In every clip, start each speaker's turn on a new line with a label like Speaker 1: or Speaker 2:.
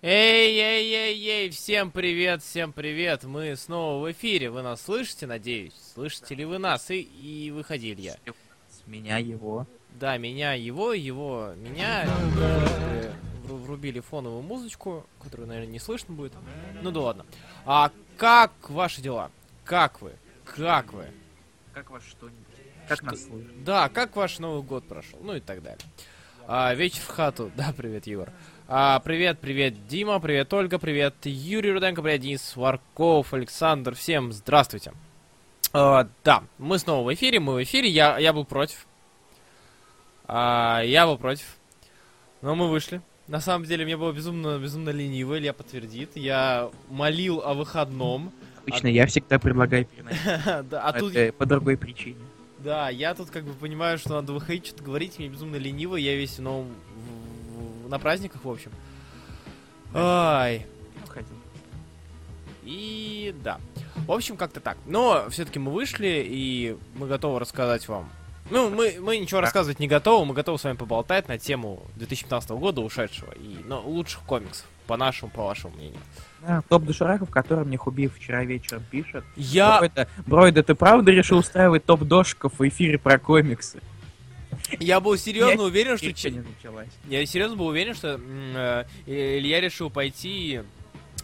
Speaker 1: Эй, эй, эй, эй, всем привет, всем привет. Мы снова в эфире. Вы нас слышите, надеюсь? Слышите ли вы нас? И, и выходил я.
Speaker 2: С меня его.
Speaker 1: Да, меня, его, его, меня. Э, вру- Врубили фоновую музычку, которую, наверное, не слышно будет. Ну да ладно. А как ваши дела? Как вы? Как вы?
Speaker 2: Как вас что-нибудь? Как
Speaker 1: Что-
Speaker 2: нас слышно?
Speaker 1: Да, как ваш Новый год прошел? Ну и так далее. А, вечер в хату. Да, привет, Егор. А, привет, привет, Дима, привет, Ольга, привет, Юрий Руденко, привет, Денис Варков, Александр. Всем здравствуйте. А, да, мы снова в эфире, мы в эфире. Я, я был против. А, я был против. Но мы вышли. На самом деле, мне было безумно, безумно лениво, Илья подтвердит. Я молил о выходном.
Speaker 2: Обычно я всегда предлагаю переносить.
Speaker 1: Да, а тут...
Speaker 2: Это по другой причине.
Speaker 1: Да, я тут как бы понимаю, что надо выходить, что-то говорить, мне безумно лениво, я весь в новом... в- в- на праздниках, в общем. Ай.
Speaker 2: Ну, хотел.
Speaker 1: И да. В общем, как-то так. Но все-таки мы вышли, и мы готовы рассказать вам. Ну, мы, мы ничего
Speaker 2: Да.
Speaker 1: рассказывать не готовы, мы готовы с вами поболтать на тему 2015 года ушедшего и ну, лучших комиксов, по нашему, по вашему мнению.
Speaker 2: Да, топ дошираков, который мне Хубиев вчера вечером пишет.
Speaker 1: Я...
Speaker 2: Какой-то, Бройда, ты правда решил устраивать топ дошиков в эфире про комиксы?
Speaker 1: Я был серьезно
Speaker 2: Я-
Speaker 1: уверен, что...
Speaker 2: Еще
Speaker 1: че-
Speaker 2: не началась.
Speaker 1: Я серьезно был уверен, что м, э, И- Илья решил пойти и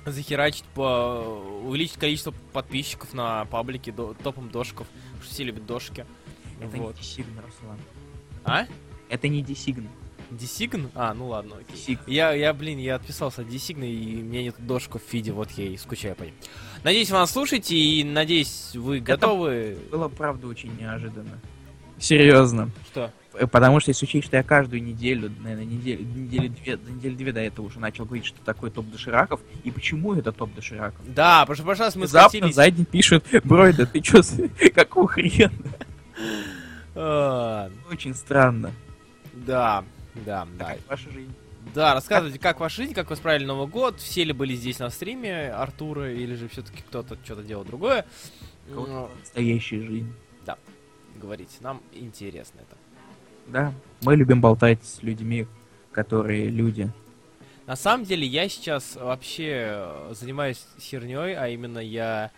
Speaker 1: захерачить по увеличить количество подписчиков на паблике до, топом дошков, потому что все любят дошки.
Speaker 2: Это
Speaker 1: вот.
Speaker 2: не Десигн, Руслан.
Speaker 1: А?
Speaker 2: Это не Десигн.
Speaker 1: Десигн? А, ну ладно, окей.
Speaker 2: Десигн.
Speaker 1: Я, я, блин, я отписался от Десигна, и у меня нет дошков в фиде, вот я и скучаю по ним. Надеюсь, вы нас слушаете, и надеюсь, вы готовы...
Speaker 2: Было, правда, очень неожиданно. Серьезно.
Speaker 1: Что?
Speaker 2: Э, Потому что если учесть, что я каждую неделю, наверное, недели, недели две, недели две до этого уже начал говорить, что такое топ дошираков и почему это топ дошираков.
Speaker 1: Да, прошу прошлый раз мы
Speaker 2: Внезапно
Speaker 1: скатились...
Speaker 2: задний пишет, Бройда, ты чё, с- какого хрена?
Speaker 1: А,
Speaker 2: Очень странно.
Speaker 1: да, да, да.
Speaker 2: Как Ваша жизнь.
Speaker 1: Да, рассказывайте, как ваша жизнь, как вы справили Новый год, все ли были здесь на стриме Артура, или же все-таки кто-то что-то делал другое.
Speaker 2: Кого-то Настоящая жизнь.
Speaker 1: Ну, говорите, нам интересно это.
Speaker 2: Да, мы любим болтать с людьми, которые люди.
Speaker 1: На самом деле, я сейчас вообще э, занимаюсь херней, а именно я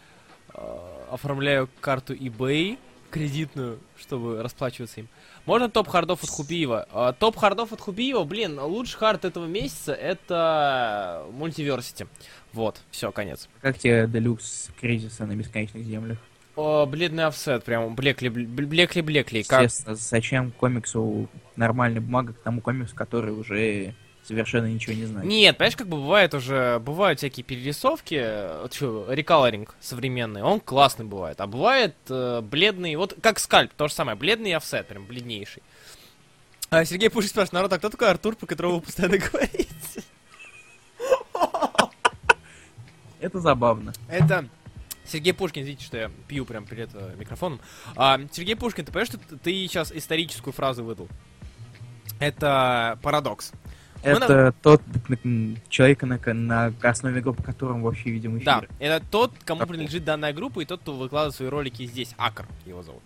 Speaker 1: э, оформляю карту eBay кредитную, чтобы расплачиваться им. Можно топ хардов от Хубиева? Э, топ хардов от Хубиева, блин, лучший хард этого месяца это Multiversity. Вот, все, конец.
Speaker 2: Как тебе делюкс кризиса на бесконечных землях?
Speaker 1: О, бледный офсет, прям блекли, бл- блекли, блекли. Как...
Speaker 2: Естественно, зачем комиксу нормальная бумага к тому комиксу, который уже совершенно ничего не знает?
Speaker 1: Нет, понимаешь, как бы бывает уже, бывают всякие перерисовки, э, чё, рекалоринг современный, он классный бывает, а бывает э, бледный, вот как скальп, то же самое, бледный офсет, прям бледнейший. А Сергей Пушин спрашивает, народ, а кто такой Артур, про которого вы постоянно говорите?
Speaker 2: Это забавно.
Speaker 1: Это Сергей Пушкин, извините, что я пью прям перед э, микрофоном. А, Сергей Пушкин, ты понимаешь, что т- ты сейчас историческую фразу выдал? Это парадокс. Мы на-
Speaker 2: Это тот м, человек, на, ко- на основе группы которого вообще видим эфир.
Speaker 1: Да, это тот, кому
Speaker 2: Так.
Speaker 1: принадлежит данная группа, и тот, кто выкладывает свои ролики здесь. Акр его зовут.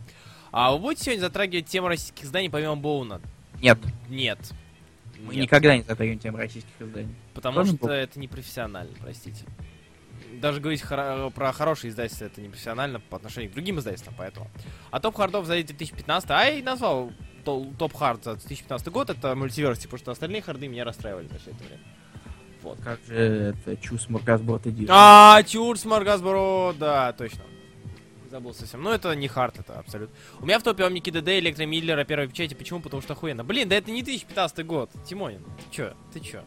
Speaker 1: А вы будете сегодня затрагивать тему российских изданий помимо Боуна?
Speaker 2: Нет,
Speaker 1: Нет.
Speaker 2: мы
Speaker 1: Нет,
Speaker 2: никогда не затронем тему российских изданий.
Speaker 1: Потому
Speaker 2: Должен
Speaker 1: что
Speaker 2: был.
Speaker 1: это непрофессионально, простите. Даже говорить хоро- про хорошие издательства это непрофессионально по отношению к другим издательствам, поэтому. А топ хардов за 2015, а я и назвал то- топ хард за 2015 год, это мультиверсити, потому что остальные харды меня расстраивали за все это время.
Speaker 2: Вот как же это Чус Моргасборд и
Speaker 1: А, Чур Сморгасборо, да, точно. Забыл совсем. Ну, это не хард, это абсолютно. У меня в топе Омники ДД, Электро Миллера, первой печати. Почему? Потому что охуенно. Блин, да это не 2015 год. Тимонин, ты чё? Ты чё?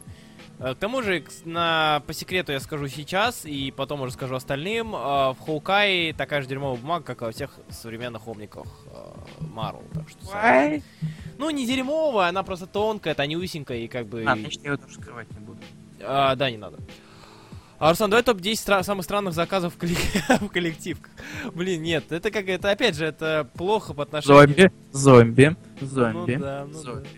Speaker 1: Э, К тому же, к- на, по секрету я скажу сейчас, и потом уже скажу остальным. э, В Хоукае такая же дерьмовая бумага, как и во всех современных омниках э, Марвел. Так что, сами-
Speaker 2: А,
Speaker 1: ну, не дерьмовая, она просто тонкая, тонюсенькая, и как бы...
Speaker 2: значит, я его даже скрывать не буду.
Speaker 1: А, да, не надо. А, Руслан, давай топ-10 стра- самых странных заказов в, коллек- в коллективках. Блин, нет, это как это опять же, это плохо по отношению...
Speaker 2: Зомби, зомби,
Speaker 1: Ну
Speaker 2: зомби,
Speaker 1: да, ну да.
Speaker 2: зомби,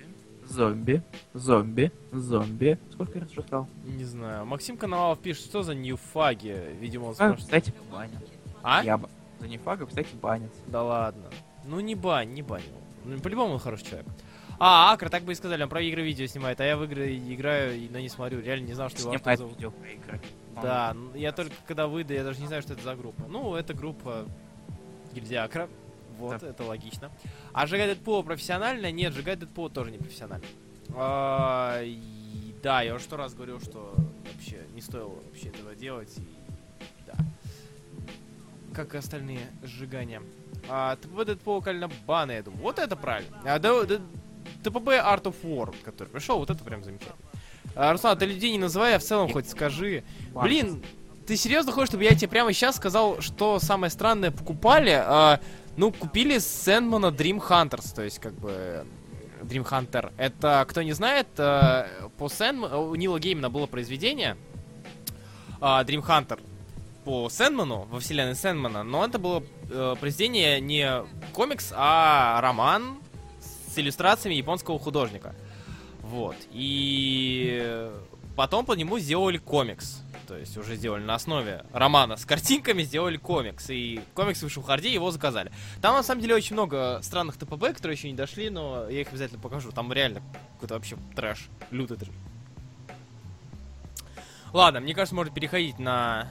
Speaker 2: зомби, зомби, зомби. Сколько я раз уже сказал?
Speaker 1: Не знаю. Максим Коновалов пишет, что за ньюфаги? Видимо, он
Speaker 2: А,
Speaker 1: спрашивает.
Speaker 2: кстати, банят.
Speaker 1: А?
Speaker 2: Я б- За нефага, кстати, банят.
Speaker 1: Да ладно. Ну не бань, не бань его. Ну, по-любому он хороший человек. А, Акр, так бы и сказали, он про игры видео снимает, а я в игры играю, и, но не смотрю. Реально не знал, А что его автор
Speaker 2: Снимает
Speaker 1: зовут.
Speaker 2: видео про игры.
Speaker 1: Да, ну, я только когда выйду, я даже не знаю, что это за группа. Ну, это группа Гильдия Акра. Вот,
Speaker 2: Да.
Speaker 1: это логично. А ЖГ Дэдпо профессиональная? Нет, ЖГ Дэдпо тоже не профессиональная. А, и Да, я уже сто раз говорил, что вообще не стоило вообще этого делать. и Да. Как и остальные сжигания. А, ТПБ Дэдпо локально бана, я думаю. Вот это правильно. А, да, да, ТПБ Art of War, который пришел, вот это прям замечательно. А, Руслан, ты людей не называй, а в целом хоть скажи.
Speaker 2: Ладно.
Speaker 1: Блин, ты серьезно хочешь, чтобы я тебе прямо сейчас сказал, что самое странное покупали? А, ну, купили Сэндмана Dream Hunters, то есть как бы... Dream Hunter. Это, кто не знает, э, по Сэндману... У Нила Геймана было произведение а, Dream Hunter по Сэндману, во вселенной Сэндмана, но это было э, произведение не комикс, а роман с иллюстрациями японского художника. Вот. И потом по нему сделали комикс. То есть уже сделали на основе романа с картинками, сделали комикс. И комикс вышел в харде, его заказали. Там на самом деле очень много странных ТПБ, которые еще не дошли, но я их обязательно покажу. Там реально какой-то вообще трэш. Лютый трэш. Ладно, мне кажется, можно переходить на...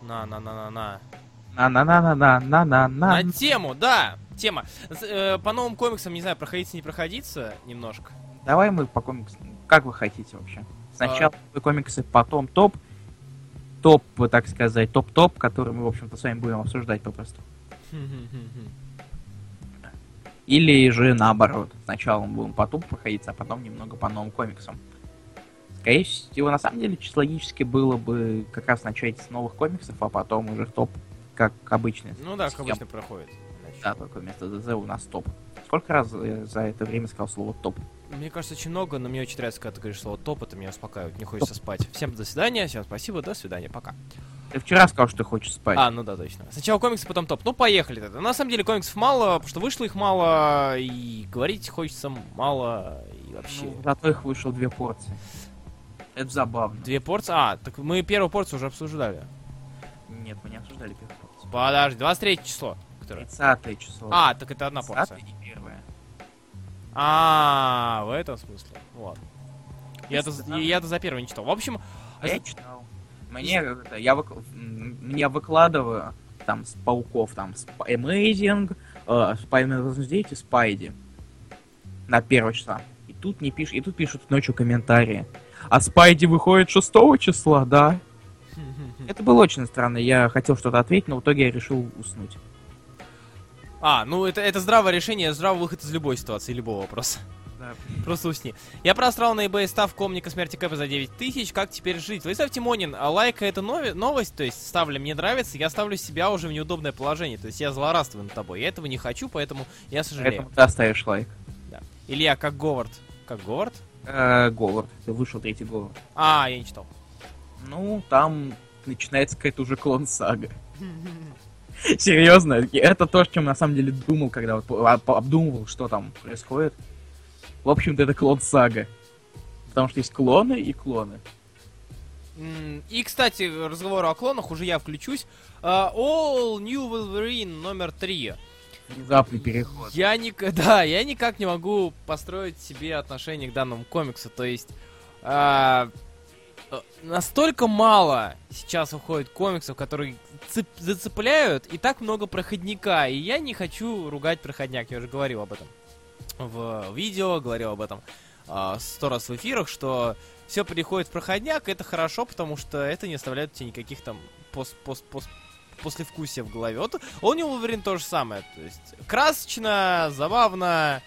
Speaker 1: На, на, на, на, на.
Speaker 2: На-на-на-на-на-на-на.
Speaker 1: На тему, да, тема. С- э, по новым комиксам, не знаю, проходиться, не проходиться немножко.
Speaker 2: Давай мы по комиксам. Как вы хотите вообще? Сначала вы комиксы, потом топ. Топ, вот так сказать, топ-топ, который мы, в общем-то, с вами будем обсуждать попросту.
Speaker 1: А,
Speaker 2: Или же наоборот. Сначала мы будем по топу проходиться, а потом немного по новым комиксам. Скорее всего, на самом деле, чисто логически было бы как раз начать с новых комиксов, а потом уже в топ, как обычно.
Speaker 1: Ну да, как
Speaker 2: Система.
Speaker 1: обычно проходит. Иначе.
Speaker 2: Да, только вместо ДЗ у нас топ. Сколько раз э, за это время сказал слово топ?
Speaker 1: Мне кажется, очень много, но мне очень нравится, когда ты говоришь слово топ, это меня успокаивает, не хочется спать. Всем до свидания, всем спасибо, до свидания, пока.
Speaker 2: Ты вчера сказал, что ты хочешь спать.
Speaker 1: А, ну да, точно. Сначала комиксы, потом топ. Ну, поехали тогда. На самом деле комиксов мало, потому что вышло их мало, и говорить хочется мало, и вообще...
Speaker 2: Ну, зато их вышло две порции. Это забавно.
Speaker 1: Две порции? А, так мы первую порцию уже обсуждали.
Speaker 2: Нет, мы не обсуждали первую порцию.
Speaker 1: Подожди, 23 число. Которое...
Speaker 2: 30 число.
Speaker 1: А, так это одна
Speaker 2: 30-е
Speaker 1: порция.
Speaker 2: и первое.
Speaker 1: А, в этом смысле. Вот. Я-то,
Speaker 2: Да.
Speaker 1: я-то за первую не читал. В общем,
Speaker 2: А я читал. Мне, это, я, вык- м, я выкладываю там с пауков, там, с Amazing, э, Spider-Man Versus Дети, Спайди на первое числа. И тут не пишут, и тут пишут ночью комментарии. А Спайди выходит 6 числа, да? Это было очень странно. Я хотел что-то ответить, но в итоге я решил уснуть.
Speaker 1: А, ну это, это здравое решение, здравый выход из любой ситуации, любого вопроса.
Speaker 2: Да.
Speaker 1: Просто усни. Я просрал на eBay став комника смерти Кэпа за 9 тысяч. Как теперь жить? Владислав Тимонин, а лайка это нови- новость, то есть ставлю мне нравится, я ставлю себя уже в неудобное положение. То есть я злорадствую над тобой. Я этого не хочу, поэтому я сожалею.
Speaker 2: Поэтому ты оставишь лайк.
Speaker 1: Илья, как Говард. Как Говард?
Speaker 2: Э, Говард. Вышел третий Говард.
Speaker 1: А, я не читал.
Speaker 2: Ну, там начинается какая-то уже клон-сага. Серьезно, и это то, о чем на самом деле думал, когда вот по- а- по- обдумывал, что там происходит. В общем-то, это клон-сага. Потому что есть клоны и клоны.
Speaker 1: М, И, кстати, к разговору о клонах уже я включусь. А, All New Wolverine номер 3.
Speaker 2: Внезапный переход.
Speaker 1: Я ник- да, я никак не могу построить себе отношение к данному комиксу. То есть а, э, настолько мало сейчас выходит комиксов, которые цеп- зацепляют, и так много проходника. И я не хочу ругать проходняк. Я уже говорил об этом в видео, говорил об этом а, сто раз в эфирах, что все переходит в проходняк, и это хорошо, потому что это не оставляет тебе никаких там пост пост пост послевкусия в голове. Вот он него Wolverine то же самое. То есть красочно, забавно,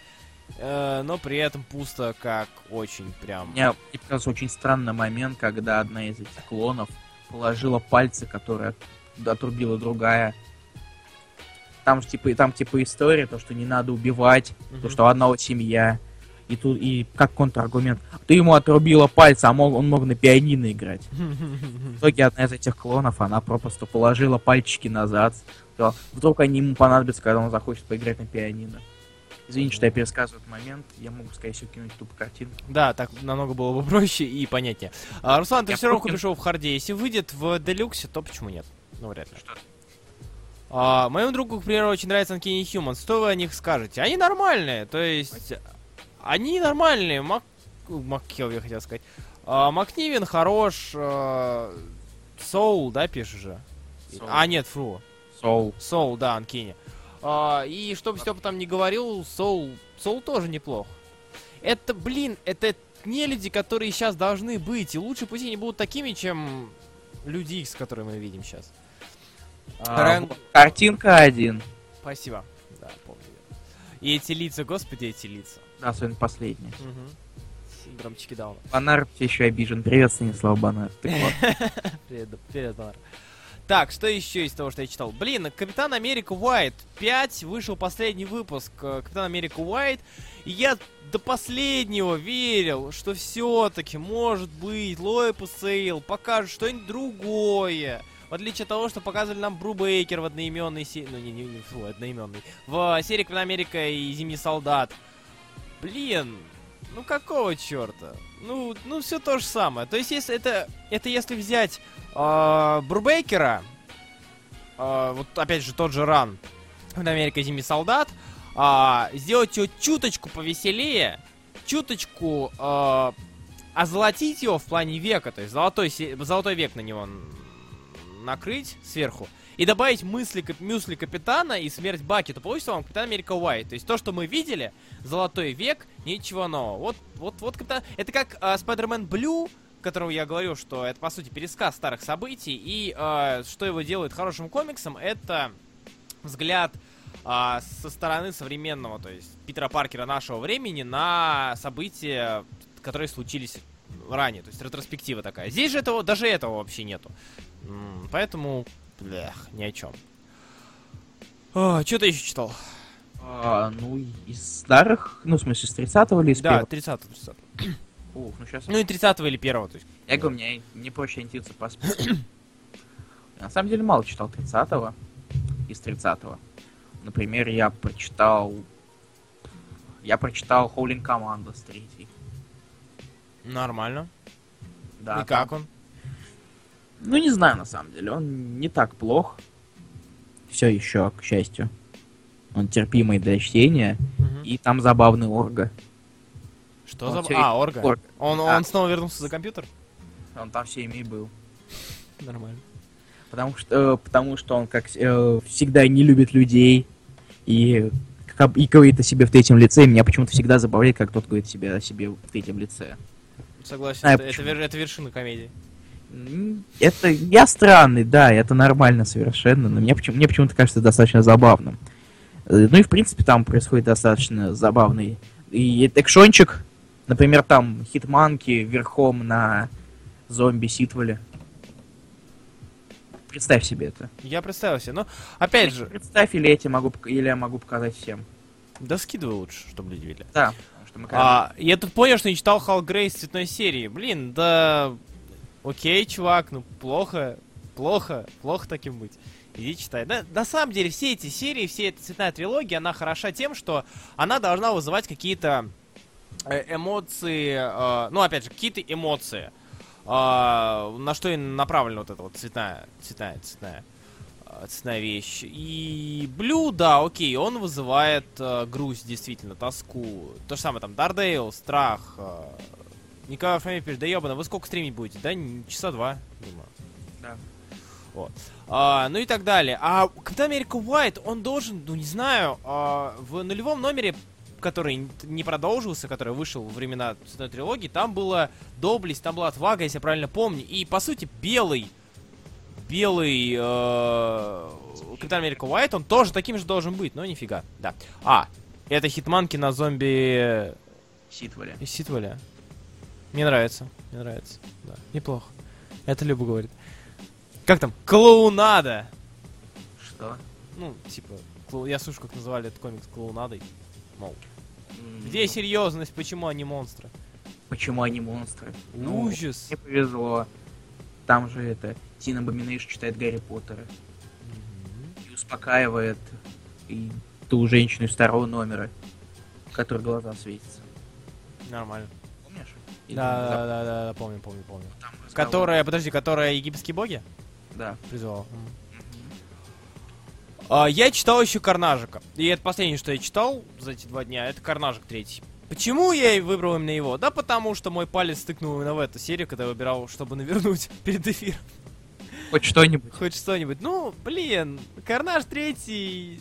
Speaker 1: э, но при этом пусто, как очень прям.
Speaker 2: Мне мне показался очень странный момент, когда одна из этих клонов положила пальцы, которые отрубила другая. Там же типа, там типа история, то, что не надо убивать, то,
Speaker 1: Мгм.
Speaker 2: что одна вот семья. И тут, и как контраргумент. Ты ему отрубила пальцы, а мог, он мог на пианино играть. В итоге одна из этих клонов, она просто положила пальчики назад. сказала, вдруг они ему понадобятся, когда он захочет поиграть на пианино. Извините, что я пересказываю этот момент. Я могу, скорее всего, кинуть тупо картинку.
Speaker 1: Да, так намного было бы проще и понятнее. А, Руслан, ты
Speaker 2: Я
Speaker 1: все равно
Speaker 2: против.
Speaker 1: купишь его в харде. Если выйдет в делюксе, то почему нет? Ну, вряд ли.
Speaker 2: Что?
Speaker 1: А, моему другу, к примеру, очень нравятся Uncanny Humans. Что вы о них скажете? Они нормальные, то есть... они нормальные. Мак... Маккел, я хотел сказать. А, Макнивин хорош. а, Соул, да, пишешь же?
Speaker 2: Соул.
Speaker 1: А, нет, фу.
Speaker 2: Соул.
Speaker 1: Соул, да, Анкини. А, и чтобы Степа там не говорил, Соул, Соул тоже неплох. Это, блин, это не люди, которые сейчас должны быть. И лучше пусть они будут такими, чем люди X, которые мы видим сейчас. А,
Speaker 2: А, Картинка один.
Speaker 1: Спасибо. Да, помню. И эти лица, господи, эти лица.
Speaker 2: Да, особенно последний.
Speaker 1: Угу. Громчики дауна.
Speaker 2: Банар все еще обижен. Привет, Станислав Банар. Ты класс.
Speaker 1: Привет, да- привет, Бар. Так, что еще из того, что я читал? Блин, Капитан Америка Уайт 5 вышел последний выпуск э, Капитан Америка Уайт. И я до последнего верил, что все-таки, может быть, Лоэп и Сейл покажут что-нибудь другое. В отличие от того, что показывали нам Бру Бейкер в одноименной серии... Ну, не, не, не, фу, одноименной. В э, серии Капитан Америка и Зимний Солдат. Блин, ну какого черта? Ну, ну все то же самое. То есть, если это, это если взять а, Брубейкера, а, вот опять же тот же ран в Америка Зимний Солдат, а, сделать его чуточку повеселее, чуточку а, озолотить его в плане века, то есть золотой, се- золотой век на него н- накрыть сверху, и добавить мысли, кап- мюсли Капитана и смерть Баки, то получится вам Капитан Америка Уайт. То есть то, что мы видели, Золотой век, ничего нового. Вот, вот, вот, Капитан... Это как а, Spider-Man Blue, которого я говорю, что это, по сути, пересказ старых событий, и а, что его делает хорошим комиксом, это взгляд а, со стороны современного, то есть Питера Паркера нашего времени на события, которые случились ранее, то есть ретроспектива такая. Здесь же этого, даже этого вообще нету. М, Поэтому, блях, ни о чем. что ты еще читал?
Speaker 2: А, ну, из старых, ну, в смысле, с 30-го или из
Speaker 1: Да,
Speaker 2: 1
Speaker 1: 30 30
Speaker 2: Ух, ну сейчас...
Speaker 1: Ну и 30 или 1 то есть.
Speaker 2: Я говорю, мне не проще ориентироваться по списку. Я На самом деле мало читал 30-го из 30-го. Например, я прочитал... Я прочитал Howling Commandos 3.
Speaker 1: Нормально.
Speaker 2: Да.
Speaker 1: и как он?
Speaker 2: Ну, не знаю, на самом деле. Он не так плох. Все еще, к счастью. Он терпимый для чтения. И там забавный орга.
Speaker 1: Что
Speaker 2: он
Speaker 1: за...
Speaker 2: всё-
Speaker 1: А, Орга.
Speaker 2: Орга.
Speaker 1: Он,
Speaker 2: Да.
Speaker 1: он снова вернулся за компьютер?
Speaker 2: Он там всеми и был.
Speaker 1: Нормально.
Speaker 2: Потому что, э, потому что он, как э, всегда, не любит людей. И, как- и говорит о себе в третьем лице. И меня почему-то всегда забавляет, как тот говорит себе о себе в третьем лице.
Speaker 1: Согласен,
Speaker 2: Знаю,
Speaker 1: это, это,
Speaker 2: почему.
Speaker 1: вер- это вершина комедии.
Speaker 2: М, Это я странный, да, это нормально совершенно, но мне, почему, мне почему-то кажется достаточно забавным. Э, Ну и в принципе там происходит достаточно забавный и экшончик. Например, там хитманки верхом на зомби ситволе. Представь себе это.
Speaker 1: Я представил себе, но опять же,
Speaker 2: Представь, или я тебе могу, пок- или я могу показать всем.
Speaker 1: да скидывай лучше, чтобы люди видели.
Speaker 2: Да. потому что мы когда-
Speaker 1: А, я тут понял, что не читал Халл Грейс цветной серии. Блин, да... Окей, чувак, ну плохо, плохо, плохо таким быть. Иди читай. Да, на самом деле, все эти серии, все эта цветная трилогия, она хороша тем, что она должна вызывать какие-то э, эмоции, э, ну, опять же, какие-то эмоции. А, на что и направлена вот эта вот цветная, цветная, цветная, э, цветная вещь. И Блю, да, окей, он вызывает э, грусть, действительно, тоску. То же самое там, Дардейл, страх. э, Николай Фомин пишет, да ебано, вы сколько стримить будете? Да, н- часа два, думаю.
Speaker 2: Да.
Speaker 1: Вот. А, ну и так далее. А Капитан Америка Уайт, он должен, ну не знаю, а, в нулевом номере, который н- не продолжился, который вышел во времена цветной трилогии, там была доблесть, там была отвага, если я правильно помню. И, по сути, белый, белый э, Капитан Америка Уайт, он тоже таким же должен быть, но нифига, да. А, это хитманки на зомби э,
Speaker 2: Ситволе.
Speaker 1: из Ситвеля. Мне нравится, мне нравится. Да, неплохо. Это Люба говорит. Как там? Клоунада!
Speaker 2: Что?
Speaker 1: Ну, типа, клоу- я слышу, как называли этот комикс клоунадой. Мол,
Speaker 2: М,
Speaker 1: где серьезность, почему они монстры?
Speaker 2: Почему они монстры? Ну,
Speaker 1: Ужас!
Speaker 2: Мне повезло. Там же это Тина Боминейш читает Гарри Поттера
Speaker 1: Мгм.
Speaker 2: и успокаивает и ту женщину из второго номера, у которой глаза светятся.
Speaker 1: Нормально.
Speaker 2: Помнишь? Или
Speaker 1: Да,
Speaker 2: забыл?
Speaker 1: да, да, да, да, помню, помню, помню.
Speaker 2: Там разговор.
Speaker 1: Которая, подожди, которая египетские боги
Speaker 2: Да.
Speaker 1: призывала? М. А, я читал еще Карнажика. И это последнее, что я читал за эти два дня, это Карнажик третий. Почему я и выбрал именно его? Да потому что мой палец стыкнул именно в эту серию, когда я выбирал, чтобы навернуть перед эфиром.
Speaker 2: Хоть что-нибудь.
Speaker 1: Хоть что-нибудь. Ну, блин, Карнаж третий,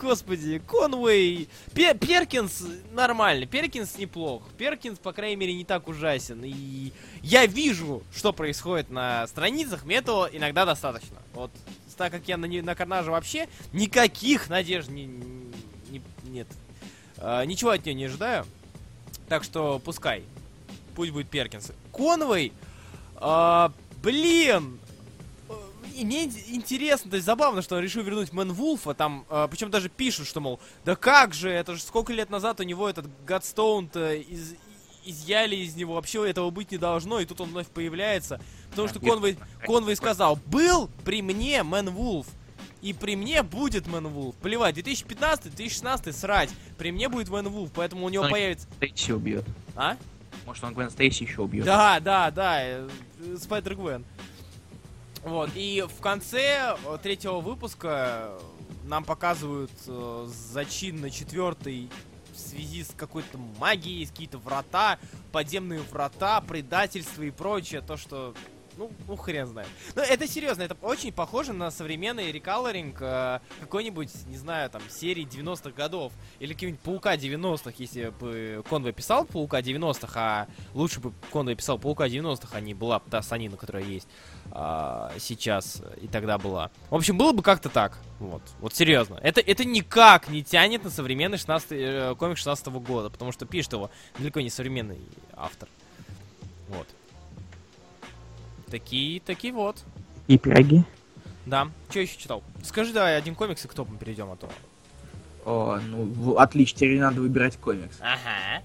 Speaker 1: господи, Конвей, Пе- Перкинс нормально, Перкинс неплох, Перкинс, по крайней мере, не так ужасен. И я вижу, что происходит на страницах, мне этого иногда достаточно. Вот так как я на, не- на Карнажа вообще никаких надежд не, не- нет. А, ничего от нее не ожидаю. Так что пускай. Пусть будет Перкинс. Конвей, а, блин, э, и мне ин- интересно, то есть забавно, что он решил вернуть Мэн Вулфа, там, э, причем даже пишут, что, мол, да как же, это же сколько лет назад у него этот Гадстоун-то из- изъяли из него, вообще этого быть не должно, и тут он вновь появляется, потому что Конвей, Конвей сказал, был при мне Мэн Вулф, и при мне будет Мэн Вулф, плевать, 2015-2016 срать, при мне будет Мэн Вулф, поэтому у него
Speaker 2: Соник.
Speaker 1: появится...
Speaker 2: Стейси убьет.
Speaker 1: А?
Speaker 2: Может, он Гвен Стейси еще убьет.
Speaker 1: Да, да, да, э, э, Спайдер-Гвен. Вот, и в конце э, третьего выпуска э, нам показывают э, зачин на четвертый в связи с какой-то магией, с какие-то врата, подземные врата, предательство и прочее, то, что... Ну, ну, хрен знает. Но это серьезно, это очень похоже на современный рекалоринг э, какой-нибудь, не знаю, там, серии 90-х годов. Или какие-нибудь Паука 90-х, если бы Конвой писал Паука 90-х, а лучше бы Конвой писал Паука 90-х, а не была бы та санина, которая есть а, сейчас и тогда была. В общем, было бы как-то так. Вот, вот серьезно. Это, это никак не тянет на современный 16, э, комик 16 года, потому что пишет его далеко не современный автор. Вот. Такие, такие вот.
Speaker 2: И пироги.
Speaker 1: Да. Что еще читал? Скажи давай один комикс и к топам перейдем, а то.
Speaker 2: О, ну, в- отлично, теперь не надо выбирать комикс.
Speaker 1: Ага.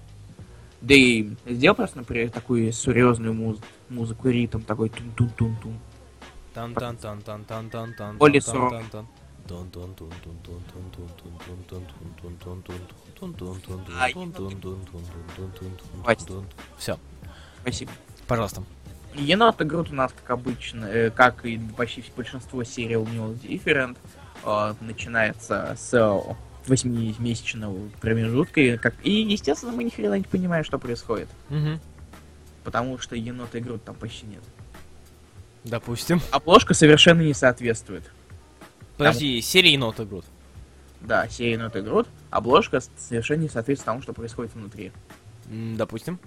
Speaker 2: Да и сделал просто, например, такую серьезную муз- музыку, ритм такой тун-тун-тун-тун.
Speaker 1: тан тан тан тан тан тан тан
Speaker 2: Оли Сурок. Ай. Хватит.
Speaker 1: Все,
Speaker 2: Спасибо.
Speaker 1: пожалуйста.
Speaker 2: Енот игрут у нас, как обычно, э, как и почти большинство серий у него Different, э, начинается с восьмимесячного промежутка, и, как... и, естественно, мы ни хрена не понимаем, что происходит,
Speaker 1: Мгм.
Speaker 2: потому что енота игрут там почти нет.
Speaker 1: Допустим.
Speaker 2: Обложка совершенно не соответствует.
Speaker 1: Подожди, серии нот игрут.
Speaker 2: Да, серия Енот игрут, обложка с- совершенно не соответствует тому, что происходит внутри.
Speaker 1: М, Допустим.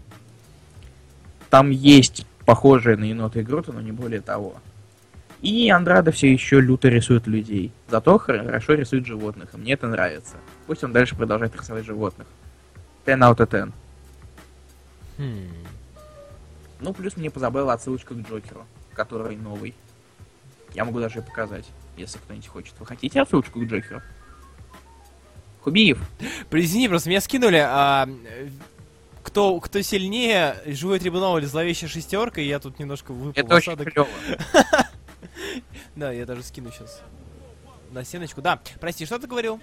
Speaker 2: Там есть похожие на енота Игрута, но не более того. И Андрада все еще люто рисует людей. Зато хор- хорошо рисует животных, и мне это нравится. Пусть он дальше продолжает рисовать животных. 10 out of 10.
Speaker 1: Хм.
Speaker 2: Ну, плюс мне позабыла отсылочка к Джокеру, который новый. Я могу даже и показать, если кто-нибудь хочет. Вы хотите отсылочку к Джокеру? Хубиев.
Speaker 1: Извини, просто меня скинули. а, э, кто, кто сильнее, живой трибунал или зловещая шестерка, и я тут немножко выпал в
Speaker 2: Это очень
Speaker 1: осадок.
Speaker 2: клево.
Speaker 1: Да, я даже скину сейчас. На стеночку. Да, прости, что ты говорил?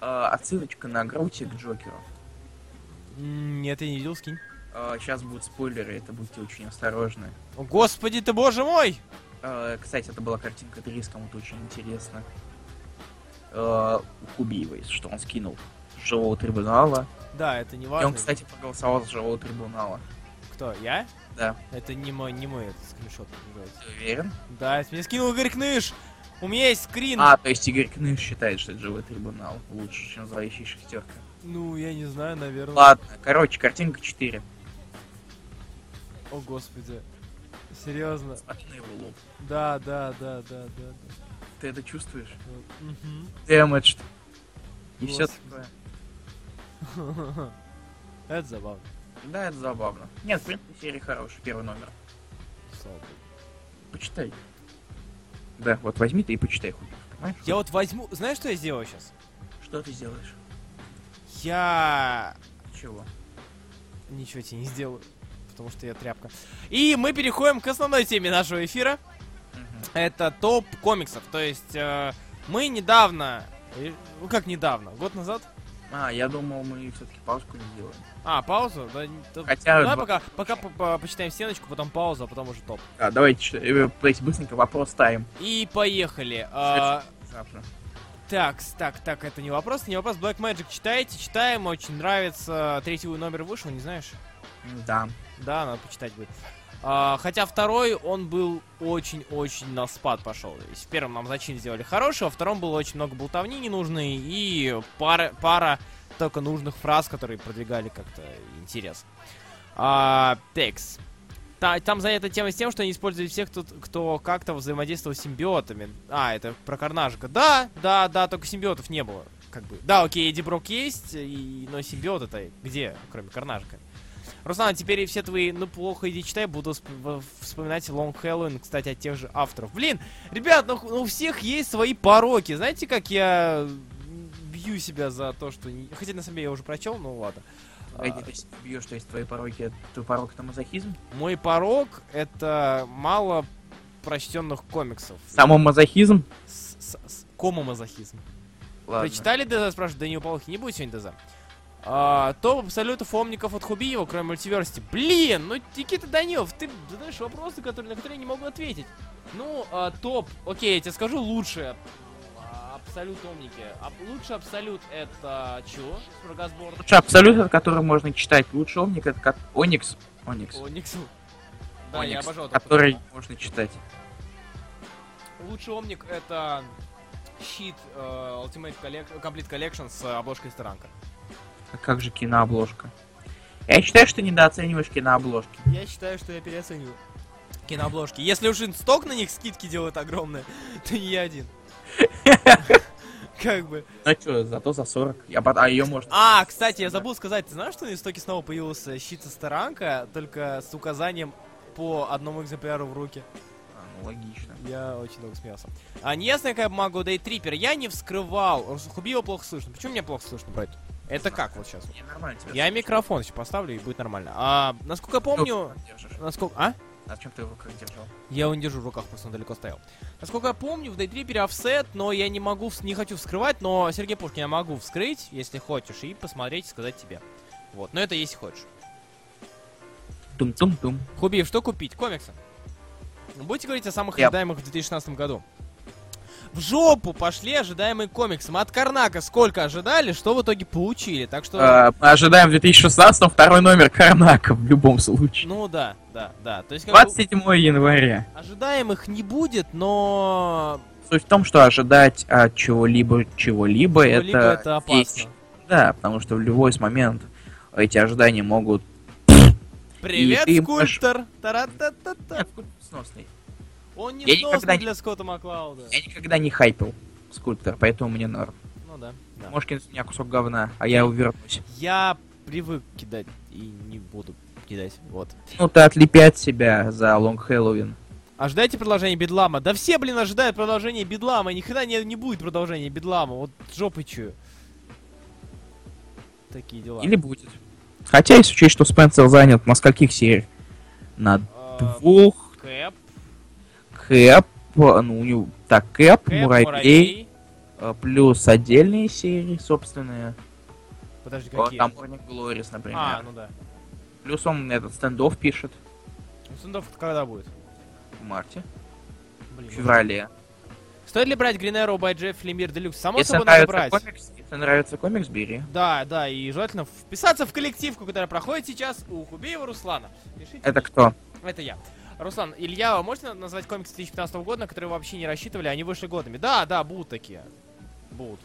Speaker 2: А, Отсылочка на Груте к Джокеру.
Speaker 1: М, Нет, я не видел, скинь.
Speaker 2: Сейчас будут спойлеры, это будьте очень осторожны.
Speaker 1: О, господи ты, боже мой!
Speaker 2: Э, Кстати, это была картинка 3, с кому-то очень интересно. Э, У Кубиева, если что он скинул с живого трибунала.
Speaker 1: Да, это не
Speaker 2: И
Speaker 1: важно.
Speaker 2: он, кстати, проголосовал с живого трибунала.
Speaker 1: Кто, я?
Speaker 2: Да.
Speaker 1: Это не мой, не мой этот скриншот. так называется.
Speaker 2: Ты уверен?
Speaker 1: Да, это мне скинул Игорь Кныш! У меня есть скрин!
Speaker 2: А, то есть Игорь Кныш считает, что это живой трибунал лучше, чем зловещая шестерка.
Speaker 1: Ну, я не знаю, наверное.
Speaker 2: Ладно, короче, картинка 4.
Speaker 1: О, господи. Серьезно.
Speaker 2: Смотри на его лоб.
Speaker 1: Да, да, да, да, да. да.
Speaker 2: Ты это чувствуешь?
Speaker 1: Вот. Мгм.
Speaker 2: Damaged. И все
Speaker 1: Господи.
Speaker 2: такое.
Speaker 1: Это забавно.
Speaker 2: Да, это забавно. Нет, в принципе, серия хорошая, первый номер.
Speaker 1: Слава богу.
Speaker 2: Почитай. Да, вот возьми ты и почитай, Хубиев, понимаешь?
Speaker 1: Я вот возьму... Знаешь, что я сделаю сейчас?
Speaker 2: Что ты сделаешь?
Speaker 1: Я...
Speaker 2: Чего?
Speaker 1: Ничего тебе не сделаю, потому что я тряпка. И мы переходим к основной теме нашего эфира.
Speaker 2: Мгм.
Speaker 1: это топ комиксов. То есть э, мы недавно, э, ну как недавно, год назад.
Speaker 2: А, я думал, мы все-таки паузку не делаем.
Speaker 1: А, паузу? Ну, Да, не- то-
Speaker 2: Хотя...
Speaker 1: Давай
Speaker 2: два-
Speaker 1: пока, пока по- по- почитаем стеночку, потом паузу, а потом уже топ.
Speaker 2: А, давайте, ч- э, то есть быстренько вопрос ставим.
Speaker 1: И поехали. А,
Speaker 2: Завтра.
Speaker 1: Так, так, так, это не вопрос, не вопрос. Black Magic читаете, читаем, очень нравится. Третий номер вышел, не знаешь?
Speaker 2: Да.
Speaker 1: Да, надо почитать будет. А, хотя второй, он был очень-очень на спад пошел. То есть В первом нам зачин сделали хороший, во втором было очень много болтовни ненужной и пара, пара только нужных фраз, которые продвигали как-то интерес. А, текс. Та- Там за эта тема с тем, что они использовали всех, кто, кто как-то взаимодействовал с симбиотами. А, это про Карнажика. Да, да, да, только симбиотов не было. Как бы. Да, окей, Эдди Брок есть, и, но симбиоты-то где, кроме Карнажика? Руслан, теперь и все твои, ну, плохо иди читай, буду сп- в- вспоминать Long Halloween, кстати, от тех же авторов. Блин, ребят, ну, ну, у всех есть свои пороки. Знаете, как я бью себя за то, что... не- Хотя, на самом деле, я уже прочел, ну ладно. А,
Speaker 2: Погоди, ты сейчас бьешь, что есть твои пороки, твой порок это мазохизм?
Speaker 1: мой порок — это мало прочтенных комиксов.
Speaker 2: Само мазохизм?
Speaker 1: С- с- с- Комо-мазохизм.
Speaker 2: Ладно.
Speaker 1: Прочитали ДЗ, спрашивают, да не Палахи, не будет сегодня ДЗ. А, топ абсолютов умников от Хубиева, кроме мультиверсити. Блин, ну Никита Данилов, ты задаешь вопросы, которые, на которые я не могу ответить. Ну, а, топ, окей, я тебе скажу лучшее. А, Абсолют умники. А, лучший абсолют это чего? Спрогазборн.
Speaker 2: Лучше абсолют, от которого можно читать. Лучше омник это как Оникс. Оникс.
Speaker 1: Оникс. Да, я
Speaker 2: Оникс,
Speaker 1: обожал такой
Speaker 2: который
Speaker 1: пацан.
Speaker 2: можно читать.
Speaker 1: Лучший умник это щит э, Ultimate Collec- Complete Collection с э, обложкой Старанка.
Speaker 2: А как же кинообложка? Я считаю, что ты недооцениваешь кинообложки.
Speaker 1: Я считаю, что я переоцениваю кинообложки. Если уж инсток на них скидки делает огромные, то не я один. Как бы.
Speaker 2: Ну что, зато за 40. Я пот- А ее можно...
Speaker 1: А, кстати, я забыл сказать, ты знаешь, что на инстоке снова появился щит со Старанка, только с указанием по одному экземпляру в руки.
Speaker 2: А, ну, логично.
Speaker 1: Я очень много смеялся. А не ясно, как могу дать трипер. Я не вскрывал. Хубио плохо слышно. Почему меня плохо слышно, брат? Это как вот сейчас?
Speaker 2: Не, нормально тебя
Speaker 1: Я микрофон сейчас поставлю и будет нормально. А, насколько я помню... Насколько... А?
Speaker 2: А чем ты его как держал?
Speaker 1: Я его не держу в руках, просто он далеко стоял. Насколько я помню, в Дайтриппере офсет, но я не могу, вс- не хочу вскрывать, но Сергей Пушкин я могу вскрыть, если хочешь, и посмотреть, и сказать тебе. Вот, но это если хочешь.
Speaker 2: Тум-тум-тум.
Speaker 1: Хубиев, что купить? Комиксы. Будете говорить о самых
Speaker 2: Я-
Speaker 1: ожидаемых в 2016 году. В жопу пошли ожидаемые комиксы. Мы от Карнака сколько ожидали, что в итоге получили. Так что...
Speaker 2: Э, мы ожидаем в 2016 второй номер Карнака в любом случае.
Speaker 1: Ну да, да, да. То есть как бы
Speaker 2: 27 января.
Speaker 1: ожидаемых не будет, но...
Speaker 2: Суть в том, что ожидать от чего-либо чего-либо
Speaker 1: чего-либо
Speaker 2: это...
Speaker 1: это
Speaker 2: есть.
Speaker 1: опасно.
Speaker 2: Да, потому что в любой с момент эти ожидания могут...
Speaker 1: Привет,
Speaker 2: И ты можешь-
Speaker 1: скульптор! Тара-та-та-та.
Speaker 2: Сносный.
Speaker 1: Он не
Speaker 2: Я
Speaker 1: сносный
Speaker 2: никогда не-
Speaker 1: для Скотта Маклауда.
Speaker 2: Я никогда не хайпил скульптор, поэтому мне норм.
Speaker 1: Ну да. да.
Speaker 2: Можешь кинуть в меня кусок говна, а я увернусь.
Speaker 1: Я привык кидать и не буду кидать. Вот.
Speaker 2: Ну ты отлепи от себя за лонг Хэллоуин.
Speaker 1: Ожидайте продолжение Бедлама. Да все, блин, ожидают продолжение Бедлама. И никогда не, не будет продолжения Бедлама. Вот жопы чую. Такие дела.
Speaker 2: Или будет. Хотя, если учесть, что Спенсер занят на скольких сериях? На
Speaker 1: А,
Speaker 2: двух.
Speaker 1: Кэп,
Speaker 2: Кэп. Ну, у него... Так, Кэп,
Speaker 1: Кэп,
Speaker 2: Муравей,
Speaker 1: Муравей.
Speaker 2: э, плюс отдельные серии собственные.
Speaker 1: Подожди,
Speaker 2: О,
Speaker 1: какие?
Speaker 2: Там Морник Глорис, например.
Speaker 1: А, ну да.
Speaker 2: Плюс он этот стендов пишет
Speaker 1: Ну, Сундов когда будет?
Speaker 2: в марте, в
Speaker 1: Блин.
Speaker 2: феврале.
Speaker 1: Стоит ли брать Green Arrow by Jeff Lemire Deluxe? Само
Speaker 2: Если
Speaker 1: собой надо
Speaker 2: нравится,
Speaker 1: брать.
Speaker 2: комикс, если нравится комикс, бери.
Speaker 1: Да, да, и желательно вписаться в коллективку, которая проходит сейчас у Хубеева Руслана. Пишите.
Speaker 2: Это кто?
Speaker 1: Это я. Russlan, Илья, вы можете на- назвать комиксы 2015 года, на которые вы вообще не рассчитывали, они вышли годами? Да, да, будут такие. Будут.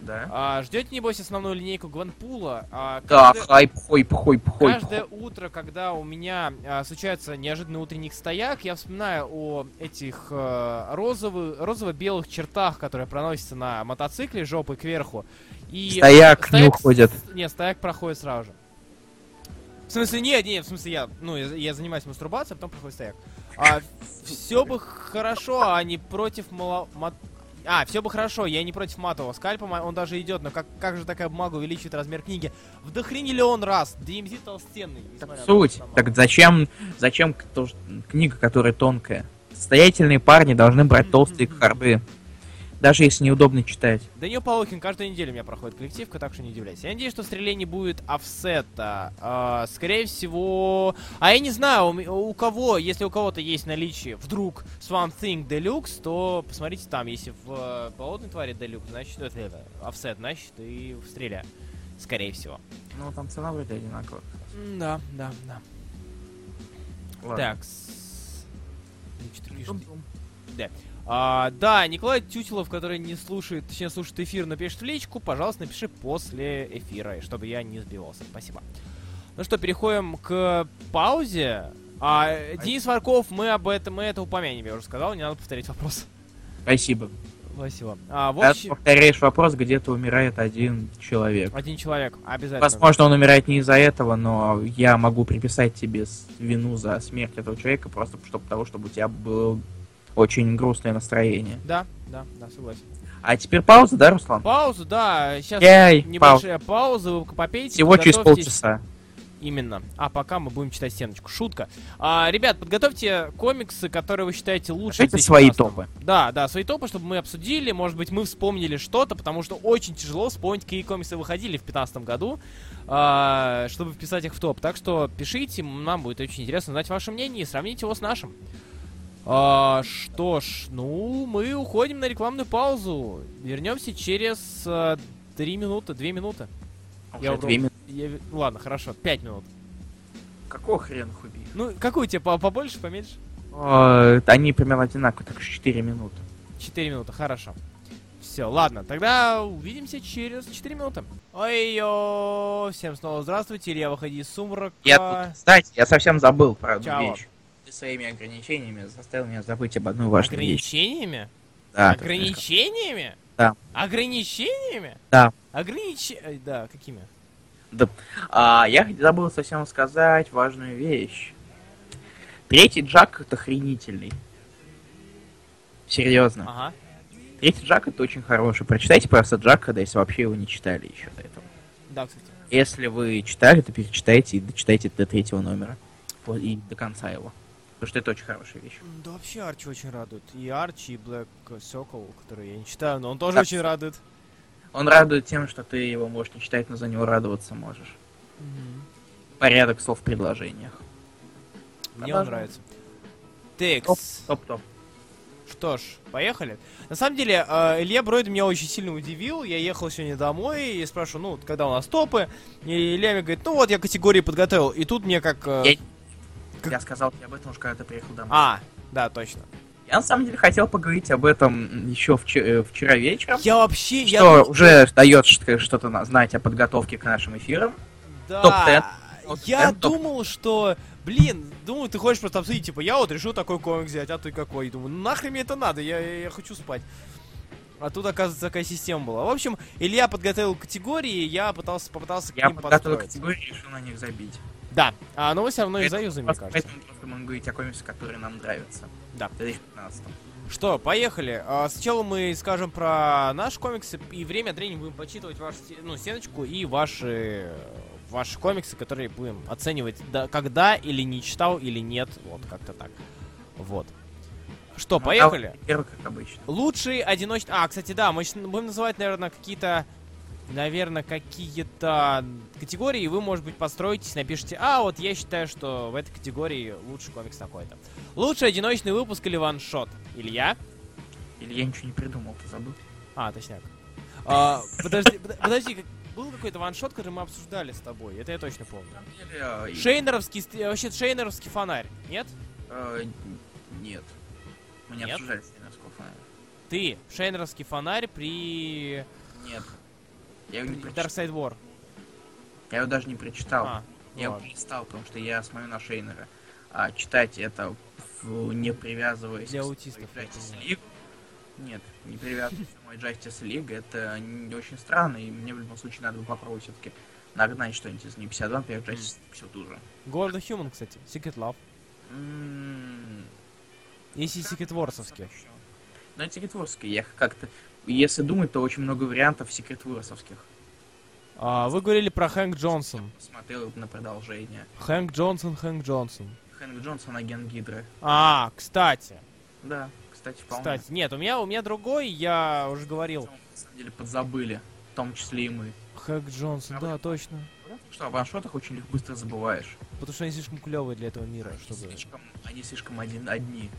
Speaker 2: Да.
Speaker 1: А, ждете, небось, основную линейку Гвенпула? А,
Speaker 2: Да,
Speaker 1: каждое-
Speaker 2: хайп, хойп, хойп, хойп.
Speaker 1: Каждое утро, когда у меня а, случается неожиданный утренний стояк, я вспоминаю о этих э, розовы- розово-белых чертах, которые проносятся на мотоцикле жопой кверху. И
Speaker 2: Стояк не
Speaker 1: Стояк с-
Speaker 2: уходит.
Speaker 1: Нет, стояк проходит сразу же. В смысле, нет, нет, в смысле, я, ну, я, я занимаюсь мастурбацией, а потом проходит стояк. А, все бы хорошо, а не против мало... мат- А, все бы хорошо, я не против матового скальпа, ма- он даже идет, но как, как же такая бумага увеличивает размер книги? В дохрени ли он раз? DMZ толстенный. несмотря на то,
Speaker 2: Суть.
Speaker 1: что там
Speaker 2: Так зачем, зачем к- то- книга, которая тонкая? Состоятельные парни должны брать толстые харды. Даже если неудобно читать.
Speaker 1: Данил Полохин каждую неделю у меня проходит коллективка, так что не удивляйся. Я надеюсь, что в стреле не будет офсета. А, скорее всего... А я не знаю, у, м- у кого, если у кого-то есть наличие вдруг Swamp Thing Deluxe, то посмотрите там. Если в э, болотной твари Deluxe, значит, это, это офсет, значит, и в стреле. Скорее всего.
Speaker 2: Ну, там цена вроде одинаковая.
Speaker 1: Да, да, да.
Speaker 2: Ладно.
Speaker 1: Так. с- Ну, что ты пишешь? А, да, Николай Тютилов, который не слушает, точнее слушает эфир, но пишет в личку, пожалуйста, напиши после эфира, и чтобы я не сбивался. Спасибо. Ну что, переходим к паузе. А, Денис Варков, мы об этом, мы это упомянем, я уже сказал, не надо повторять вопрос.
Speaker 2: Спасибо.
Speaker 1: Спасибо. А, в
Speaker 2: Когда
Speaker 1: общем,
Speaker 2: повторяешь вопрос, где-то умирает один человек.
Speaker 1: один человек, обязательно.
Speaker 2: Возможно, он умирает не из-за этого, но я могу приписать тебе с- вину за смерть этого человека просто чтобы того, чтобы у тебя было очень грустное настроение.
Speaker 1: Да, да, да, согласен.
Speaker 2: А теперь пауза, да, Руслан?
Speaker 1: Паузу, да, сейчас
Speaker 2: Эй,
Speaker 1: небольшая пауза, вы попейте.
Speaker 2: Всего через
Speaker 1: подготовьтесь.
Speaker 2: полчаса.
Speaker 1: Именно. А пока мы будем читать стеночку. Шутка. А, ребят, подготовьте комиксы, которые вы считаете лучшими.
Speaker 2: Пишите свои
Speaker 1: 2019.
Speaker 2: топы.
Speaker 1: Да, да, свои топы, чтобы мы обсудили. Может быть, мы вспомнили что-то, потому что очень тяжело вспомнить, какие комиксы выходили в 2015 году, а, чтобы вписать их в топ. Так что пишите, нам будет очень интересно знать ваше мнение и сравнить его с нашим. А, что ж, ну, мы уходим на рекламную паузу. Вернемся через 3 минуты, 2 минуты. Я
Speaker 2: Уже
Speaker 1: вру.
Speaker 2: две минуты.
Speaker 1: Я ви- Ладно, хорошо, 5 минут.
Speaker 2: Какого хрена хуби?
Speaker 1: Ну, какую тебе по- побольше, поменьше?
Speaker 2: Они примерно одинаковые, так что 4 минуты.
Speaker 1: 4 минуты, хорошо. Все, ладно, тогда увидимся через 4 минуты. Ой-ё, всем снова здравствуйте, Илья, выходи из сумрака.
Speaker 2: Я тут, кстати, я совсем забыл про одну
Speaker 1: Чао.
Speaker 2: вещь. Ты своими ограничениями заставил меня забыть об одной важной вещи.
Speaker 1: Ограничениями?
Speaker 2: Да, ты слишком-
Speaker 1: Ограничениями?
Speaker 2: Да.
Speaker 1: Ограничениями?
Speaker 2: Да.
Speaker 1: Ограниче... э, Да, какими?
Speaker 2: А, я забыл совсем сказать важную вещь. Третий Джак это охренительный. Серьезно.
Speaker 1: Ага.
Speaker 2: Третий Джак это очень хороший. Прочитайте просто Джак, когда если вообще его не читали еще до этого.
Speaker 1: Да, кстати.
Speaker 2: Если вы читали, то перечитайте и дочитайте до третьего номера. По- И до конца его. Потому что это очень хорошая вещь.
Speaker 1: М, Да вообще Арчи очень радует. И Арчи, и Блэк Сокол, который я не читаю, но он тоже
Speaker 2: Так.
Speaker 1: очень радует.
Speaker 2: Он радует тем, что ты его можешь не читать, но за него радоваться можешь. Порядок слов в предложениях.
Speaker 1: Мне он
Speaker 2: Продолжим.
Speaker 1: нравится. Текс.
Speaker 2: Топ-топ.
Speaker 1: Что ж, поехали. На самом деле, э, Илья Бройд меня очень сильно удивил. Я ехал сегодня домой и спрашиваю, ну, вот когда у нас топы. И Илья мне говорит, ну вот, я категории подготовил. И тут мне как... э,
Speaker 2: Я-
Speaker 1: Как-
Speaker 2: Я сказал тебе об этом уже, когда ты приехал домой.
Speaker 1: А, да, точно.
Speaker 2: Я на самом деле хотел поговорить об этом еще вчера, вчера вечером.
Speaker 1: Я вообще... я
Speaker 2: Что
Speaker 1: тут-
Speaker 2: уже дает ш- что-то на- знать о подготовке к нашим эфирам.
Speaker 1: Да,
Speaker 2: топ-тен. Вот
Speaker 1: я
Speaker 2: топ-тен, топ.
Speaker 1: думал, что... Блин, думаю, ты хочешь просто обсудить, типа, я вот решил такой комикс взять, а ты какой? И Думаю, «Ну, нахрен мне это надо, я, я- я хочу спать. А тут, оказывается, такая система была. В общем, Илья подготовил категории, я пытался, попытался к
Speaker 2: Я
Speaker 1: ним
Speaker 2: подготовил
Speaker 1: подстроиться.
Speaker 2: категорию и решил на них забить.
Speaker 1: Да, а, но вы все равно их
Speaker 2: Это
Speaker 1: заюзали, мне
Speaker 2: Просто
Speaker 1: кажется.
Speaker 2: Поэтому просто мы говорить о комиксе, который нам нравится.
Speaker 1: Да.
Speaker 2: В 2015
Speaker 1: Что, поехали. А, сначала мы скажем про наш комикс, и время от времени будем подсчитывать вашу се- ну, стеночку и ваши, ваши комиксы, которые будем оценивать, да, когда или не читал, или нет. Вот, как-то так. Вот. Что,
Speaker 2: Ну,
Speaker 1: поехали.
Speaker 2: давай Первый, как обычно.
Speaker 1: Лучшие одиночные... А, кстати, да, мы щ- будем называть, наверное, какие-то... Наверное, какие-то категории, и вы, может быть, построитесь, напишите, а, вот я считаю, что в этой категории лучший комикс такой-то. Лучший одиночный выпуск или ваншот? Илья?
Speaker 2: Или я ничего не придумал, ты забыл?
Speaker 1: А, точняк. А, подожди, под- подожди, как- был какой-то ваншот, который мы обсуждали с тобой, это я точно помню.
Speaker 2: На самом деле, э,
Speaker 1: Шейнеровский, ст- э, вообще Шейнеровский фонарь, нет?
Speaker 2: э, Нет. Мы не
Speaker 1: Нет?
Speaker 2: обсуждали Сталинского фонаря.
Speaker 1: Ты, Шейнеровский фонарь при
Speaker 2: Нет. Я его, не прочитал.
Speaker 1: Dark Side War.
Speaker 2: я его даже не прочитал.
Speaker 1: А, ну
Speaker 2: Я его
Speaker 1: ладно.
Speaker 2: перестал, потому что я смотрю на Шейнера. А читать это в- не привязываясь
Speaker 1: Для
Speaker 2: к
Speaker 1: аутистов,
Speaker 2: своей
Speaker 1: я
Speaker 2: Justice
Speaker 1: понимаю.
Speaker 2: League. Нет, не привязываясь к самой Justice League, это не очень странно, и мне в любом случае надо бы попробовать все-таки нагнать что-нибудь из нее 52, например, Justice все ту же.
Speaker 1: Гордо Human, кстати, Secret Love.
Speaker 2: М,
Speaker 1: Если Secret Warsовский.
Speaker 2: хорошо. М-м-м. Ну, это Secret Wars, я как-то... Если думать, то очень много вариантов Secret Warsовских.
Speaker 1: А, вы говорили про Хэнк Джонсон.
Speaker 2: Посмотрел на продолжение.
Speaker 1: Хэнк Джонсон, Хэнк Джонсон.
Speaker 2: Хэнк Джонсон, агент Гидры.
Speaker 1: А, кстати.
Speaker 2: Да, кстати, по-моему.
Speaker 1: Кстати, нет, у меня, у меня другой, я уже говорил.
Speaker 2: На самом деле подзабыли, в том числе и мы.
Speaker 1: Хэк Джонсон, да, точно.
Speaker 2: Потому что о ваншотах очень легко- быстро забываешь.
Speaker 1: Потому что они слишком клевые для этого мира, чтобы...
Speaker 2: Слишком, они слишком один, одни.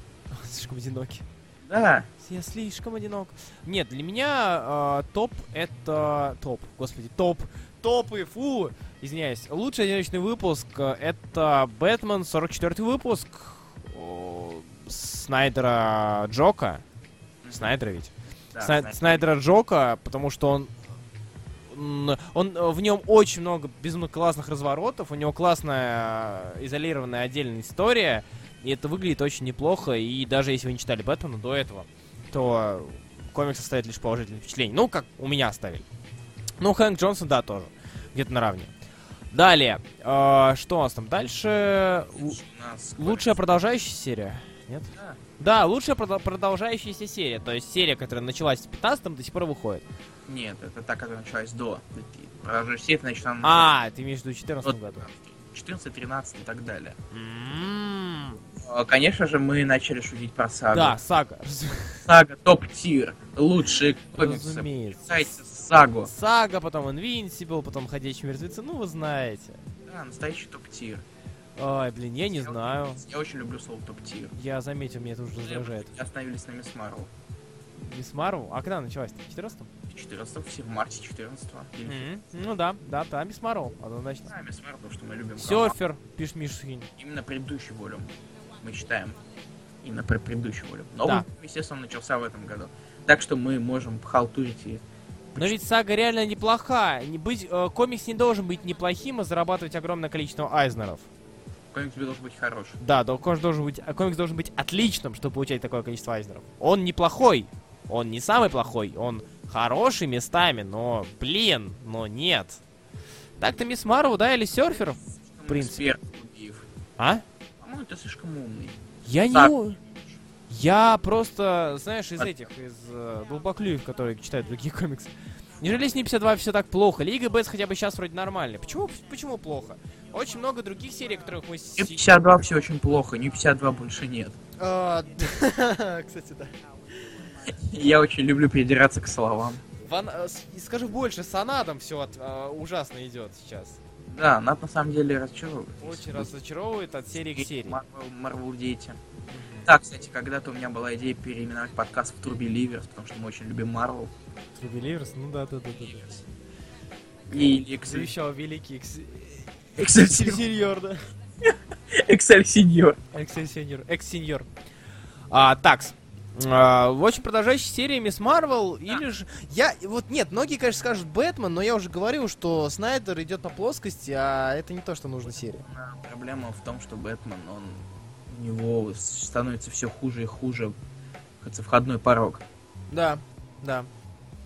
Speaker 1: Слишком одиноки.
Speaker 2: Да,
Speaker 1: Я слишком одинок. Нет, для меня э, топ это... Топ, господи, топ. Топы, фу! Извиняюсь. Лучший одиночный выпуск э, это Бэтмен, 44 выпуск о, Снайдера Джока.
Speaker 2: Мгм.
Speaker 1: Снайдера ведь?
Speaker 2: да,
Speaker 1: Сна-
Speaker 2: знаешь,
Speaker 1: Снайдера Джока, потому что он м, он э, в нем очень много безумно классных разворотов, у него классная э, изолированная отдельная история, и это выглядит очень неплохо, и даже если вы не читали Бэтмена до этого, то комикс оставит лишь положительное впечатление. Ну, как у меня оставили. Ну, Хэнк Джонсон, да, тоже. Где-то наравне. Далее. Э, что у нас там дальше? Л-
Speaker 2: у нас
Speaker 1: лучшая продолжающая серия? Нет?
Speaker 2: Да.
Speaker 1: Да, лучшая продо- продолжающаяся серия. То есть серия, которая началась в 15-м, до сих пор выходит.
Speaker 2: Нет, это та, которая началась до. Поражаешь сеть, значит, она
Speaker 1: А, ты имеешь в виду в 14
Speaker 2: Вот.
Speaker 1: году.
Speaker 2: 14, 13 и так далее.
Speaker 1: М,
Speaker 2: Э, Конечно же, мы начали шутить про сагу.
Speaker 1: Да, сага. раз-
Speaker 2: Сага топ-тир. Лучшие комиксы.
Speaker 1: Разумеется.
Speaker 2: Сайт Сагу.
Speaker 1: Сага, потом Invincible, потом Ходячие мертвецы, ну вы знаете.
Speaker 2: Да, настоящий топ-тир.
Speaker 1: Ой, блин, я не
Speaker 2: Я-
Speaker 1: знаю.
Speaker 2: Я очень люблю слово топ-тир.
Speaker 1: Я заметил, меня это уже раздражает.
Speaker 2: Остановились на Мисс Марвел.
Speaker 1: Мисс Марвел? А когда началась? В 14
Speaker 2: 14 все в марте 14 Или-
Speaker 1: Ну да, да, да, Мисс Марвел, однозначно.
Speaker 2: Да, Мисс Марвел, потому что мы любим роман.
Speaker 1: Серфер, пишет Мишин.
Speaker 2: Именно предыдущий волюм мы читаем. Именно про предыдущий волюм. Новый,
Speaker 1: Да.
Speaker 2: естественно, начался в этом году. Так что мы можем халтурить и
Speaker 1: Но ведь сага реально неплоха. Не быть, э, комикс не должен быть неплохим и зарабатывать огромное количество айзнеров.
Speaker 2: комикс тебе должен быть хороший.
Speaker 1: Да, да, комикс должен быть, а комикс должен быть отличным, чтобы получать такое количество айзнеров. Он неплохой. Он не самый плохой. Он хороший местами, но, блин, но нет. Так-то Мисс Марвел, да, или Серфер?
Speaker 2: Слишком
Speaker 1: принципе.
Speaker 2: эксперт, Гугиев.
Speaker 1: А?
Speaker 2: По-моему, ты слишком умный.
Speaker 1: Я не...
Speaker 2: Так.
Speaker 1: у- Я просто, знаешь, из
Speaker 2: От-
Speaker 1: этих, из э, долбоклюев, которые читают другие комиксы. Неужели с ним 52 все так плохо? Лига Б хотя бы сейчас вроде нормальная. Почему, почему плохо? Очень много других серий, которых мы...
Speaker 2: Нью
Speaker 1: сейчас
Speaker 2: 52 все очень плохо, Нью 52 больше нет.
Speaker 1: Кстати, да.
Speaker 2: Я очень люблю придираться к словам.
Speaker 1: Ван- э, с- и скажу больше, с Анадом все ужасно идет сейчас.
Speaker 2: Да, нас на самом деле разочаровывает.
Speaker 1: Очень разочаровывает от серии к серии.
Speaker 2: Марвел, Марвел дети. Да, кстати, когда-то у меня была идея переименовать подкаст в Труби Ливерс, потому что мы очень любим Марвел.
Speaker 1: Трубеливерс, ну да, да, да,
Speaker 2: И
Speaker 1: Завещал великий экс...
Speaker 2: Эксель
Speaker 1: Эксельсиньор, да.
Speaker 2: Сеньор.
Speaker 1: Эксельсиньор, экс-сеньор. А, такс. А, в очень продолжающей серии Мисс Марвел или же... Я... Вот нет, многие, конечно, скажут Бэтмен, но я уже говорил, что Снайдер идет по плоскости, а это не то, что нужно серии.
Speaker 2: Проблема в том, что Бэтмен, он у него с- становится все хуже и хуже. Это входной порог.
Speaker 1: Да, да.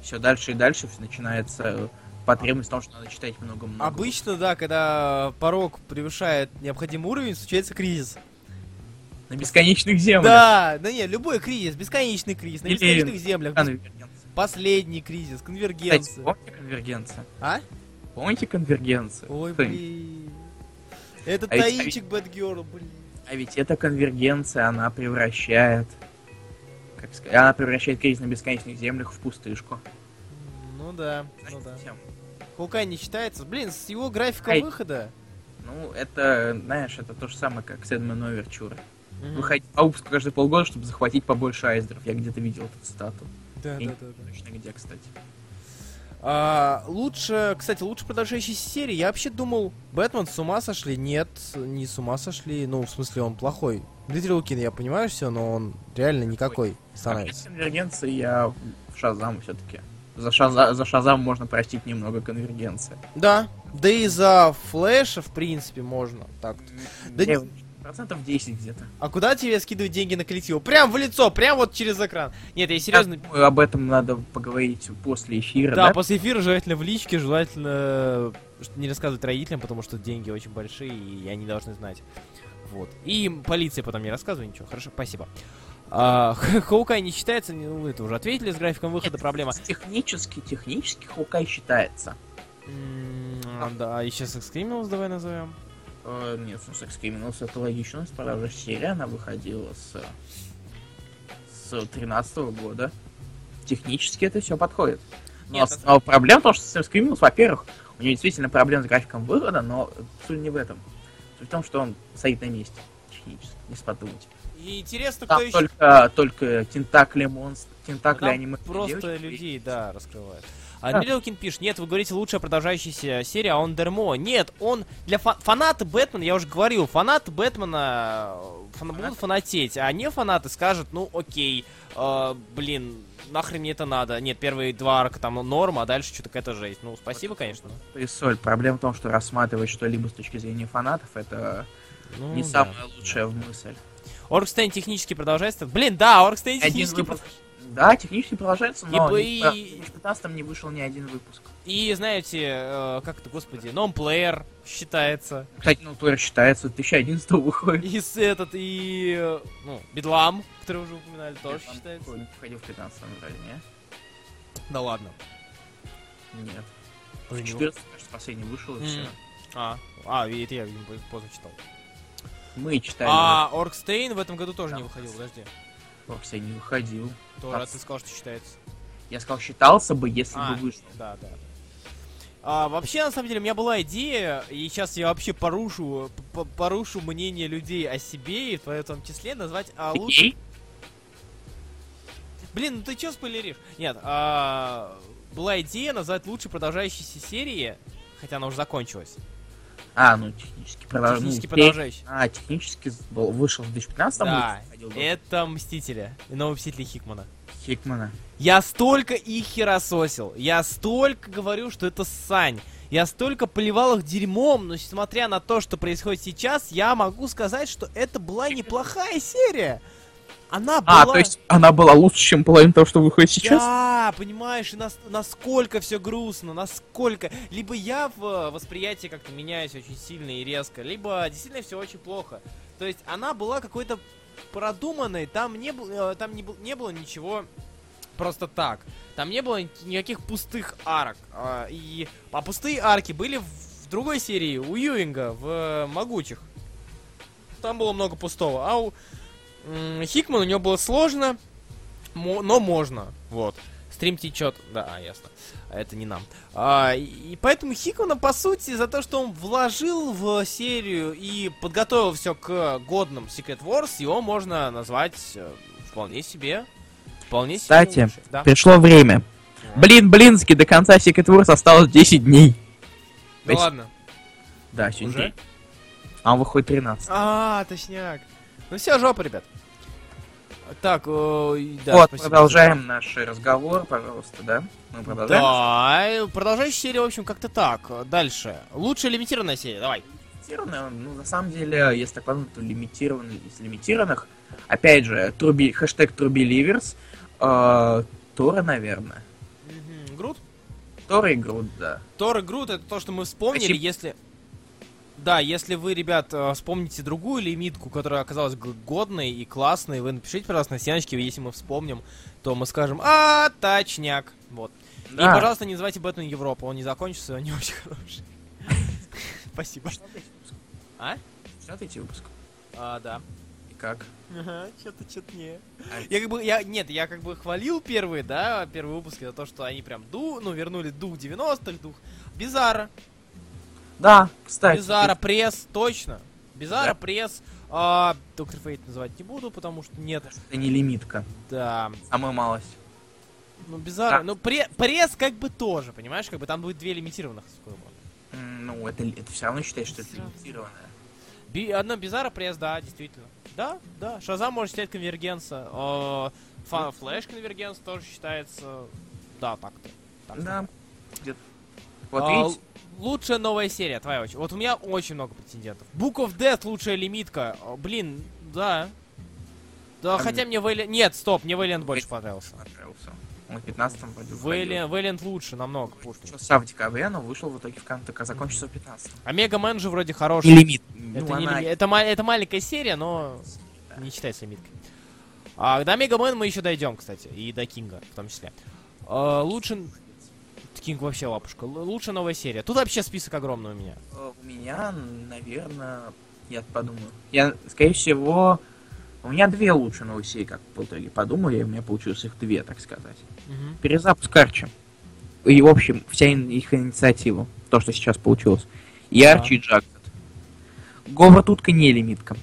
Speaker 2: Все дальше и дальше всё начинается э, потребность в том, что надо читать
Speaker 1: А
Speaker 2: много-много.
Speaker 1: Обычно, да, когда порог превышает необходимый уровень, случается кризис.
Speaker 2: На бесконечных землях.
Speaker 1: Да, да не, любой кризис, бесконечный кризис, на
Speaker 2: Или-
Speaker 1: бесконечных землях, бес-
Speaker 2: Конвергенция.
Speaker 1: последний кризис,
Speaker 2: Кстати,
Speaker 1: конвергенция.
Speaker 2: помните конвергенция?
Speaker 1: А?
Speaker 2: Помните конвергенцию?
Speaker 1: Ой,
Speaker 2: Кто-нибудь?
Speaker 1: блин. Это
Speaker 2: А ведь- а
Speaker 1: Таинчик Бэтгерл, блин.
Speaker 2: А ведь эта конвергенция, она превращает... Как сказать? Она превращает кризис на бесконечных землях в пустышку.
Speaker 1: Ну да, ну
Speaker 2: Знаете,
Speaker 1: да.
Speaker 2: тем?
Speaker 1: Хукай не считается. Блин, с его графиком
Speaker 2: Ай.
Speaker 1: выхода.
Speaker 2: Ну, это, знаешь, это то же самое, как Сэдмен Оверчура. Выходить по выпуску каждые полгода, чтобы захватить побольше айздеров. Я где-то видел эту стату.
Speaker 1: Да,
Speaker 2: Я
Speaker 1: да,
Speaker 2: не
Speaker 1: да, да.
Speaker 2: Точно где, кстати.
Speaker 1: А, лучше, кстати, лучше продолжающейся серии. Я вообще думал, Бэтмен с ума сошли. Нет, не с ума сошли. Ну, в смысле, он плохой. Дмитрий Лукин, я понимаю все, но он реально никакой
Speaker 2: Опять
Speaker 1: становится.
Speaker 2: конвергенции я в Шазам все-таки. За, Шаза- за Шазам можно простить немного конвергенции.
Speaker 1: Да, да и за Флэша, в принципе, можно так Да
Speaker 2: Не, Процентов 10 где-то.
Speaker 1: А куда тебе скидывать деньги на коллектив? Прям в лицо, прям вот через экран. Нет, я серьезно...
Speaker 2: Я думаю, об этом надо поговорить после эфира,
Speaker 1: Да,
Speaker 2: да?
Speaker 1: после эфира желательно в личке, желательно э, не рассказывать родителям, потому что деньги очень большие, и они должны знать. Вот. И им полиции потом не рассказывай ничего. Хорошо, спасибо. А, Хоукай не считается, не- ну, это уже ответили, с графиком выхода проблема.
Speaker 2: Технически, технически Хукай считается.
Speaker 1: М, а, Да, и сейчас X Criminals давай назовем.
Speaker 2: Э, нет, ну, Sex Criminals это логично, у нас продолжающая серия, она выходила с... с 13 года. Технически это все подходит. Но
Speaker 1: Нет,
Speaker 2: основная проблема в том, что Serious Criminals, во-первых, у него действительно проблемы с графиком выхода, но суть не в этом. Суть в том, что он стоит на месте технически, не сподумайте.
Speaker 1: И интересно, кто
Speaker 2: Там
Speaker 1: еще...
Speaker 2: только, только тентакли монстр, тентакли
Speaker 1: Там
Speaker 2: аниме.
Speaker 1: просто
Speaker 2: девочки.
Speaker 1: людей, да, раскрывает. А Лилкин пишет, нет, вы говорите лучшая продолжающаяся серия, а он дерьмо. Нет, он для фа- фаната Бэтмена, я уже говорил, фанаты Бэтмена э, фан- будут фанатеть, а не фанаты скажут, ну окей, э, блин, нахрен мне это надо. Нет, первые два арка там норма, а дальше что-то какая-то жесть. Ну, спасибо, конечно.
Speaker 2: И соль. Проблема в том, что рассматривать что-либо с точки зрения фанатов, это
Speaker 1: Ну,
Speaker 2: не
Speaker 1: да.
Speaker 2: самая лучшая мысль.
Speaker 1: Оргстейн технически продолжается. Блин, да, Оргстейн
Speaker 2: Один
Speaker 1: технически...
Speaker 2: выпуск. Да, технически продолжается, но
Speaker 1: Ибо
Speaker 2: ни в пя-
Speaker 1: и-
Speaker 2: ни в 15 не вышел ни один выпуск.
Speaker 1: И, знаете, э, как это, господи, нон-плеер считается.
Speaker 2: Кстати, ну, Тор считается 2011 выходит.
Speaker 1: И с этот, и... э, Ну, Бедлам, который уже упоминали, тоже
Speaker 2: Там
Speaker 1: считается.
Speaker 2: выходил- Выходил в 15 вроде, не?
Speaker 1: Да ладно.
Speaker 2: Нет.
Speaker 1: Ой,
Speaker 2: В
Speaker 1: не
Speaker 2: 14, кажется, последний вышел, и
Speaker 1: М.
Speaker 2: все.
Speaker 1: А, а, и это я видимо, поз- поздно читал.
Speaker 2: Мы читали,
Speaker 1: А Оркстейн в этом году тоже не
Speaker 2: Там.
Speaker 1: выходил, подожди.
Speaker 2: но последний выходил.
Speaker 1: Тора,
Speaker 2: Там.
Speaker 1: ты сказал, что считается.
Speaker 2: Я сказал, считался бы, если
Speaker 1: А.
Speaker 2: бы вышел.
Speaker 1: Да, да. А, вообще, на самом деле, у меня была идея, и сейчас я вообще порушу, п- порушу мнение людей о себе, и в этом числе назвать а, лучше...
Speaker 2: Окей.
Speaker 1: Блин, ну ты чё спойлеришь? Нет, а, была идея назвать лучшей продолжающейся серии, хотя она уже закончилась.
Speaker 2: А, ну, технически продолжал.
Speaker 1: Технически продолжающей.
Speaker 2: А, технически был- вышел в 2015
Speaker 1: Да.
Speaker 2: выходил до
Speaker 1: Это Мстители и новые Мстители Хикмана.
Speaker 2: Хикмана.
Speaker 1: Я столько их херососил, я столько говорю, что это сань. Я столько поливал их дерьмом, но смотря на то, что происходит сейчас, я могу сказать, что это была неплохая серия. Она была...
Speaker 2: А, то есть она была лучше, чем половина того, что выходит сейчас?
Speaker 1: Да, понимаешь, и нас- насколько все грустно, насколько. Либо я в э, восприятии как-то меняюсь очень сильно и резко, либо действительно все очень плохо. То есть она была какой-то продуманной, там не было, э, там не, бу- не было ничего просто так. Там не было ни- никаких пустых арок. а, И, а пустые арки были в в другой серии, у Юинга, в э, Могучих. Там было много пустого. А у м, Хикман у него было сложно, мо- но можно. Вот. Стрим течет. Да, а, ясно. А Это не нам. А, и- и поэтому Хикмана, по сути, за то, что он вложил в серию и подготовил все к годным Secret Wars, его можно назвать э, вполне себе. Вполне себе.
Speaker 2: Кстати,
Speaker 1: лучше. Да.
Speaker 2: Пришло время. Блин, блинский, до конца Secret Wars осталось 10 дней.
Speaker 1: Да Ну ладно.
Speaker 2: Да, сегодня.
Speaker 1: Уже?
Speaker 2: день. А он выходит 13.
Speaker 1: А, точняк. Ну все, жопа, ребят. Так, э, и да,
Speaker 2: вот,
Speaker 1: спасибо.
Speaker 2: продолжаем наш разговор, пожалуйста, да? Мы продолжаем.
Speaker 1: Да, э, продолжающая серия, в общем, как-то так. Э, Дальше. Лучшая лимитированная серия, давай.
Speaker 2: Лимитированная, Ну, на самом деле, если так подумать, то лимитированный из лимитированных. Опять же, труби, хэштег Трубеливерс. Э, Тора, наверное.
Speaker 1: Грут?
Speaker 2: Тора и Грут, да.
Speaker 1: Тор и Грут это то, что мы вспомнили,
Speaker 2: Спасибо.
Speaker 1: если... Да, если вы, ребят, э, вспомните другую лимитку, которая оказалась г- годной и классной, вы напишите, пожалуйста, на стеночке, если мы вспомним, то мы скажем «А, точняк!» Вот. И,
Speaker 2: Да.
Speaker 1: пожалуйста, не называйте Бэтмен Европа, он не закончится, он не очень хороший. Спасибо. А?
Speaker 2: Что эти выпуск?
Speaker 1: А, да.
Speaker 2: И как?
Speaker 1: Ага, что-то, что-то не.
Speaker 2: А-
Speaker 1: Я как бы, я, нет, я как бы хвалил первые, да, первые выпуски за то, что они прям ду, ну, вернули дух 90-х, дух Бизара.
Speaker 2: Да, кстати.
Speaker 1: Бизара пресс, точно. Бизара
Speaker 2: Да.
Speaker 1: пресс. А, Доктор Фейт называть не буду, потому что нет.
Speaker 2: Это не лимитка.
Speaker 1: Да.
Speaker 2: Самая малость.
Speaker 1: Ну, Бизара,
Speaker 2: Да.
Speaker 1: ну, пре- пресс как бы тоже, понимаешь, как бы там будет две лимитированных, скоро будет.
Speaker 2: М, Ну, это, это все равно считается, что это
Speaker 1: Всё равно.
Speaker 2: лимитированное.
Speaker 1: Би- одна Бизара пресс, да, действительно. Да, да. Шазам может считать конвергенса. Э, Фа- Флэш конвергенс тоже считается. Да, так-то. Так-то.
Speaker 2: Да. Где-то. Вот
Speaker 1: А,
Speaker 2: видите?
Speaker 1: л- Лучшая новая серия, твоя очередь. Вот у меня очень много претендентов. Book of Death лучшая лимитка. А, Блин, да. Да,
Speaker 2: Там- Э,
Speaker 1: хотя мне Вэлен... Нет, стоп, мне Вэлен больше понравился.
Speaker 2: Понравился. Он в 15-м вроде
Speaker 1: Вэлен, Вэлен лучше, намного. Пушкин.
Speaker 2: Начался в декабре, но вышел в итоге в конце, как закончился в 15-м.
Speaker 1: А Мега Мэн же вроде хороший.
Speaker 2: Не лимит.
Speaker 1: Это,
Speaker 2: Ну,
Speaker 1: не
Speaker 2: она...
Speaker 1: лими- это, ма- это маленькая серия, но
Speaker 2: Да.
Speaker 1: не считается лимиткой. А, до Мега Мэн мы еще дойдем, кстати, и до Кинга в том числе. А, лучше... Кинг вообще лапушка. Л- лучше новая серия. Тут вообще список огромный у меня.
Speaker 2: Э, У меня, наверное, я подумаю. Я, скорее всего, У меня две лучше новостей, как в итоге подумал, и у меня получилось их две, так сказать.
Speaker 3: Мгм.
Speaker 2: Перезапуск Арчи. И, в общем, вся ин- их инициатива. То, что сейчас получилось. И
Speaker 3: Да.
Speaker 2: Арчи, и Джаггет. Говард утка не лимитка.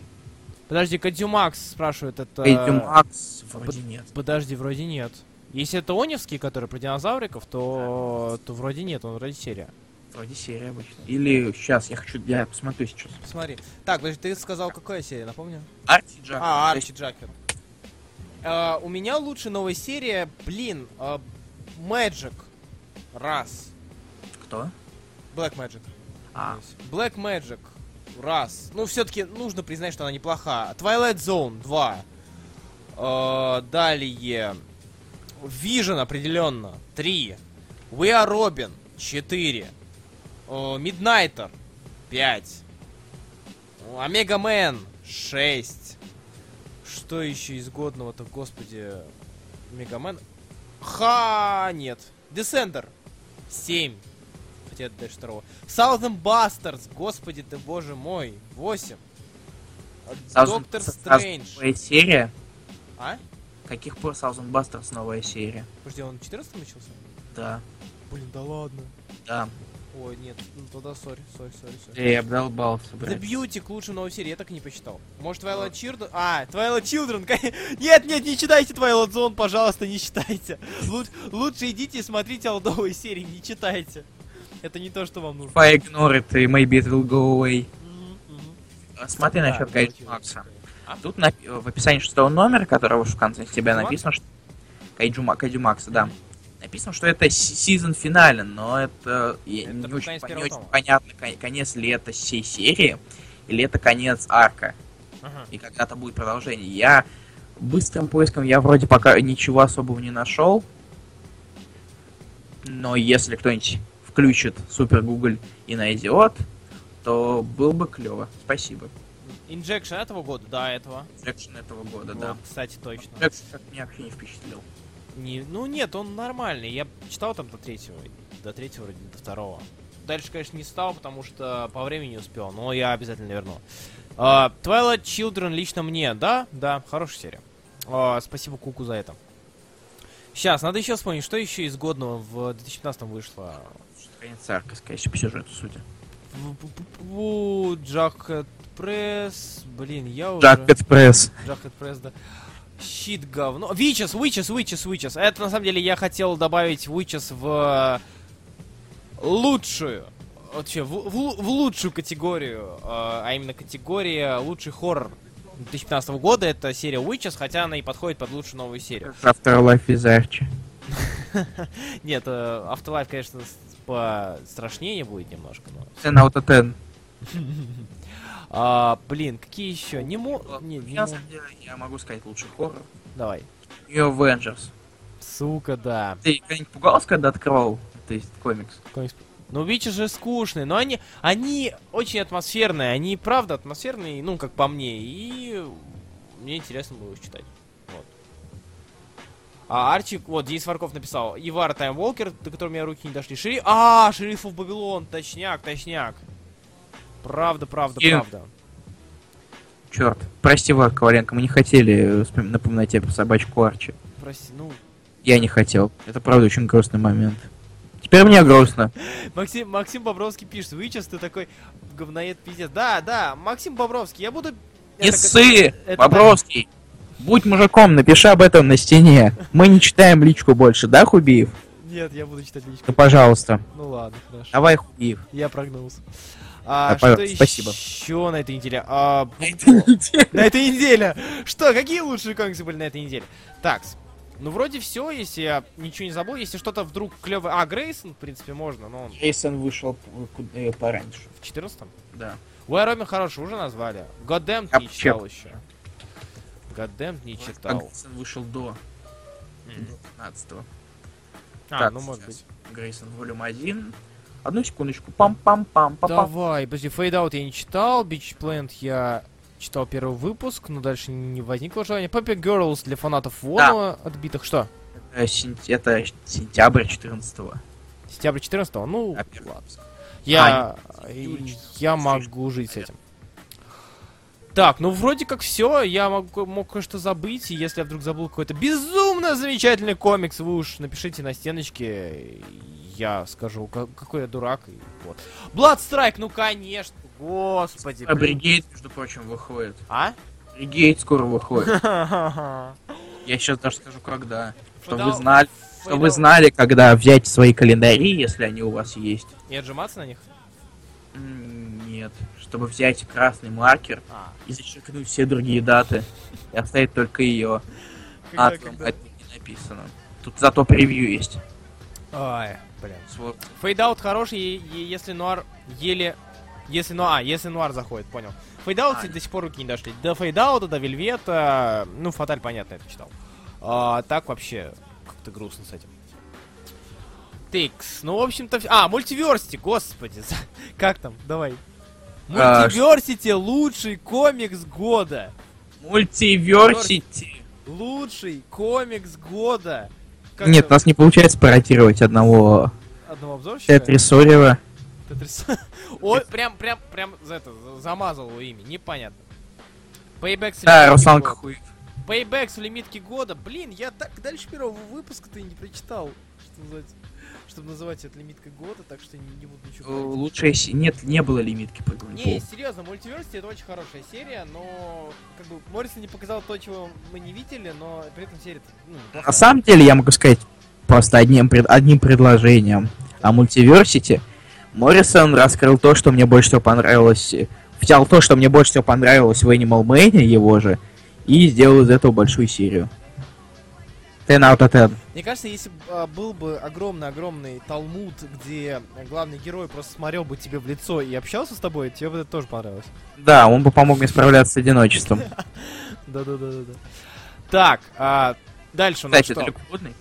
Speaker 3: Подожди, Кадюмакс спрашивает, это...
Speaker 2: Эдди Макс вроде
Speaker 3: под-
Speaker 2: нет.
Speaker 3: Подожди, вроде нет. Если это Оневский, который про динозавриков, то, то вроде нет, он вроде серия.
Speaker 2: Вроде серия обычно. Или сейчас, я хочу, я посмотрю сейчас.
Speaker 1: Посмотри. Так, подожди, ты сказал, какая серия, напомню?
Speaker 2: Арчи Джаггет.
Speaker 1: А, Арчи Джакер. Э, у меня лучше новая серия, блин, э, Magic. Раз.
Speaker 2: Кто?
Speaker 1: Black Magic.
Speaker 2: А,
Speaker 1: Black Magic. Раз. Ну, все-таки нужно признать, что она неплоха. Twilight Zone 2. Э, далее. Vision определенно. 3. We are Robin. 4. Э, Midnighter. 5. Омега Мэн. 6. Что еще из годного-то, господи. Мегамен. Ха, нет. Десендер. 7. Хотя это дальше второго. Southern Bastards, господи ты боже мой. 8. Доктор Стрэндж.
Speaker 2: Новая серия.
Speaker 1: А?
Speaker 2: Каких пор Саузен Бастерс новая серия?
Speaker 1: Подожди, он 14 начался?
Speaker 2: Да,
Speaker 1: Блин, да ладно.
Speaker 2: да.
Speaker 1: Ой, нет, ну тогда сори, сори, сори,
Speaker 2: Да
Speaker 1: сори.
Speaker 2: я обдолбался,
Speaker 1: The
Speaker 2: блядь.
Speaker 1: Beauty к лучшей новой серии, я так и не посчитал. Может, Twilight Children? А, Twilight Children, кон- Нет, нет, не читайте Twilight Zone, пожалуйста, не читайте. Лу- Лучше идите и смотрите алдовые серии, не читайте. Это не то, что вам нужно.
Speaker 2: If I ignore it, maybe it will go away.
Speaker 1: Мгм, мгм.
Speaker 2: А, Смотри
Speaker 1: Да,
Speaker 2: насчет
Speaker 1: Twilight
Speaker 2: Гайд
Speaker 1: Children
Speaker 2: Макса.
Speaker 1: такая.
Speaker 2: А тут на- в описании шестого номера, который уж в конце тебя
Speaker 1: Макс?
Speaker 2: написано, что... Кайджу, Ма- Кайдзю Макса, да. Написано, что это си- сезон финале, но это, я
Speaker 1: Это
Speaker 2: не,
Speaker 1: конец
Speaker 2: очень, пон- не
Speaker 1: первого
Speaker 2: очень
Speaker 1: тома.
Speaker 2: понятно, кон- конец ли это всей серии, или это конец арка,
Speaker 1: Ага.
Speaker 2: и когда-то будет продолжение. Я быстрым поиском я вроде пока ничего особого не нашел, но если кто-нибудь включит Супер Гугл и найдет, то было бы клево. Спасибо.
Speaker 1: Инжекшн этого года? Да, этого.
Speaker 2: Экшен этого года, да.
Speaker 1: Вот, Кстати, точно.
Speaker 2: Джекс как меня вообще не впечатлил.
Speaker 1: Не, ну нет, он нормальный. Я читал там до третьего, до третьего вроде, до второго. Дальше, конечно, не стал, потому что по времени не успел, но я обязательно верну. А, Twilight Children лично мне, да, да, хорошая серия. А, спасибо Куку за это. Сейчас, надо еще вспомнить, что еще из годного в 2015 вышло.
Speaker 2: Конец арка, скорее всего, по сюжету, судя.
Speaker 1: Пу-пу-пу-пу, Jacket Press, блин, я уже...
Speaker 2: Пресс.
Speaker 1: Джахет Пресс, да. Щит говно. Вичес, Вичес, Вичес, Вичес. Это на самом деле я хотел добавить Вичес в э, лучшую. Вообще, в, в лу- в лучшую категорию, э, а именно категория лучший хоррор 2015 года. Это серия Witches, хотя она и подходит под лучшую новую серию.
Speaker 2: Afterlife из Арчи.
Speaker 1: Нет, э, Afterlife, конечно, с- пострашнее будет немножко, но...
Speaker 2: Ten out of ten.
Speaker 1: А, блин, какие еще? Не мо... Не, не
Speaker 2: Я,
Speaker 1: мо-
Speaker 2: на самом деле, я могу сказать лучший хоррор.
Speaker 1: Давай.
Speaker 2: New Avengers.
Speaker 1: Сука, да.
Speaker 2: Ты когда-нибудь пугался, когда открывал то есть, комикс?
Speaker 1: Комикс. Ну, Вичи же скучные, но они, они очень атмосферные, они и правда атмосферные, ну, как по мне, и мне интересно было их читать. Вот. А Арчи, вот, Денис Варков написал, Ивар Таймволкер, до которого у меня руки не дошли, Шери... А, Шерифов Вавилон, точняк, точняк. Правда, правда,
Speaker 2: Э.
Speaker 1: правда.
Speaker 2: Черт. Прости, Влад Коваленко, мы не хотели э, вспом- напоминать тебе про собачку Арчи.
Speaker 1: Прости, ну...
Speaker 2: Я не хотел. Это правда очень грустный момент. Теперь мне грустно.
Speaker 1: Максим, Максим Бобровский пишет, Вичес, ты такой говноед пиздец. Да, да, Максим Бобровский, я буду...
Speaker 2: Не
Speaker 1: Это как-
Speaker 2: ссы!
Speaker 1: это-
Speaker 2: Бобровский! Будь мужиком, напиши об этом на стене. Мы не читаем личку больше, да, Хубиев?
Speaker 1: Нет, я буду читать личку.
Speaker 2: Ну, пожалуйста.
Speaker 1: Ну ладно, хорошо.
Speaker 2: Давай, Хубиев.
Speaker 1: Я прогнулся. А,
Speaker 2: Да, пожалуйста,
Speaker 1: что
Speaker 2: спасибо.
Speaker 1: еще на этой неделе? А,
Speaker 2: Ты
Speaker 1: на этой неделе! Что, какие лучшие комиксы были на этой неделе? Так, ну вроде все, если я ничего не забыл, если что-то вдруг клевое... А, Грейсон, в принципе, можно, но он
Speaker 2: Джейсон вышел э, ку- э, пораньше.
Speaker 1: в 14-м.
Speaker 2: Да.
Speaker 1: Уэй Робин хороший, уже назвали. Goddamn
Speaker 2: Я
Speaker 1: не
Speaker 2: чек.
Speaker 1: читал еще. Goddamn не читал.
Speaker 2: Грейсон вышел до
Speaker 1: М.
Speaker 2: 15-го.
Speaker 1: А,
Speaker 2: Так,
Speaker 1: ну может быть.
Speaker 2: сейчас. Грейсон волюм 1. Одну секундочку. Пам-пам-пам. пам
Speaker 1: Давай, подожди, Фейдаут я не читал, Beach Plant я читал первый выпуск, но дальше не возникло желания. Puppy Girls для фанатов Вона отбитых. Что?
Speaker 2: Это сент- Э, это сентябрь 14-го.
Speaker 1: Сентябрь 14 ну
Speaker 2: А, первый
Speaker 1: ладно.
Speaker 2: выпуск.
Speaker 1: Я,
Speaker 2: июль
Speaker 1: я
Speaker 2: 14-го.
Speaker 1: могу жить с этим. Так, ну вроде как все, я могу, мог кое-что забыть, и если я вдруг забыл какой-то безумно замечательный комикс, вы уж напишите на стеночке, я скажу, ка- какой я дурак, и вот. Bloodstrike, ну конечно, господи.
Speaker 2: А
Speaker 1: блин.
Speaker 2: Бригейт, между прочим, выходит.
Speaker 1: А?
Speaker 2: Бригейт скоро выходит. Я сейчас даже скажу, когда. Чтобы вы знали, чтобы вы
Speaker 1: Фейдау-
Speaker 2: знали, когда взять свои календари, если они у вас есть.
Speaker 1: И отжиматься на них?
Speaker 2: М, Нет. Чтобы взять красный маркер
Speaker 1: А.
Speaker 2: и зачеркнуть все другие даты. И оставить только ее. А там это не написано. Тут зато превью есть. а,
Speaker 1: Ай, блин.
Speaker 2: Сво-
Speaker 1: Фейдаут хороший, е- е- если Нуар еле... Если, ну, а, если Нуар заходит, понял. Фейдаут,
Speaker 2: А,
Speaker 1: кстати, до сих пор руки не дошли. До Фейдаута, до Вельвета, ну, Фаталь, понятно, это читал. А, так вообще, как-то грустно с этим. Тыкс, ну, в общем-то... вс- А, Мультиверсити, господи, за- как там, давай.
Speaker 2: А,
Speaker 1: Мультиверсити лучший комикс года.
Speaker 2: Мультиверсити.
Speaker 1: Лучший комикс года. Как
Speaker 2: Нет, у
Speaker 1: там,
Speaker 2: нас не получается пародировать одного
Speaker 1: одного обзорщика?
Speaker 2: Тетрисорева.
Speaker 1: Тетрис. Ой, прям, прям, прям за это, за- замазал его имя, непонятно. Пейбэк с
Speaker 2: Да,
Speaker 1: лимитки
Speaker 2: Руслан
Speaker 1: года.
Speaker 2: Кахуев.
Speaker 1: Payback с лимитки года. Блин, я так дальше первого выпуска-то и не прочитал, что назвать. Чтобы называть это лимиткой года, так что я не, не буду
Speaker 2: Э,
Speaker 1: ничего говорить.
Speaker 2: Лучшая се- Нет, не было лимитки по Глинпу.
Speaker 1: Не, серьезно, Мультиверсити это очень хорошая серия, но как бы Моррисон не показал то, чего мы не видели, но при этом серия ну,
Speaker 2: На самом деле, я могу сказать просто одним, пред- одним предложением о мультиверсите. Моррисон раскрыл то, что мне больше всего понравилось. э, Взял то, что мне больше всего понравилось в Animal Man, его же, и сделал из этого большую серию. 10 out of 10.
Speaker 1: Мне кажется, если бы а, был бы огромный-огромный талмуд, где главный герой просто смотрел бы тебе в лицо и общался с тобой, тебе бы это тоже понравилось.
Speaker 2: Да, он бы помог мне справляться с одиночеством.
Speaker 1: Да-да-да-да. Так, а, дальше у нас
Speaker 2: Кстати,
Speaker 1: что? Ну,
Speaker 2: это любопытный.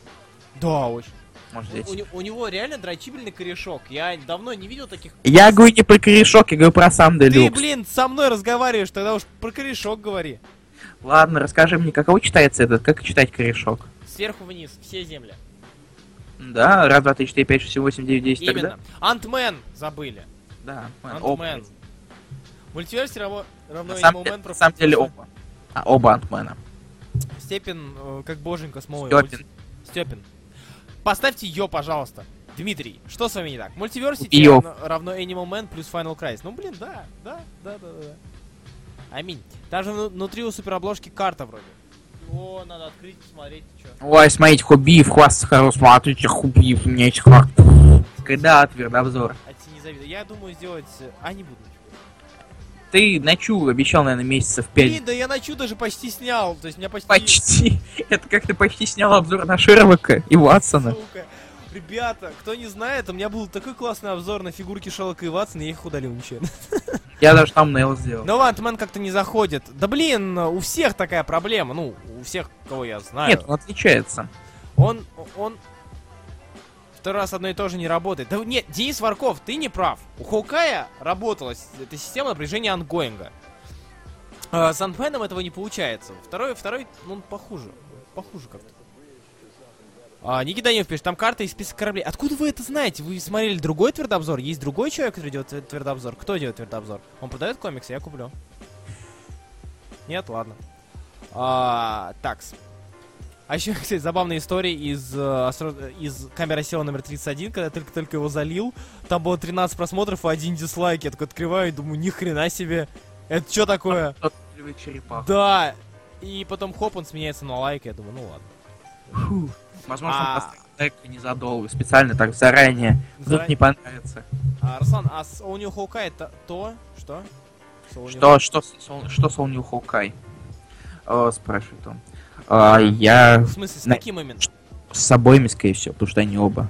Speaker 1: Да, очень.
Speaker 2: Может,
Speaker 1: У,
Speaker 2: взять.
Speaker 1: не- у него реально дрочибельный корешок. Я давно не видел таких...
Speaker 2: Я говорю не про корешок, я говорю про сам
Speaker 1: Ты,
Speaker 2: Делюкс.
Speaker 1: блин, со мной разговариваешь, тогда уж про корешок говори.
Speaker 2: Ладно, расскажи мне, каково читается этот, как читать корешок?
Speaker 1: Сверху вниз, все земли.
Speaker 2: Да, раз, два, три, четыре, пять, шесть, семь, восемь, девять, десять, тогда?
Speaker 1: Именно. Антмен забыли.
Speaker 2: Да, Антмен.
Speaker 1: Антмен. Мультиверсити раво- равно
Speaker 2: На самом,
Speaker 1: Animal
Speaker 2: деле-
Speaker 1: Man
Speaker 2: на самом деле
Speaker 1: профессионал.
Speaker 2: оба. А, оба Антмена.
Speaker 1: Степен, э, как боженька смола.
Speaker 2: Степин.
Speaker 1: Степин. Поставьте ее, пожалуйста. Дмитрий, что с вами не так? Мультиверсити
Speaker 2: Её.
Speaker 1: равно, равно Animal Man плюс Final Crisis. Ну, блин, да, да, да, да, да. да. Аминь. Даже вну- внутри у суперобложки карта вроде. О, надо открыть, посмотреть, что.
Speaker 2: Ой, смотрите, Хубиев, хвастаться хорош, смотрите, Хубиев, у меня есть хак. Когда от обзор?
Speaker 1: А тебе не завидую. Я думаю сделать... э, А, не буду. ничего.
Speaker 2: Ты ночу обещал, наверное, месяцев пять.
Speaker 1: Блин, да я на чудо же почти снял. То есть у меня почти...
Speaker 2: Почти. Это как ты почти снял обзор на Шерлока и Ватсона.
Speaker 1: Сука. Ребята, кто не знает, у меня был такой классный обзор на фигурки Шерлока и Ватсона, я их удалил нечаянно.
Speaker 2: Я даже тамнейл сделал.
Speaker 1: Ну, Антмен как-то не заходит. Да блин, у всех такая проблема. Ну, у всех, кого я знаю.
Speaker 2: Нет, он отличается.
Speaker 1: Он, он... Второй раз одно и то же не работает. Да нет, Денис Варков, ты не прав. У Хоукая работала с- эта система напряжения ангоинга. А с Антменом этого не получается. Второй, второй, ну, он похуже. Похуже как-то. А, Никита Данилов пишет, там карта и список кораблей. Откуда вы это знаете? Вы смотрели другой твердообзор? Есть другой человек, который делает твер- твердообзор? Кто делает твердообзор? Он продает комиксы, я куплю. Нет, ладно. А, такс. А еще, кстати, забавная история из, э, Астро- из камеры села номер 31, когда я только-только его залил. Там было 13 просмотров и один дизлайк. Я такой открываю и думаю, ни хрена себе. Это что такое?
Speaker 2: Тот любит черепах.
Speaker 1: Да. И потом хоп, он сменяется на лайк. Я думаю, ну ладно.
Speaker 2: Фу. Возможно,
Speaker 1: А.
Speaker 2: он поставил лайк незадолго, специально так заранее. Вдруг
Speaker 1: Заранее.
Speaker 2: не понравится.
Speaker 1: А, Руслан, а с Онио Хоукай это то, что? Что? у него-
Speaker 2: Что, что, с- сол- что с All New Hawkeye? Э, Спрашивает он. А, Я
Speaker 1: В смысле, с
Speaker 2: На-
Speaker 1: каким именно?
Speaker 2: с обоими, скорее всего, потому что они оба.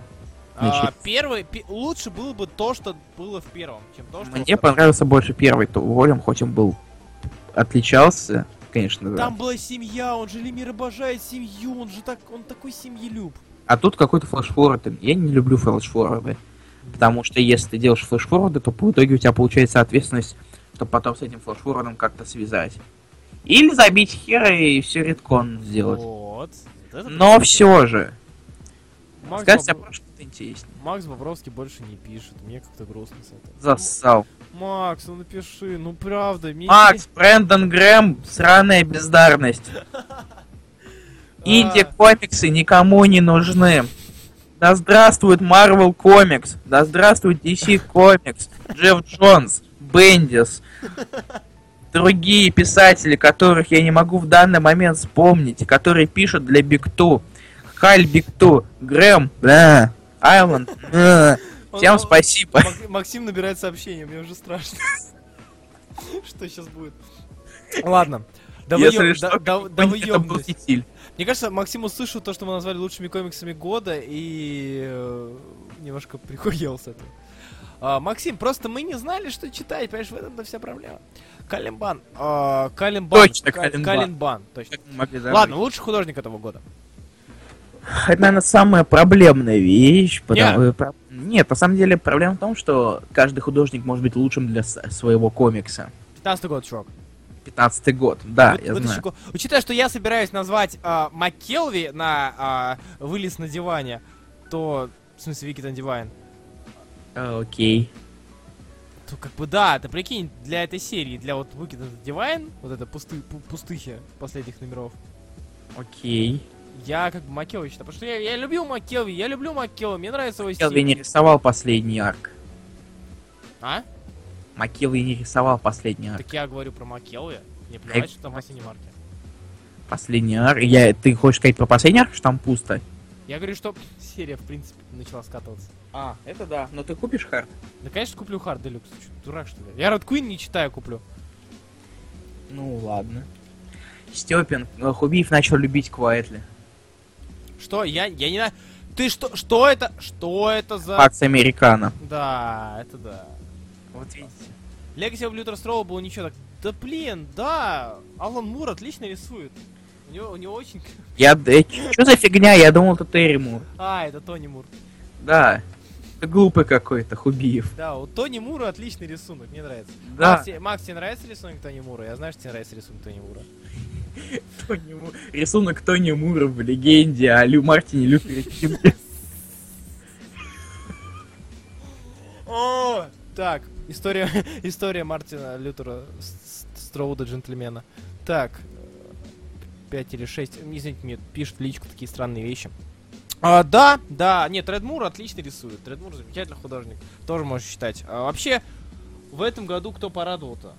Speaker 1: А,
Speaker 2: значит.
Speaker 1: первый, пе- лучше было бы то, что было в первом, чем то, что... во
Speaker 2: Мне
Speaker 1: втором.
Speaker 2: понравился больше первый то- Волюм, хоть он был отличался, конечно, да.
Speaker 1: Там была семья, он же Лемир обожает семью, он же так, он такой семьелюб.
Speaker 2: А тут какой-то флешфорвард. Я не люблю флешфорварды. Потому что если ты делаешь флешфорварды, то по итоге у тебя получается ответственность, чтобы потом с этим флешфорвардом как-то связать. Или забить хера и все редкон сделать.
Speaker 1: Вот. Вот это
Speaker 2: Но
Speaker 1: прикольно.
Speaker 2: все же. а
Speaker 1: Макс
Speaker 2: Сказать о
Speaker 1: Баб-
Speaker 2: прошлом будет интереснее.
Speaker 1: Макс Бобровский больше не пишет. Мне как-то грустно с этого.
Speaker 2: Зассал.
Speaker 1: М- Макс, ну напиши, ну правда, мне
Speaker 2: Макс, Брэндон Грэм, сраная бездарность.
Speaker 1: не- А,
Speaker 2: Инди-комиксы никому не нужны. Да здравствует Marvel Comics, да здравствует DC Comics, Джефф Джонс, Бендис, другие писатели, которых я не могу в данный момент вспомнить, которые пишут для Биг Ту, Халь Биг Ту, Грэм, да, Айланд, да.
Speaker 1: он-
Speaker 2: всем
Speaker 1: он-
Speaker 2: спасибо.
Speaker 1: Мак- Максим набирает сообщение, мне уже страшно. Что сейчас будет? Ладно. Да вы
Speaker 2: Если
Speaker 1: ё-
Speaker 2: что,
Speaker 1: да- да- да вы
Speaker 2: это был
Speaker 1: ёбнулись.
Speaker 2: фитиль.
Speaker 1: Мне кажется, Максим услышал то, что мы назвали лучшими комиксами года, и э, немножко прихуел с этого. А, Максим, просто мы не знали, что читать, понимаешь, в этом-то вся проблема. Калимбан. а, Калимбан.
Speaker 2: Точно,
Speaker 1: Ка-
Speaker 2: Калимбан.
Speaker 1: Калимбан, точно.
Speaker 2: Как мы могли забыть?
Speaker 1: Ладно, лучший художник этого года.
Speaker 2: Это, наверное, самая проблемная вещь. потому-
Speaker 1: Не.
Speaker 2: э, про- Нет, на самом деле проблема в том, что каждый художник может быть лучшим для с- своего комикса.
Speaker 1: 15 год, чувак.
Speaker 2: 15 год, да,
Speaker 1: Вы-
Speaker 2: я
Speaker 1: вытащи
Speaker 2: знаю.
Speaker 1: ко- Учитывая, что я собираюсь назвать а, МакКелви на а, вылез на диване, то в смысле Вики на диван,
Speaker 2: Э, Окей.
Speaker 1: то как бы да, ты прикинь, для этой серии, для вот Вики на диван, вот это пусты, пу- пустыхи последних номеров,
Speaker 2: Окей.
Speaker 1: я как бы Макелви считаю, потому что я, я люблю Макелви, я люблю Макелви, мне нравится его стиль.
Speaker 2: Макелви не рисовал последний арк.
Speaker 1: А?
Speaker 2: Макелви не рисовал последний арк.
Speaker 1: Так я говорю про Макелви, мне плевать, что там по синей марке.
Speaker 2: Последний арк. Я, ты хочешь сказать про последний арк, что там пусто?
Speaker 1: Я говорю, что серия, в принципе, начала скатываться.
Speaker 2: А, это да. Но ты купишь хард?
Speaker 1: Да, конечно, куплю Хард Делюкс, ты чё, дурак, что ли? Я Род Куин не читаю, куплю.
Speaker 2: Ну ладно. Степин, э, Хубиев начал любить Квайтли.
Speaker 1: Что? Я, я не знаю. Ты что? Что это? Что это за...
Speaker 2: Пакс Американо.
Speaker 1: Да, это да.
Speaker 2: Вот видите.
Speaker 1: Legacy of Luther Stroll было ничего так... Да блин, да! Алан Мур отлично рисует. У него, у него очень...
Speaker 2: Я, э, ч- чё за фигня? Я думал, это Терри Мур.
Speaker 1: А, это Тони Мур.
Speaker 2: Да. Ты глупый какой-то, Хубиев.
Speaker 1: Да, у Тони Мура отличный рисунок, мне нравится.
Speaker 2: Да.
Speaker 1: Макс, те- Макс, тебе нравится рисунок Тони Мура? Я знаю, что тебе нравится рисунок Тони Мура.
Speaker 2: Тони Му- Рисунок Тони Мура в легенде о Лю Мартине Лютере Кинге.
Speaker 1: О! Так, история, история Мартина Лютера С- С- Строуда джентльмена. Так, 5 или 6, извините, мне пишут в личку такие странные вещи. А, да, да, нет, Редмур отлично рисует. Редмур замечательный художник, тоже можешь считать. А, вообще, в этом году кто порадовал-то?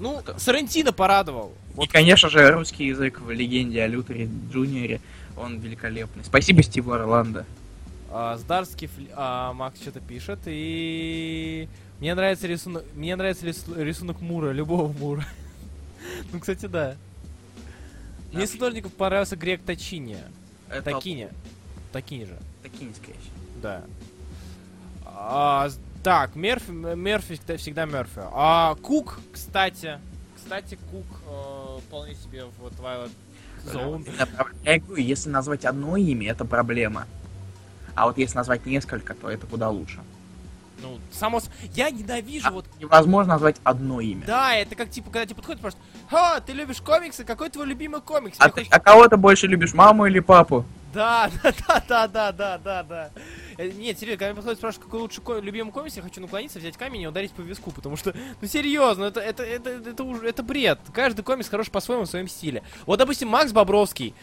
Speaker 1: Ну, Сарантино порадовал.
Speaker 2: И, конечно же, русский язык в легенде о Лютере Джуниоре. Он великолепный. Спасибо Стиву Орландо.
Speaker 1: А, Здарский фли- а, Макс что-то пишет, и мне нравится рисунок, мне нравится рису- рисунок Мура, любого Мура. ну, кстати, да. Мне из художников понравился Грек Тачини.
Speaker 2: Это
Speaker 1: Такини. Такини же,
Speaker 2: Такини, скорее всего.
Speaker 1: да. А, с- так, Мерфи, М- Мерфи кста- всегда Мерфи. А Кук, кстати, кстати, Кук э, вполне себе в Twilight Zone.
Speaker 2: Это- Я говорю, если назвать одно имя, это проблема. А вот если назвать несколько, то это куда лучше.
Speaker 1: Ну, само с- Я ненавижу
Speaker 2: А,
Speaker 1: вот
Speaker 2: Невозможно назвать одно имя.
Speaker 1: Да, это как типа, когда тебе подходит просто, ха, ты любишь комиксы, какой твой любимый комикс?
Speaker 2: А,
Speaker 1: Мне
Speaker 2: ты-
Speaker 1: хочется-
Speaker 2: а кого ты больше любишь, маму или папу?
Speaker 1: Да, да, да, да, да, да, да, да. Э, Нет, серьезно, когда мне подходит спрашивают, какой лучший ко- любимый комикс, я хочу наклониться, взять камень и ударить по виску, потому что, ну серьезно, это, это, это, это, уж- это бред. Каждый комикс хорош по-своему в своем стиле. Вот, допустим, Макс Бобровский,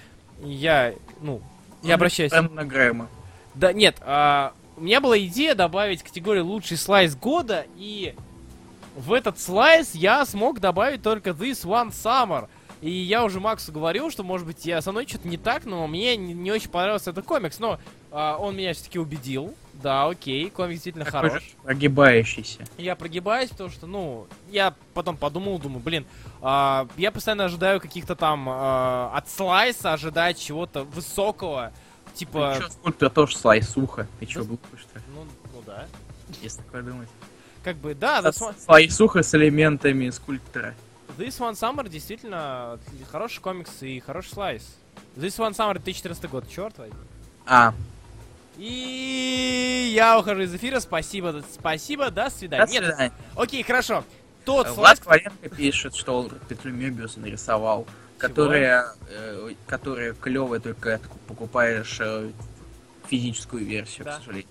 Speaker 1: я, ну, я обращаюсь.
Speaker 2: Брэндона Грэма.
Speaker 1: Да, нет, а, у меня была идея добавить категорию лучший слайс года, и в этот слайс я смог добавить только This One Summer. И я уже Максу говорил, что, может быть, я со мной что-то не так, но мне не, не очень понравился этот комикс. Но а, он меня все-таки убедил. Да, окей, комикс действительно
Speaker 2: Такой
Speaker 1: хорош.
Speaker 2: же Прогибающийся.
Speaker 1: Я прогибаюсь, потому что, ну, я потом подумал, думаю, блин, а, я постоянно ожидаю каких-то там а, от слайса, ожидаю чего-то высокого, типа...
Speaker 2: Ты Ну, чё, скульптор тоже слайсуха. Ты чё,
Speaker 1: Да.
Speaker 2: глупый, что ли,
Speaker 1: Ну, ну да.
Speaker 2: если такое думать?
Speaker 1: Как бы, да,
Speaker 2: А, Да,
Speaker 1: This One-
Speaker 2: Слайсуха с элементами скульптора.
Speaker 1: This One Summer действительно отли- хороший комикс и хороший слайс. This One Summer 2014 год, черт возьми.
Speaker 2: А,
Speaker 1: И я ухожу из эфира, спасибо, д- спасибо, до свидания.
Speaker 2: до
Speaker 1: Нет,
Speaker 2: свидания. Э,
Speaker 1: окей, хорошо. Тот слайс,
Speaker 2: Влад Валенко пишет, что он Петлю Мебиуса нарисовал, которая, э, которая клевая, только ты покупаешь э, физическую версию,
Speaker 1: Да.
Speaker 2: к сожалению.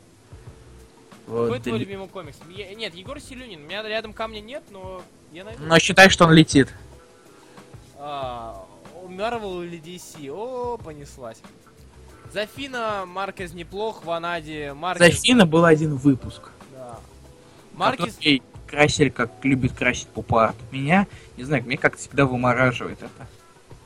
Speaker 2: Э,
Speaker 1: Какой
Speaker 2: ты-
Speaker 1: твой любимый комикс? Е- Нет, Егор Селюнин. У меня рядом камня нет, но я найду.
Speaker 2: Но считай, что он летит.
Speaker 1: А, у Marvel или DC? О, понеслась. Зафина Маркес неплох, Ванади
Speaker 2: За
Speaker 1: Маркес...
Speaker 2: Фина был один выпуск.
Speaker 1: Да. Маркес...
Speaker 2: Который красили, как любит красить пупа. Меня, не знаю, мне как-то всегда вымораживает это.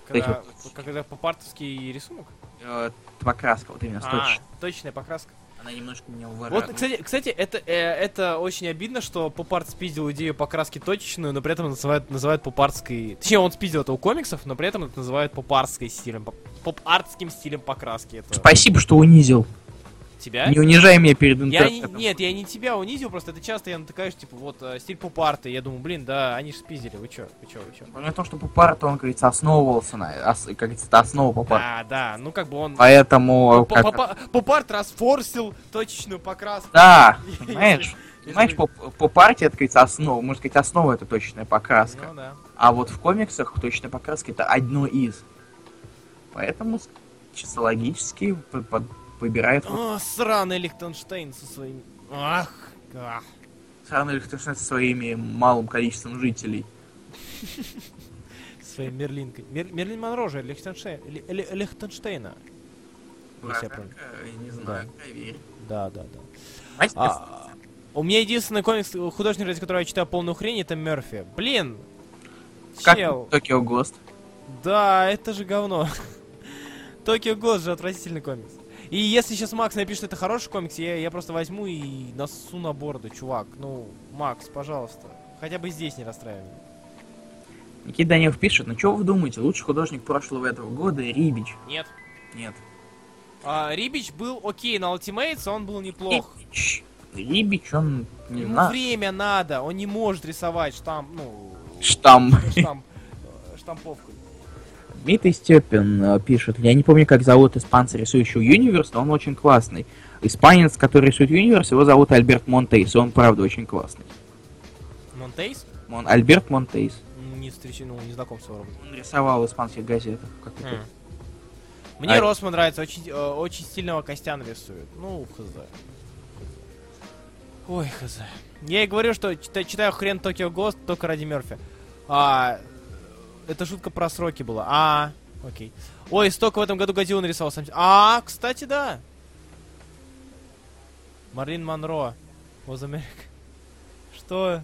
Speaker 1: Когда, когда попартовский рисунок?
Speaker 2: Э, Покраска, вот именно,
Speaker 1: А,
Speaker 2: точно.
Speaker 1: точная покраска.
Speaker 2: Она немножко меня уворачивает.
Speaker 1: Вот, кстати, кстати это, э, это очень обидно, что Попарт спиздил идею покраски точечную, но при этом называют, называют попартской... Точнее, он спиздил это у комиксов, но при этом это называют попарской стилем, поп- поп-артским стилем покраски. Это
Speaker 2: Спасибо, что унизил.
Speaker 1: тебя?
Speaker 2: Не унижай меня перед
Speaker 1: Я не-
Speaker 2: интернетом.
Speaker 1: нет, я не тебя унизил, просто это часто я натыкаюсь, типа, вот, э, стиль поп-арта, и я думаю, блин, да, они же спиздили, вы чё, вы чё, вы чё?
Speaker 2: Помимо того, что Пупарт, он, как говорится, основывался на... ос- как говорится, это основа Пупарта.
Speaker 1: А, да, ну как бы он...
Speaker 2: Поэтому... как-
Speaker 1: Попарт расфорсил точечную покраску.
Speaker 2: Да,
Speaker 1: Если-
Speaker 2: понимаешь?
Speaker 1: если-
Speaker 2: Понимаешь, по, по партии, это, как говорится, основа. Можно сказать, основа это точная покраска.
Speaker 1: Ну да.
Speaker 2: А вот в комиксах точная покраска это одно из. Поэтому с- чисто логически п- под- выбирает вот
Speaker 1: О, А, сраный Лихтенштейн со своим... Ах, ах.
Speaker 2: страну Лихтенштейн со своими малым количеством жителей.
Speaker 1: Своей Мерлинкой. Мер- Мерлин Монро же Лихтенштей- Ли- Ли- Лихтенштейна. Если я
Speaker 2: Врага,
Speaker 1: правильно.
Speaker 2: э, не знаю, проверь.
Speaker 1: Да, да, да.
Speaker 2: Мастер,
Speaker 1: А, у меня единственный комикс, художник, ради которого я читаю полную хрень, это Мерфи. Блин!
Speaker 2: как
Speaker 1: Чел.
Speaker 2: Токио Гост?
Speaker 1: Да, это же говно. Токио Год же отвратительный комикс. И если сейчас Макс напишет, что это хороший комикс, я, я просто возьму и насу на бороду, чувак. Ну, Макс, пожалуйста. Хотя бы здесь не расстраивай меня.
Speaker 2: Никита Данилов пишет, ну чего вы думаете, лучший художник прошлого и этого года Рибич?
Speaker 1: Нет.
Speaker 2: Нет.
Speaker 1: А, Рибич был окей на Ultimates, он был неплох.
Speaker 2: Рибич, Рибич, он не
Speaker 1: Ему
Speaker 2: знаю,
Speaker 1: время надо, он не может рисовать штамп, ну,
Speaker 2: штамп.
Speaker 1: штамп, э, штамповку.
Speaker 2: Дмитрий Степин э, пишет, я не помню, как зовут испанца, рисующего Юниверс, но он очень классный. Испанец, который рисует Юниверс, его зовут Альберт Монтейс, и он правда очень классный.
Speaker 1: Монтейс?
Speaker 2: Мон... Альберт Монтейс.
Speaker 1: Не встречу, ну, не знаком с его работой.
Speaker 2: Он рисовал в испанских газетах. Как
Speaker 1: Хм.
Speaker 2: это.
Speaker 1: Мне
Speaker 2: А-
Speaker 1: Росман нравится, очень, э, очень стильного Костян рисует. Ну, хз. Ой, хз. Я и говорю, что чита- читаю хрен Токио Гост только ради Мерфи. А, это шутка про сроки была. А, окей. Ой, столько в этом году Годзиллу нарисовал сам. се- А, кстати, да. Марлин Монро. Was America. Что?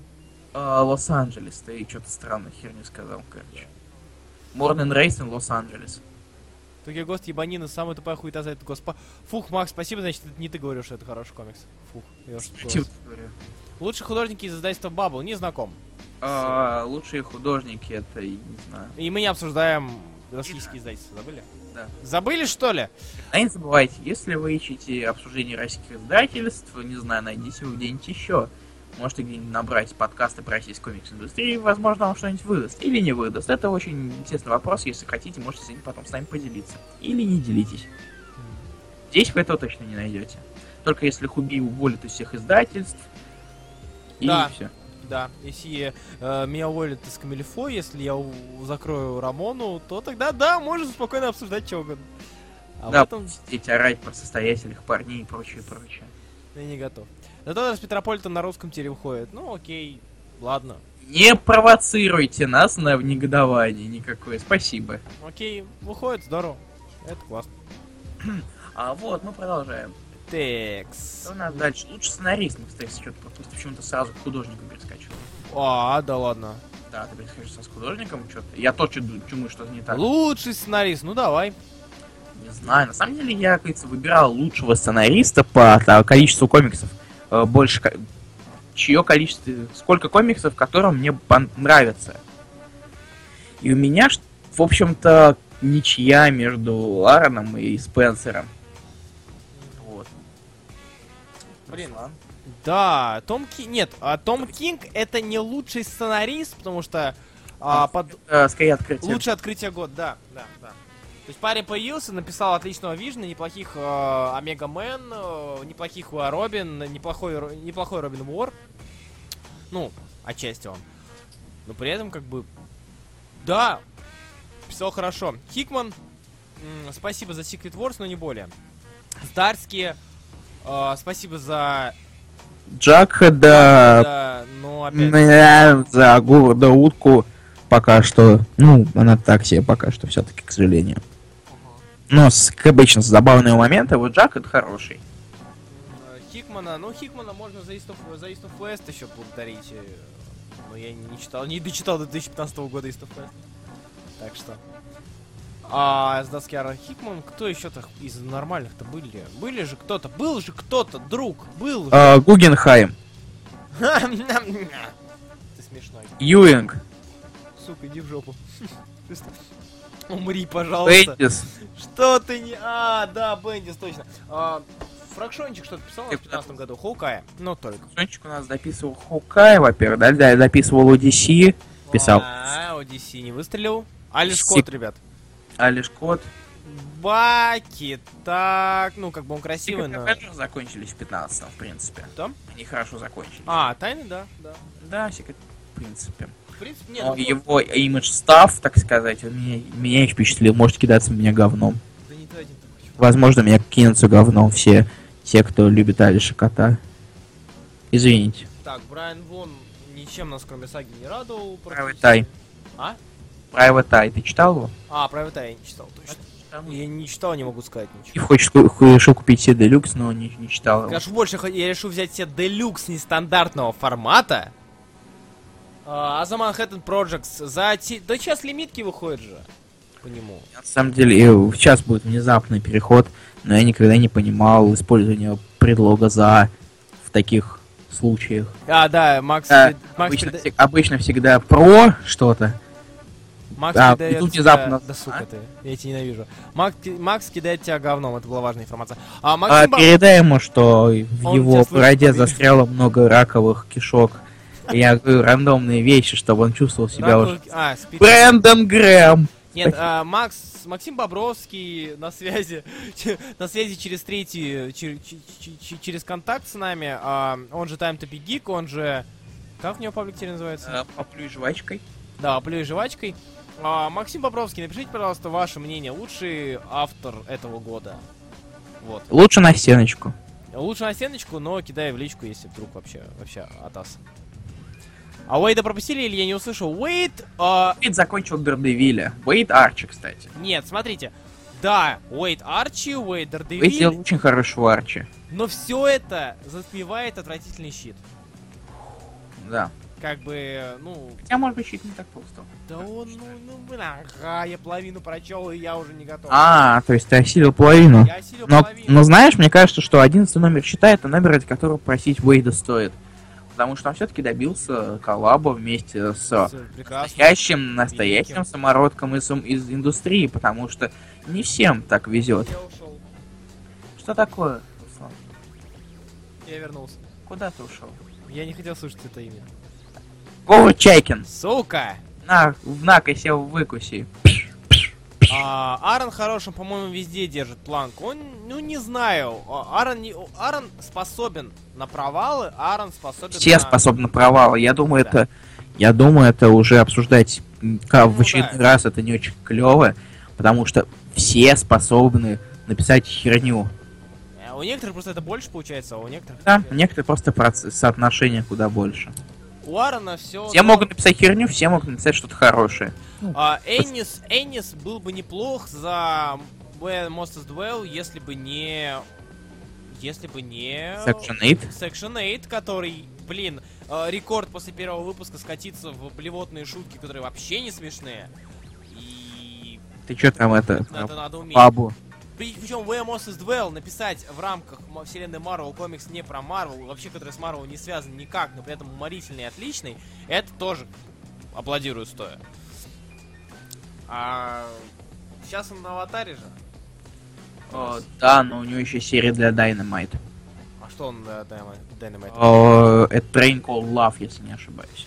Speaker 2: А, Лос-Анджелес, ты что-то странную херню сказал, короче. Морнен Рейсин, Лос-Анджелес.
Speaker 1: Токио Гост ебанина, самая тупая хуета за этот госпо... Фух, Макс, спасибо, значит, это не ты говорил, что это хороший комикс. Фух, я уж
Speaker 2: Чё
Speaker 1: испугался.
Speaker 2: ты говорю?
Speaker 1: Лучшие художники из издательства Bubble, не знаком.
Speaker 2: А, Лучшие художники, это, я не знаю.
Speaker 1: И мы не обсуждаем российские издательства, забыли?
Speaker 2: Да.
Speaker 1: Забыли, что ли?
Speaker 2: А не забывайте, если вы ищете обсуждение российских издательств, не знаю, найдите его где-нибудь еще. Можете где-нибудь набрать подкасты про российскую комикс-индустрию, и, возможно, он что-нибудь выдаст или не выдаст. Это очень интересный вопрос, если хотите, можете с ним потом с нами поделиться. Или не делитесь. Здесь вы этого точно не найдете. Только если Хуби уволит из всех издательств, и
Speaker 1: Да.
Speaker 2: все.
Speaker 1: Да, если э, меня уволят из Камильфо, если я у- закрою Рамону, то тогда да, можем спокойно обсуждать чего угодно. А
Speaker 2: да,
Speaker 1: в этом
Speaker 2: сидеть орать про состоятельных парней и прочее, прочее.
Speaker 1: я не готов. Зато раз Петрополитен на русском теле выходит. Ну окей, ладно.
Speaker 2: Не провоцируйте нас на негодование никакое, спасибо.
Speaker 1: Окей, выходит, здорово. Это классно.
Speaker 2: А вот, мы продолжаем.
Speaker 1: Текс.
Speaker 2: Что у нас дальше? Лучше сценарист, мы, кстати, что-то просто почему-то сразу к художнику перескочил.
Speaker 1: А, да ладно.
Speaker 2: Да, ты перескочился с художником, что-то. Я тоже думаю, что не так.
Speaker 1: Лучший сценарист, ну давай.
Speaker 2: Не знаю, на самом деле я, как говорится, выбирал лучшего сценариста по та- количеству комиксов. Э, Больше... ко- Чье количество... Сколько комиксов, которые мне пон- нравятся. И у меня, ш- в общем-то, ничья между Лароном и Спенсером. Вот.
Speaker 1: Блин,
Speaker 2: ладно.
Speaker 1: Да, Том Кинг. Нет, а Том Кинг это не лучший сценарист, потому что а, под...
Speaker 2: скорее открытие.
Speaker 1: лучшее открытие год, да, да, да. То есть парень появился, написал отличного Вижна, неплохих э, Омега Мэн, э, неплохих Уа Робин, неплохой, Ро- неплохой Робин Уор. Ну, отчасти он. Но при этом как бы... Да, писал хорошо. Хикман, м, спасибо за Secret Wars, но не более. Здарские, э, спасибо за
Speaker 2: Джакхеда,
Speaker 1: Да, но
Speaker 2: ну,
Speaker 1: опять...
Speaker 2: м, за города утку пока что, ну, она так себе пока что все-таки, к сожалению. Но, с, как обычно, с забавного момента, вот Джакхед хороший.
Speaker 1: Э, Хикмана, ну Хикмана можно за East of, за East of West еще благодарить. э, Но я не, не читал, не дочитал до 2015 года East of West. Так что. А с доски Аарон Хикман, кто еще-то из нормальных-то были? Были же кто-то, был же кто-то, друг, был же.
Speaker 2: Э, Гугенхайм,
Speaker 1: Ты смешной.
Speaker 2: Юинг,
Speaker 1: Сука, иди в жопу. Ты ст- Умри, пожалуйста.
Speaker 2: Бендис,
Speaker 1: Что ты не... А, да, Бендис, точно. А, Фракшончик что-то писал в
Speaker 2: Ты
Speaker 1: 2015 году. Хоукая. Ну, только.
Speaker 2: Сончик у нас дописывал Хукай, во-первых, да, да, дописывал UDC, писал
Speaker 1: А, Одиссей не выстрелил. Алиш
Speaker 2: Сик-
Speaker 1: Кот, ребят.
Speaker 2: Алиш Кот.
Speaker 1: Баки, так, ну как бы он
Speaker 2: Все
Speaker 1: красивый, но...
Speaker 2: хорошо закончились в 15 в принципе.
Speaker 1: Да?
Speaker 2: Они хорошо закончились.
Speaker 1: А, тайны, да, да.
Speaker 2: Да, секрет, в принципе.
Speaker 1: В принципе, нет,
Speaker 2: Но
Speaker 1: ну,
Speaker 2: его имидж став, так сказать, он меня, меня их впечатлил. Может кидаться меня говном.
Speaker 1: да не тратим так очень.
Speaker 2: Возможно, меня кинутся говном все те, кто любит Алиша Кота. Извините.
Speaker 1: Так, Брайан Вон ничем нас, кроме саги, не радовал.
Speaker 2: Private
Speaker 1: практически.
Speaker 2: Eye.
Speaker 1: А?
Speaker 2: Private Eye, ты читал его?
Speaker 1: А, Private Eye я не читал, точно. Я не читал, не могу сказать
Speaker 2: И
Speaker 1: ничего.
Speaker 2: хочешь ку- решил купить себе Делюкс, но не, не читал его.
Speaker 1: Конечно, больше хо- я решил взять себе делюкс нестандартного формата. А, за Manhattan Projects, за... те- Да сейчас лимитки выходят же. По нему.
Speaker 2: На самом деле, э, сейчас будет внезапный переход, но я никогда не понимал использование предлога за в таких случаях.
Speaker 1: А, да, Макс...
Speaker 2: Да,
Speaker 1: пред- Макс
Speaker 2: обычно,
Speaker 1: пред-
Speaker 2: всег- обычно всегда про что-то.
Speaker 1: Макс
Speaker 2: Да,
Speaker 1: кидает...
Speaker 2: и тут
Speaker 1: тебя-
Speaker 2: внезапно-
Speaker 1: Да сука
Speaker 2: А?
Speaker 1: ты, я тебя ненавижу. Макс, ки- Макс кидает тебя говном, это была важная информация. А,
Speaker 2: А,
Speaker 1: Максим... Ба-
Speaker 2: передай ему, что в
Speaker 1: Он тебя
Speaker 2: его
Speaker 1: слышит,
Speaker 2: бороде
Speaker 1: поверь.
Speaker 2: застряло много раковых кишок. Я говорю рандомные вещи, чтобы он чувствовал себя
Speaker 1: Раковый-
Speaker 2: уже.
Speaker 1: А, спит.
Speaker 2: Брэндон Грэм!
Speaker 1: Нет, а, Макс, Максим Бобровский на связи, на связи через третий, чер- ч- ч- ч- через контакт с нами, а, он же Time to Be Geek, он же, как у него паблик теперь называется?
Speaker 2: Поплюй жвачкой.
Speaker 1: Да, плюй жвачкой. А, Максим Бобровский, напишите, пожалуйста, ваше мнение, лучший автор этого года. Вот.
Speaker 2: Лучше на стеночку.
Speaker 1: Лучше на стеночку, но кидай в личку, если вдруг вообще, вообще атас. А Уэйда пропустили или я не услышал? Уэйд... а,
Speaker 2: Уэйд закончил Дардевиля. Уэйд Арчи, кстати.
Speaker 1: нет, смотрите. Да, Уэйд Арчи, Уэйд
Speaker 2: Уэйд
Speaker 1: Дардевиль,
Speaker 2: сделал очень хорошего Арчи.
Speaker 1: но все это затмевает отвратительный щит.
Speaker 2: Да.
Speaker 1: Как бы, ну,
Speaker 2: Хотя, может быть, чуть не так просто.
Speaker 1: да он, ну, ну, блин, ага, я половину прочел, и я уже не готов.
Speaker 2: А, ну, то есть ты осилил половину.
Speaker 1: я осилил
Speaker 2: Но,
Speaker 1: половину.
Speaker 2: но знаешь, мне кажется, что 11 номер счета это номер, ради которого просить Уэйда стоит. Потому что он все-таки добился коллаба вместе с
Speaker 1: Всё, прекрасно.
Speaker 2: настоящим, настоящим
Speaker 1: Великим.
Speaker 2: самородком из, из индустрии, потому что не всем так везет.
Speaker 1: Я ушел,
Speaker 2: Что такое, Руслан?
Speaker 1: я вернулся.
Speaker 2: Куда ты ушел?
Speaker 1: Я не хотел слушать это имя.
Speaker 2: Говор Чайкин,
Speaker 1: Сука!
Speaker 2: на, в накосе себя выкуси.
Speaker 1: А, Аарон хорошим, по-моему, везде держит планку. Он, ну, не знаю. А, Аарон, не- Аарон способен на провалы, Аарон способен
Speaker 2: Все
Speaker 1: на...
Speaker 2: способны провала. Я думаю,
Speaker 1: Да.
Speaker 2: это, я думаю, это уже обсуждать м, ка-
Speaker 1: Ну
Speaker 2: в очередной
Speaker 1: да.
Speaker 2: раз это не очень клево, потому что все способны написать херню.
Speaker 1: Э, У некоторых просто это больше получается, а у некоторых...
Speaker 2: Да, некоторые просто проц- соотношение куда больше.
Speaker 1: У Аарона все...
Speaker 2: Все могут написать херню, все могут написать что-то хорошее.
Speaker 1: Эннис, Эннис А, был бы неплох за Where Monsters Dwell, если бы не... Если бы не...
Speaker 2: Section 8.
Speaker 1: Section 8, который, блин, э, рекорд после первого выпуска скатиться в блевотные шутки, которые вообще не смешные. И
Speaker 2: Ты чё там это?
Speaker 1: это надо уметь.
Speaker 2: Бабу.
Speaker 1: Причем Where Moses Dwell написать в рамках м- вселенной Marvel комикс не про Marvel, вообще который с Marvel не связан никак, но при этом уморительный и отличный, это тоже аплодирую стоя. А сейчас он на аватаре же.
Speaker 2: О, да, но у него еще серия для Dynamite.
Speaker 1: А что он э, Dynamite? Dynamite?
Speaker 2: О, это Train Called Love, если не ошибаюсь.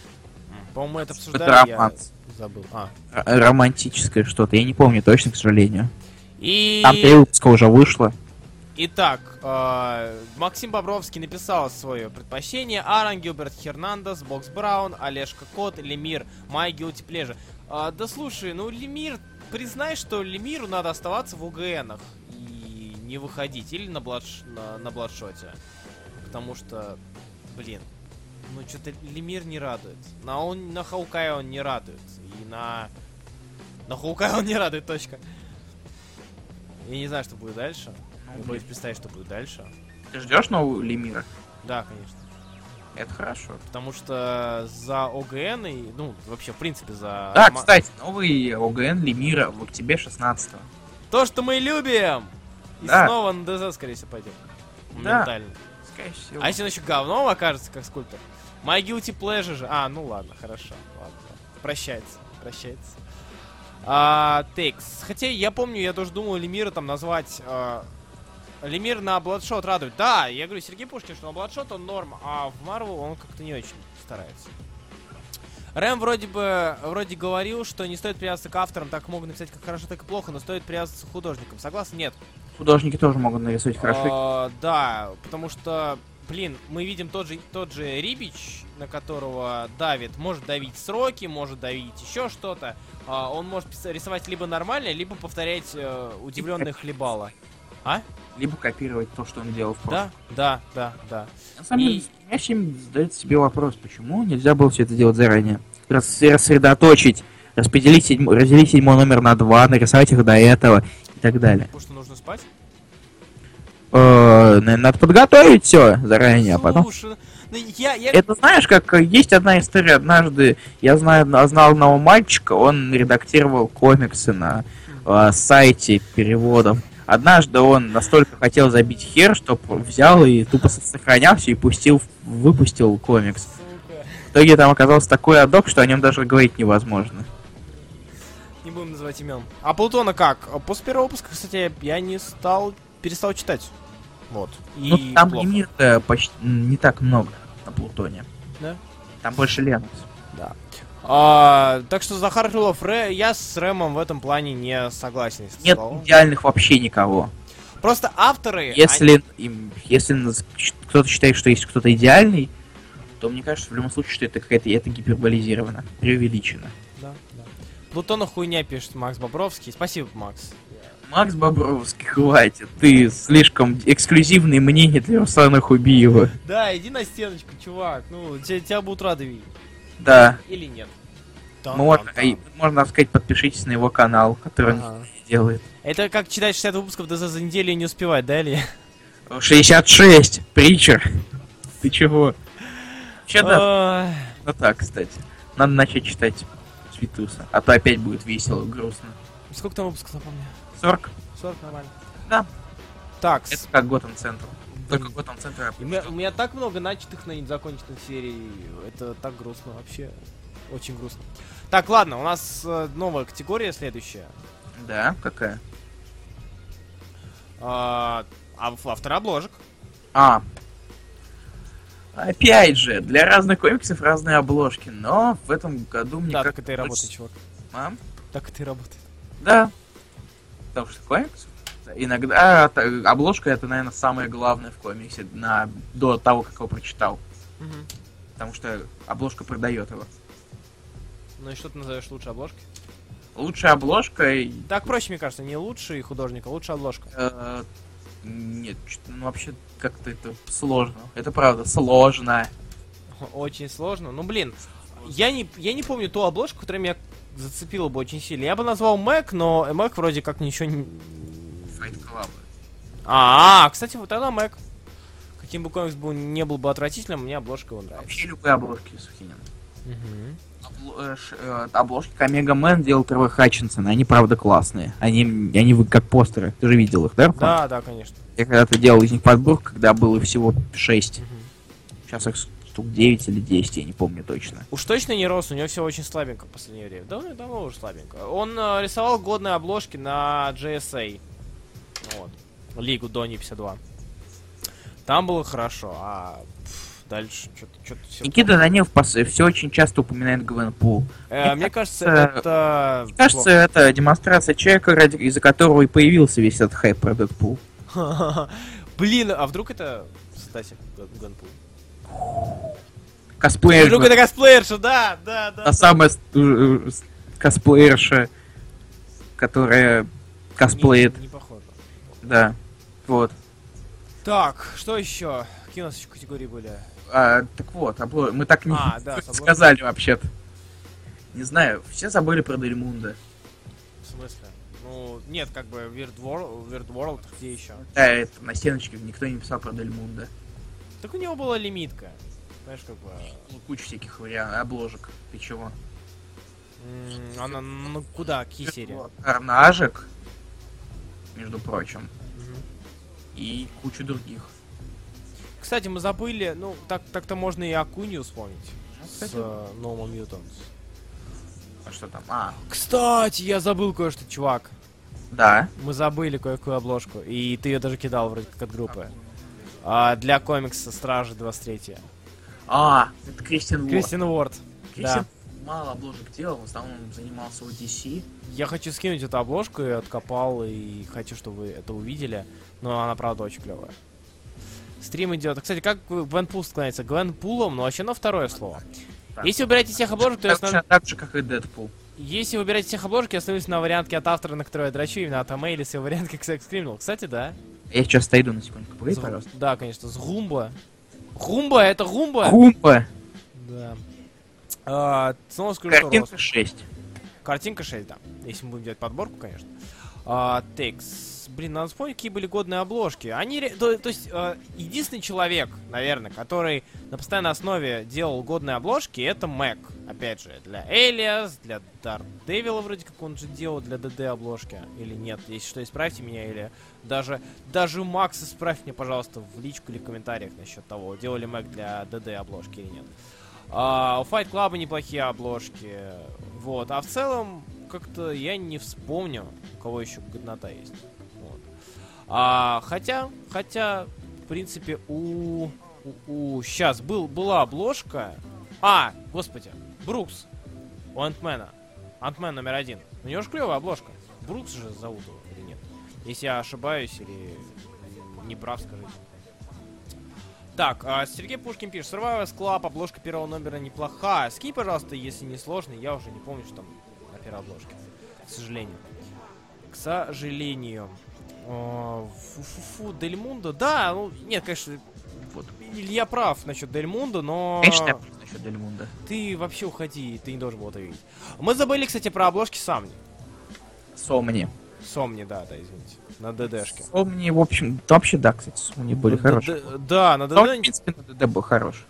Speaker 1: По-моему, это
Speaker 2: это
Speaker 1: обсуждали, я
Speaker 2: романс.
Speaker 1: забыл. А.
Speaker 2: Р- романтическое что-то, я не помню точно, к сожалению.
Speaker 1: И...
Speaker 2: Там три выпуска уже вышло.
Speaker 1: Итак, э, Максим Бобровский написал свое предпочтение. Аарон Гилберт Хернандес, Бокс Браун, Олежка Кот, Лемир, Май Гилти Плежа. А, да слушай, ну Лемир, признай, что Лемиру надо оставаться в УГНах и не выходить. Или на, бладш... на, на бладшоте. Потому что блин, ну что-то Лемир не радует. На он, на Хаукая он не радует. И на... На Хаукая он не радует, точка. Я не знаю, что будет дальше.
Speaker 2: Ну,
Speaker 1: Я
Speaker 2: блин,
Speaker 1: боюсь представить, что будет дальше.
Speaker 2: ты ждешь нового Лемира?
Speaker 1: Да, конечно.
Speaker 2: Это хорошо.
Speaker 1: Потому что за ОГН и, ну, вообще, в принципе, за...
Speaker 2: Да,
Speaker 1: ма-
Speaker 2: кстати, новый ОГН Лемира в октябре 16
Speaker 1: То, что мы любим! И
Speaker 2: Да.
Speaker 1: снова на ДЗ, скорее всего, пойдет.
Speaker 2: Да.
Speaker 1: Моментально.
Speaker 2: Скорее всего.
Speaker 1: А если он еще говном окажется, как скульптор? My Guilty Pleasure же. А, ну ладно, хорошо. Ладно. Прощается, прощается. А, Текс. Хотя я помню, я тоже думал Лемира там назвать... а, Лемир на Бладшот радует. Да, я говорю, Сергей Пушкин, что на Бладшот он норм, а в Марвел он как-то не очень старается. Рэм вроде бы вроде говорил, что не стоит привязываться к авторам, так могут написать как хорошо, так и плохо, но стоит привязываться к художникам. Согласен? Нет.
Speaker 2: Художники тоже могут нарисовать хорошо.
Speaker 1: А, Да, потому что, блин, мы видим тот же, тот же Рибич, на которого давит, может давить сроки, может давить еще что-то. А, Он может пис- рисовать либо нормально, либо повторять удивленных хлебала.
Speaker 2: Либо копировать то, что он делал в прошлом.
Speaker 1: Да, да, да, да.
Speaker 2: На самом
Speaker 1: И-
Speaker 2: деле, настоящим задается себе вопрос, почему нельзя было все это делать заранее? Рас- рассредоточить, распределить седьмой, разделить седьмой номер на два, нарисовать их до этого и так далее.
Speaker 1: Потому что нужно спать.
Speaker 2: Э, на- надо подготовить все заранее, а потом...
Speaker 1: Слушай, ну я, я...
Speaker 2: Это знаешь, как э, есть одна история. Однажды я знаю, одно- знал одного мальчика, он редактировал комиксы на э, сайте переводов. Однажды он настолько хотел забить хер, что п- взял и тупо со- сохранялся и пустил, в- выпустил комикс.
Speaker 1: Сука.
Speaker 2: В итоге там оказался такой адок, что о нем даже говорить невозможно.
Speaker 1: Не будем называть имен. А Плутона как? После первого выпуска, кстати, я не стал... Перестал читать. Вот. И
Speaker 2: ну, там
Speaker 1: плохо.
Speaker 2: лимита почти м, не так много на Плутоне.
Speaker 1: Да?
Speaker 2: Там больше Ленокс.
Speaker 1: А, так что Захар Крылов, Рэ- я с Рэмом в этом плане не согласен. если
Speaker 2: Нет
Speaker 1: слово.
Speaker 2: идеальных вообще никого.
Speaker 1: Просто авторы... Э, они-
Speaker 2: Если, им- если нас- ч- кто-то считает, что есть кто-то идеальный, то мне кажется, в любом случае, что это какая-то это гиперболизировано, преувеличено.
Speaker 1: Да, да. Плутона хуйня пишет Макс Бобровский. Спасибо, Макс.
Speaker 2: Макс Бобровский, хватит. Ты слишком эксклюзивные мнения для Руслана Хубиева.
Speaker 1: Да, иди на стеночку, чувак. Ну, те- тебя, будут рады видеть.
Speaker 2: Да.
Speaker 1: Или нет.
Speaker 2: Можно, Ну, и- можно сказать, подпишитесь на его канал, который он
Speaker 1: Ага.
Speaker 2: делает.
Speaker 1: Это как читать 60 выпусков ДЗ за неделю и не успевать, да, Илья?
Speaker 2: 66! Причер! Ты чего? Че да?
Speaker 1: А,
Speaker 2: Ну так, кстати. Надо начать читать Свитуса. А то опять будет весело, грустно.
Speaker 1: Сколько там выпусков, напомню?
Speaker 2: Сорк,
Speaker 1: 40 нормально.
Speaker 2: Да.
Speaker 1: Так,
Speaker 2: это как Готэм Центр. Только Готэм Центр
Speaker 1: И У меня, у меня так много начатых, но незаконченных серий. Это так грустно вообще. Очень грустно. Так, ладно, у нас э, новая категория следующая.
Speaker 2: Да, какая?
Speaker 1: А, ав- автор обложек.
Speaker 2: А. Опять же, для разных комиксов разные обложки, но в этом году мне
Speaker 1: Да,
Speaker 2: как
Speaker 1: так это и работает, чувак.
Speaker 2: А?
Speaker 1: Так это и работает.
Speaker 2: Да. Потому что комикс иногда а, та- обложка это, наверное, самое главное в комиксе на до того, как его прочитал, потому что обложка продает его.
Speaker 1: Ну и что ты назовешь лучше обложки?
Speaker 2: Лучшая обложка и,
Speaker 1: Так проще, мне кажется, не лучший художник, а лучшая обложка.
Speaker 2: э, нет, чё-то, ну вообще как-то это сложно. Это правда сложно.
Speaker 1: Очень сложно. Ну блин, я не, я не помню ту обложку, которая меня зацепила бы очень сильно. Я бы назвал Мэг, но Мэг вроде как ничего не...
Speaker 2: Fight Club.
Speaker 1: А, кстати, вот она Мэг. Каким бы комикс был, не был бы отвратительным, мне обложка его нравится.
Speaker 2: Вообще любые обложки Сухинина. Обло- э, ш- э, Обложки к Омега Мэн делал Тревой Хатчинсон. Они, правда, классные. Они, они вы- как постеры. Ты же видел их, да? Руслан?
Speaker 1: Да, да, конечно.
Speaker 2: Я когда-то делал из них подбор, когда было всего 6. Сейчас их штук 9 или 10, я не помню точно.
Speaker 1: Уж точно не рос, у него все очень слабенько в последнее время. Давно, давно уже слабенько. Он э, рисовал годные обложки на GSA. Вот. Лигу Дони 52. Там было хорошо, а пф, дальше что-то все.
Speaker 2: Никита Данилов все очень часто упоминает Гвен Пул.
Speaker 1: Э, мне кажется,
Speaker 2: кажется,
Speaker 1: это.
Speaker 2: Мне кажется, это демонстрация человека, ради, из-за которого и появился весь этот хайп про Дэдпул.
Speaker 1: плохо. Блин, а вдруг это. Кстати, Ганпул.
Speaker 2: Косплеер.
Speaker 1: Вдруг это косплеерша, да, да, да.
Speaker 2: Та самая ст- э, э, косплеерша, которая косплеит.
Speaker 1: Не, не похоже.
Speaker 2: Да. Вот.
Speaker 1: Так, что еще? Какие у нас еще категории были?
Speaker 2: Э, А, так вот, обо- мы так не
Speaker 1: А, да, с обложкой.
Speaker 2: сказали вообще-то. Не знаю, все забыли про Дельмунда.
Speaker 1: В смысле? Ну, нет, как бы Weird World, Weird World где еще?
Speaker 2: Да, это на стеночке никто не писал про Дельмунда.
Speaker 1: Так у него была лимитка. Знаешь, как бы...
Speaker 2: Ну, куча всяких вариантов, обложек. Ты чего?
Speaker 1: м, Она, ну куда, кисери?
Speaker 2: Вот, Карнажик, между прочим, и кучу других.
Speaker 1: Кстати, мы забыли, ну, так, так-то можно и Акунью вспомнить. С
Speaker 2: Кстати,
Speaker 1: э, Normal Mutants.
Speaker 2: а что там? А,
Speaker 1: Кстати, я забыл кое-что, чувак.
Speaker 2: да.
Speaker 1: Мы забыли кое-какую обложку, и ты ее даже кидал вроде как от группы. А, для комикса Стражи 23.
Speaker 2: А, это Кристиан Уорд.
Speaker 1: Кристин Уорд.
Speaker 2: Кристиан мало обложек делал, в основном он занимался DC.
Speaker 1: Я хочу скинуть эту обложку, я откопал, и хочу, чтобы вы это увидели. Но она, правда, очень клевая. Стрим идет. Кстати, как Гвен Пул склоняется? Гвен Пулом, но вообще на второе слово.
Speaker 2: Так.
Speaker 1: Если выбирать из всех обложек, то я
Speaker 2: Так
Speaker 1: основ-
Speaker 2: же- так же, как и Дэдпул.
Speaker 1: Если выбирать из всех обложек, я остановлюсь на вариантке от автора, на который я дрочу, именно от Амейлис и вариантке к Секс Криминал. Кстати, да.
Speaker 2: Я сейчас отойду на секундку, погоди,
Speaker 1: С Гум-
Speaker 2: пожалуйста.
Speaker 1: Да, конечно, с Гумба. Гумба, это Гумба!
Speaker 2: Кумпа!
Speaker 1: Да. А, снова скажу, что
Speaker 2: Картинка 6.
Speaker 1: Картинка 6, да. Если мы будем делать подборку, конечно. А, текс. Блин, надо вспомнить, какие были годные обложки. Они, ре- то, то есть, э, единственный человек, наверное, который на постоянной основе делал годные обложки, это Мэг. Опять же, для Элиас, для Дарт Девила вроде как он же делал для ДД обложки. Или нет, если что, исправьте меня, или даже, даже Макс, исправь мне, пожалуйста, в личку или в комментариях насчет того, делали Мэг для ДД обложки или нет. А, у Fight Club неплохие обложки. Вот. А в целом, как-то я не вспомню, у кого еще годнота есть. Вот. А, хотя, хотя, в принципе, у... у, сейчас был, была обложка... А, господи, Брукс у Антмена. Антмен номер один. У него же клевая обложка. Брукс же зовут его или нет? Если я ошибаюсь или не прав, скажите. Так, а, Сергей Пушкин пишет, Survivors Club, обложка первого номера неплохая. Скинь, пожалуйста, если не сложно, я уже не помню, что там на первой обложке. К сожалению. К сожалению. О, Фу-фу-фу, Дельмундо, да, ну, нет, конечно,
Speaker 2: Вот.
Speaker 1: Илья прав насчет Дельмундо, но...
Speaker 2: Конечно, я помню насчет Дельмунда.
Speaker 1: Ты вообще уходи, ты не должен был это видеть. Мы забыли, кстати, про обложки Сомни.
Speaker 2: Сомни.
Speaker 1: Сомни, да, да, извините. На ДДшке.
Speaker 2: Сомни, в общем, да, вообще, да, кстати, Сомни были
Speaker 1: Д-
Speaker 2: хорошие.
Speaker 1: д- Да, на
Speaker 2: Да, в
Speaker 1: ДД...
Speaker 2: принципе, на ДД был хорош.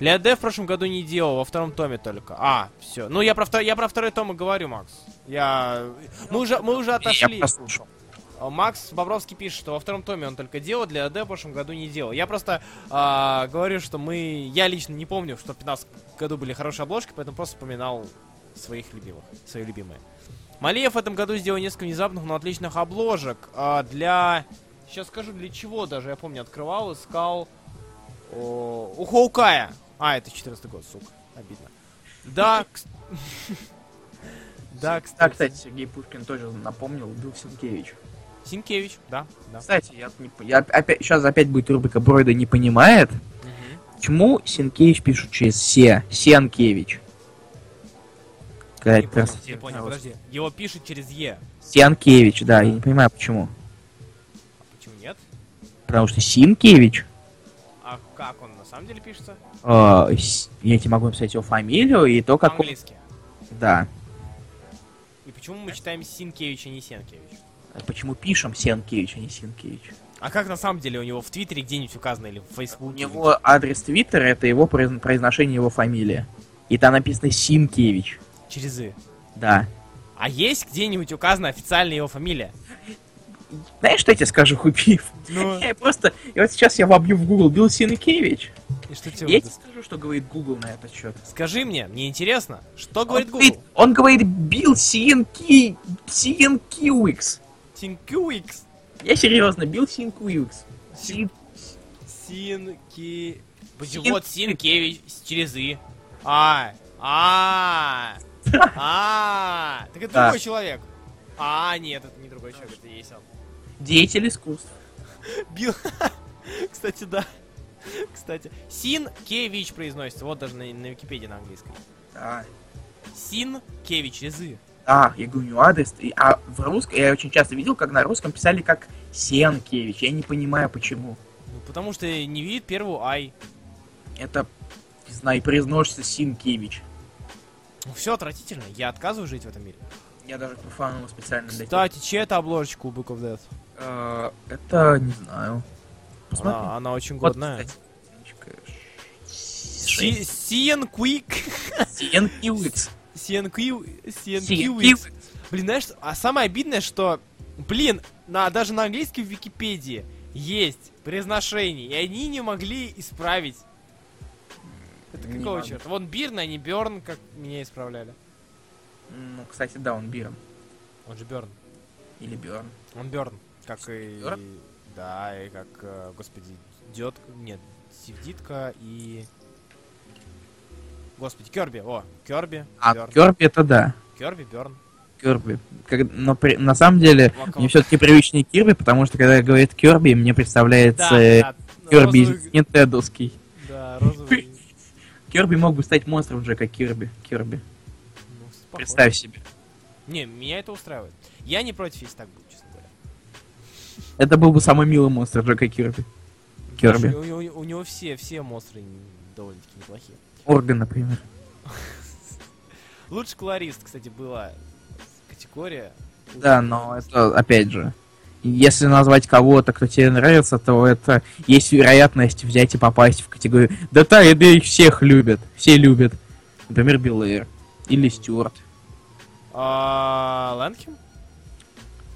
Speaker 1: Для ДД в прошлом году не делал, во втором томе только. А, все. Ну, я про, втор- я про второй том и говорю, Макс. Я... Мы уже, мы уже
Speaker 2: Я
Speaker 1: отошли.
Speaker 2: прослушал.
Speaker 1: А, Макс Бобровский пишет, что во втором томе он только делал, для АД в прошлом году не делал. Я просто а, говорю, что мы... Я лично не помню, что в 15 году были хорошие обложки, поэтому просто вспоминал своих любимых, свои любимые. Малиев в этом году сделал несколько внезапных, но отличных обложек. А, для... Сейчас скажу, для чего даже, я помню, открывал, искал... о, у Хоукая. А, это 14 год, сука. Обидно. Да, кс- Да,
Speaker 2: Да,
Speaker 1: кстати.
Speaker 2: кстати, Сергей Пушкин тоже напомнил, убил Сенкевич.
Speaker 1: Синкевич, да, да.
Speaker 2: Кстати, я, не по- я опять, сейчас опять будет рубрика Бройда не понимает. Почему Сенкевич пишут через Се? Сенкевич.
Speaker 1: Я
Speaker 2: Какая
Speaker 1: не понял,
Speaker 2: красота.
Speaker 1: не понял, Типа, подожди. Его пишет через Е.
Speaker 2: Сенкевич, да, я не понимаю почему.
Speaker 1: Почему нет?
Speaker 2: Потому что Синкевич,
Speaker 1: А как он на самом деле пишется?
Speaker 2: э, с- я тебе могу написать его фамилию и то, как он...
Speaker 1: По-английски.
Speaker 2: Да.
Speaker 1: И почему мы читаем Синкевич, а не Сенкевич?
Speaker 2: А Почему пишем Сенкевич, а не Синкевич?
Speaker 1: А как на самом деле у него в Твиттере где-нибудь указано или в
Speaker 2: У
Speaker 1: Фейсбуке?
Speaker 2: него адрес Твиттера, это его произн- произношение его фамилии. И там написано Синкевич.
Speaker 1: или Через И.
Speaker 2: Да.
Speaker 1: А есть где-нибудь указана официальная его фамилия?
Speaker 2: Знаешь, что я тебе скажу, Хубив?
Speaker 1: Ну,
Speaker 2: Я просто... И вот сейчас я вобью в Google Билл Синкевич.
Speaker 1: и что тебе
Speaker 2: Я
Speaker 1: выдаст?
Speaker 2: тебе скажу, что говорит Google на этот счет.
Speaker 1: Скажи мне, мне интересно, что
Speaker 2: Он
Speaker 1: говорит Google?
Speaker 2: Он говорит Билл Синки... Синкиуикс.
Speaker 1: Синкюикс.
Speaker 2: Я серьезно, Билл Синкиуикс. Син...
Speaker 1: Синки...
Speaker 2: Син-
Speaker 1: Вот Синкевич с- через И. А, а, а, так это
Speaker 2: Да.
Speaker 1: другой человек. А, нет, это не другой человек, это есть он.
Speaker 2: Деятель искусств.
Speaker 1: Бил. Кстати, да. Кстати, Синкевич произносится, вот даже на, на Википедии на английском.
Speaker 2: А,
Speaker 1: Синкевич, через И.
Speaker 2: а, я говорю, у него адрес. И- А в русском, я очень часто видел, как на русском писали как Сенкевич. Я не понимаю, почему.
Speaker 1: Ну, потому что не видит первую Ай.
Speaker 2: это, не знаю, призношься Синкевич.
Speaker 1: Ну, все отвратительно, я отказываюсь жить в этом мире.
Speaker 2: Я даже профанул специально для тебя.
Speaker 1: Кстати, чья это обложечка у Book of Death?
Speaker 2: Э, Это, не знаю. Посмотри.
Speaker 1: Она, она очень
Speaker 2: Вот,
Speaker 1: А, годная.
Speaker 2: кстати, книжка.
Speaker 1: Си- Сиен Куик.
Speaker 2: Сиен Кьюикс.
Speaker 1: Сиен Кью- Сиен
Speaker 2: Сиен
Speaker 1: Кьюикс.
Speaker 2: Кьюикс.
Speaker 1: Блин, знаешь, а самое обидное, что, блин, на, даже на английском в Википедии есть произношение, и они не могли исправить. Это
Speaker 2: Не
Speaker 1: какого
Speaker 2: могу.
Speaker 1: черта? Вон Бирн, а не Берн, как меня исправляли.
Speaker 2: Ну, кстати, да, он Бирн.
Speaker 1: Он же Берн.
Speaker 2: Или Бёрн.
Speaker 1: Он Берн. Как и...
Speaker 2: Бёрн?
Speaker 1: Да, и как, э, господи, Дет... Нет, Севдитка и... Господи, Керби, о, Керби,
Speaker 2: А,
Speaker 1: Бёрн.
Speaker 2: Кёрби это да.
Speaker 1: Керби, Берн.
Speaker 2: Кёрби. Как- но при- на самом деле,
Speaker 1: Вокруг.
Speaker 2: мне все-таки привычнее Кирби, потому что когда говорит Кёрби, мне представляется э,
Speaker 1: Да, да,
Speaker 2: Кёрби
Speaker 1: розовый-
Speaker 2: нинтендовский.
Speaker 1: Да, розовый.
Speaker 2: Кирби мог бы стать монстром Джека Кирби. Кирби.
Speaker 1: Ну, похож.
Speaker 2: Представь себе.
Speaker 1: Не, меня это устраивает. Я не против, если так будет, честно говоря.
Speaker 2: Это был бы самый милый монстр Джека Кирби. Кирби.
Speaker 1: Знаешь, У, у- у него все, все монстры н- довольно-таки неплохие.
Speaker 2: Орган, например.
Speaker 1: Лучший колорист, кстати, была категория.
Speaker 2: Да, но это, опять же, если назвать кого-то, кто тебе нравится, то это есть вероятность взять и попасть в категорию. Да та, да их всех любят. Все любят. Например, Билэйр. Или Стюарт.
Speaker 1: А, Лэнхем?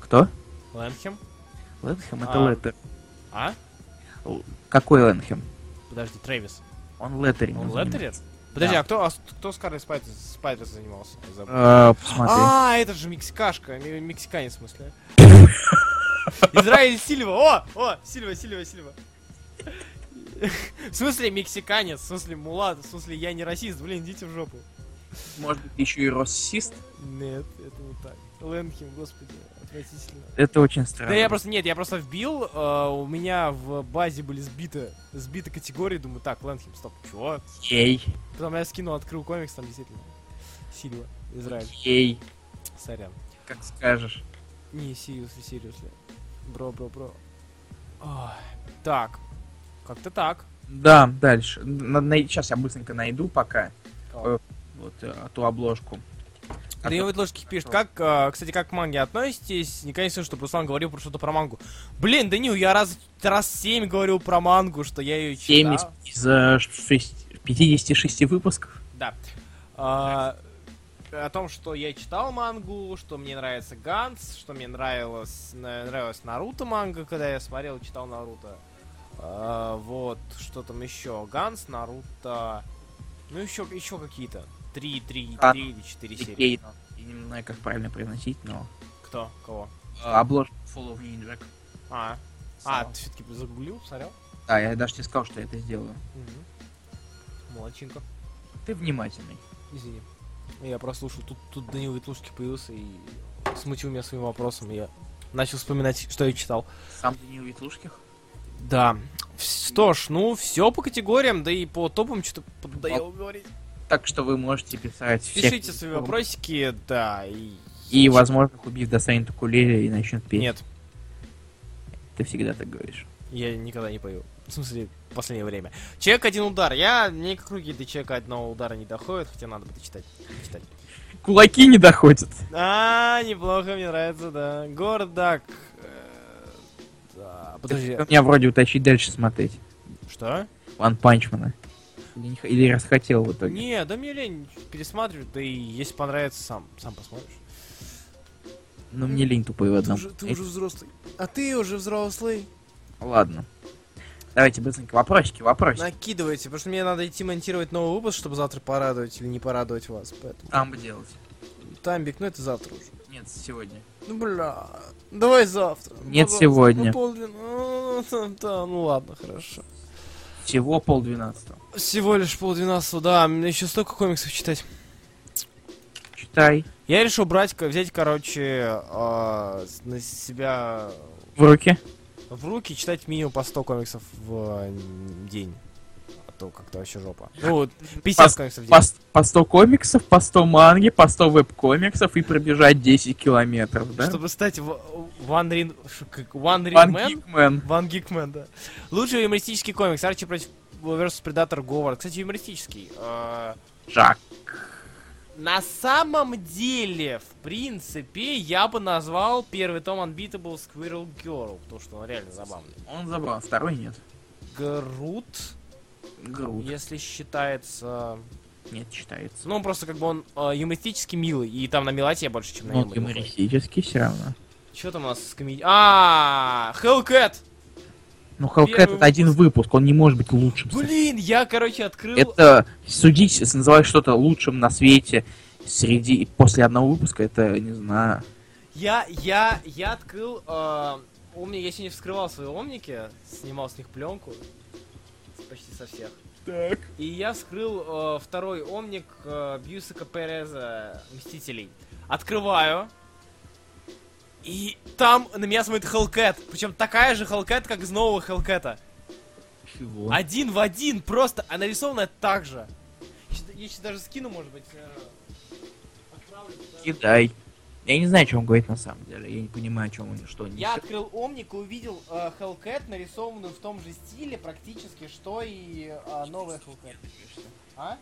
Speaker 2: Кто?
Speaker 1: Лэнхем?
Speaker 2: Лэнхэм
Speaker 1: А.
Speaker 2: это Леттер.
Speaker 1: А?
Speaker 2: Какой Лэнхэм?
Speaker 1: Подожди, Трэвис.
Speaker 2: Он Леттеринг.
Speaker 1: Он Леттерер? Подожди, а кто, а с- кто Скарлет Спайдер, Спайдер занимался? Я забыл.
Speaker 2: Посмотри.
Speaker 1: А, это же мексикашка, ми- мексиканец в смысле. Израиль Сильва, о, о, Сильва, Сильва, Сильва. В смысле мексиканец, в смысле мулат, в смысле я не расист, блин, идите в жопу.
Speaker 2: Может быть, еще и Россист?
Speaker 1: Нет, это не так. Лэнхем, господи, отвратительно.
Speaker 2: Это очень странно.
Speaker 1: Да я просто, нет, я просто вбил, э, у меня в базе были сбиты, сбиты категории, думаю, так, Лэнхем, стоп, чего?
Speaker 2: Ей.
Speaker 1: Потом я скинул, открыл комикс, там действительно Сильва, Израиль,
Speaker 2: Ей.
Speaker 1: сорян.
Speaker 2: Как скажешь.
Speaker 1: Не, seriously, seriously. Бро, бро, бро. Ой, Так. Как-то так.
Speaker 2: Да, дальше. Сейчас я быстренько найду пока.
Speaker 1: О.
Speaker 2: Э, Вот э, ту обложку. А то-
Speaker 1: Дэвид Ложких пишет, как, э, кстати, как к манге относитесь? Не конечно, чтобы Руслан говорил про что-то про мангу. Блин, Данил, я раз, раз семь говорил про мангу, что я ее
Speaker 2: Семь
Speaker 1: читал.
Speaker 2: из, из, э, шесть- 56 выпусков.
Speaker 1: Да. А, о том, что я читал мангу, что мне нравится Ганс, что мне нравилось, на- нравилась Наруто манга, когда я смотрел и читал Наруто. А, вот, что там еще? Ганс, Наруто. Ну, еще, еще какие-то. Три, три,
Speaker 2: А,
Speaker 1: три или четыре серии.
Speaker 2: Кейн. Я не знаю, как правильно произносить, но...
Speaker 1: Кто? Кого?
Speaker 2: Э, Обложка Fall of Ninja Jack.
Speaker 1: А, а ты все-таки загуглил, смотрел?
Speaker 2: Да, я даже тебе сказал, что я это сделаю.
Speaker 1: Мгм. Молодчинка.
Speaker 2: Ты внимательный.
Speaker 1: Извини. Я прослушал. Тут, тут Данил Ветлушки появился и смутил меня своим вопросом. Я начал вспоминать, что я читал.
Speaker 2: Сам Данил Ветлушких?
Speaker 1: Да. Что ж, ну, все по категориям, да и по топам что-то подоело говорить.
Speaker 2: Так что вы можете писать всех.
Speaker 1: Пишите свои вопросики, да, и...
Speaker 2: И, возможно, убив достанет укулеле и начнет петь.
Speaker 1: Нет,
Speaker 2: Ты всегда так говоришь.
Speaker 1: я никогда не пою. В смысле, в последнее время. Человек один удар. Я не как руки до человека одного удара не доходит, хотя надо бы дочитать. Читать.
Speaker 2: Кулаки не доходят.
Speaker 1: А, неплохо, мне нравится, да. Гордак. Э, Да, подожди.
Speaker 2: Меня вроде утащить дальше смотреть.
Speaker 1: Что?
Speaker 2: Ван Панчмана. Или, не х- или раз хотел в итоге.
Speaker 1: Не, да мне лень пересматривать, да и если понравится, сам, сам посмотришь.
Speaker 2: Но Ну, мне лень тупо его одному.
Speaker 1: взрослый. А ты уже взрослый.
Speaker 2: Ладно. Давайте быстренько. Вопросики, вопросики.
Speaker 1: Накидывайте, потому что мне надо идти монтировать новый выпуск, чтобы завтра порадовать или не порадовать вас. Поэтому.
Speaker 2: Там бы делать.
Speaker 1: Тамбик, ну это завтра уже.
Speaker 2: Нет, сегодня.
Speaker 1: Ну бля. Давай завтра.
Speaker 2: Нет, сегодня.
Speaker 1: Ну, полдня. Ну, там, да, ну ладно, хорошо.
Speaker 2: Всего полдвенадцатого.
Speaker 1: Всего лишь полдвенадцатого, да, мне еще столько комиксов читать.
Speaker 2: Читай.
Speaker 1: Я решил брать, ко- взять, короче, а, с- на себя
Speaker 2: В руки.
Speaker 1: в руки читать минимум по 100 комиксов в э, день. А то как-то вообще жопа. Ну, вот 50
Speaker 2: Пос-
Speaker 1: комиксов в день.
Speaker 2: По, с- по 100 комиксов, по 100 манги, по 100 веб-комиксов и пробежать 10 километров, да?
Speaker 1: Чтобы стать в- One Ring, ш- как- One Ring
Speaker 2: Ван
Speaker 1: Man?
Speaker 2: Гикмен.
Speaker 1: Ван Гикмен, да. Лучший юмористический комикс. Арчи против vs. Predator Говард. Кстати, юмористический. Э,
Speaker 2: Жак.
Speaker 1: На самом деле, в принципе, я бы назвал первый том Unbeatable Squirrel Girl, потому что он реально забавный.
Speaker 2: Он забрал, второй нет.
Speaker 1: Грут,
Speaker 2: Груд.
Speaker 1: если считается...
Speaker 2: Нет, считается.
Speaker 1: Ну, он просто как бы он э, юмористически милый, и там на милоте больше, чем на
Speaker 2: Ну, он
Speaker 1: юморе.
Speaker 2: юмористический все равно.
Speaker 1: Чё там у нас с комедией? А, Hellcat!
Speaker 2: Ну, Хелкэт
Speaker 1: Первый
Speaker 2: это один выпуск, он не может быть лучшим.
Speaker 1: Блин, я, короче, открыл...
Speaker 2: Это судить, с- называть что-то лучшим на свете среди после одного выпуска, это не знаю.
Speaker 1: Я, я, я открыл... э, умни- Я сегодня вскрывал свои омники, снимал с них пленку. Почти со всех.
Speaker 2: Так.
Speaker 1: И я вскрыл э, второй омник э, Бьюсика Переза Мстителей. Открываю. И там на меня смотрит Хелкэт. Причем такая же Хелкэт, как из нового Хелкэта.
Speaker 2: Чего?
Speaker 1: Один в один, просто. А нарисовано так же. Я щас- Я сейчас даже скину, может быть. э, отправлю, потому что-
Speaker 2: Кидай. Я не знаю, о чем он говорит на самом деле. Я не понимаю, о чем он что он
Speaker 1: Я
Speaker 2: несет.
Speaker 1: открыл омник и увидел э, Hellcat, нарисованную в том же стиле практически, что и э, новая Hellcat. А?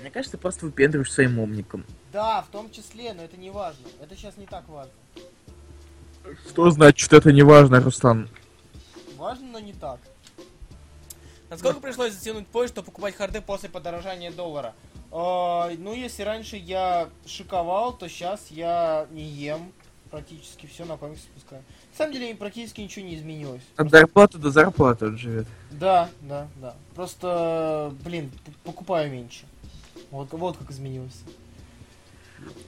Speaker 2: Мне кажется, ты просто выпендриваешь своим умником.
Speaker 1: Да, в том числе, но это не важно. Это сейчас не так важно.
Speaker 2: Что значит, это не важно, Руслан?
Speaker 1: Важно, но не так. Насколько пришлось затянуть поезд, чтобы покупать харды после подорожания доллара? А, ну, если раньше я шиковал, то сейчас я не ем. Практически все на память спускаю. На самом деле, практически ничего не изменилось.
Speaker 2: От зарплаты до зарплаты он живет.
Speaker 1: Да, да, да. Просто, блин, п- покупаю меньше. Вот, вот как изменилось.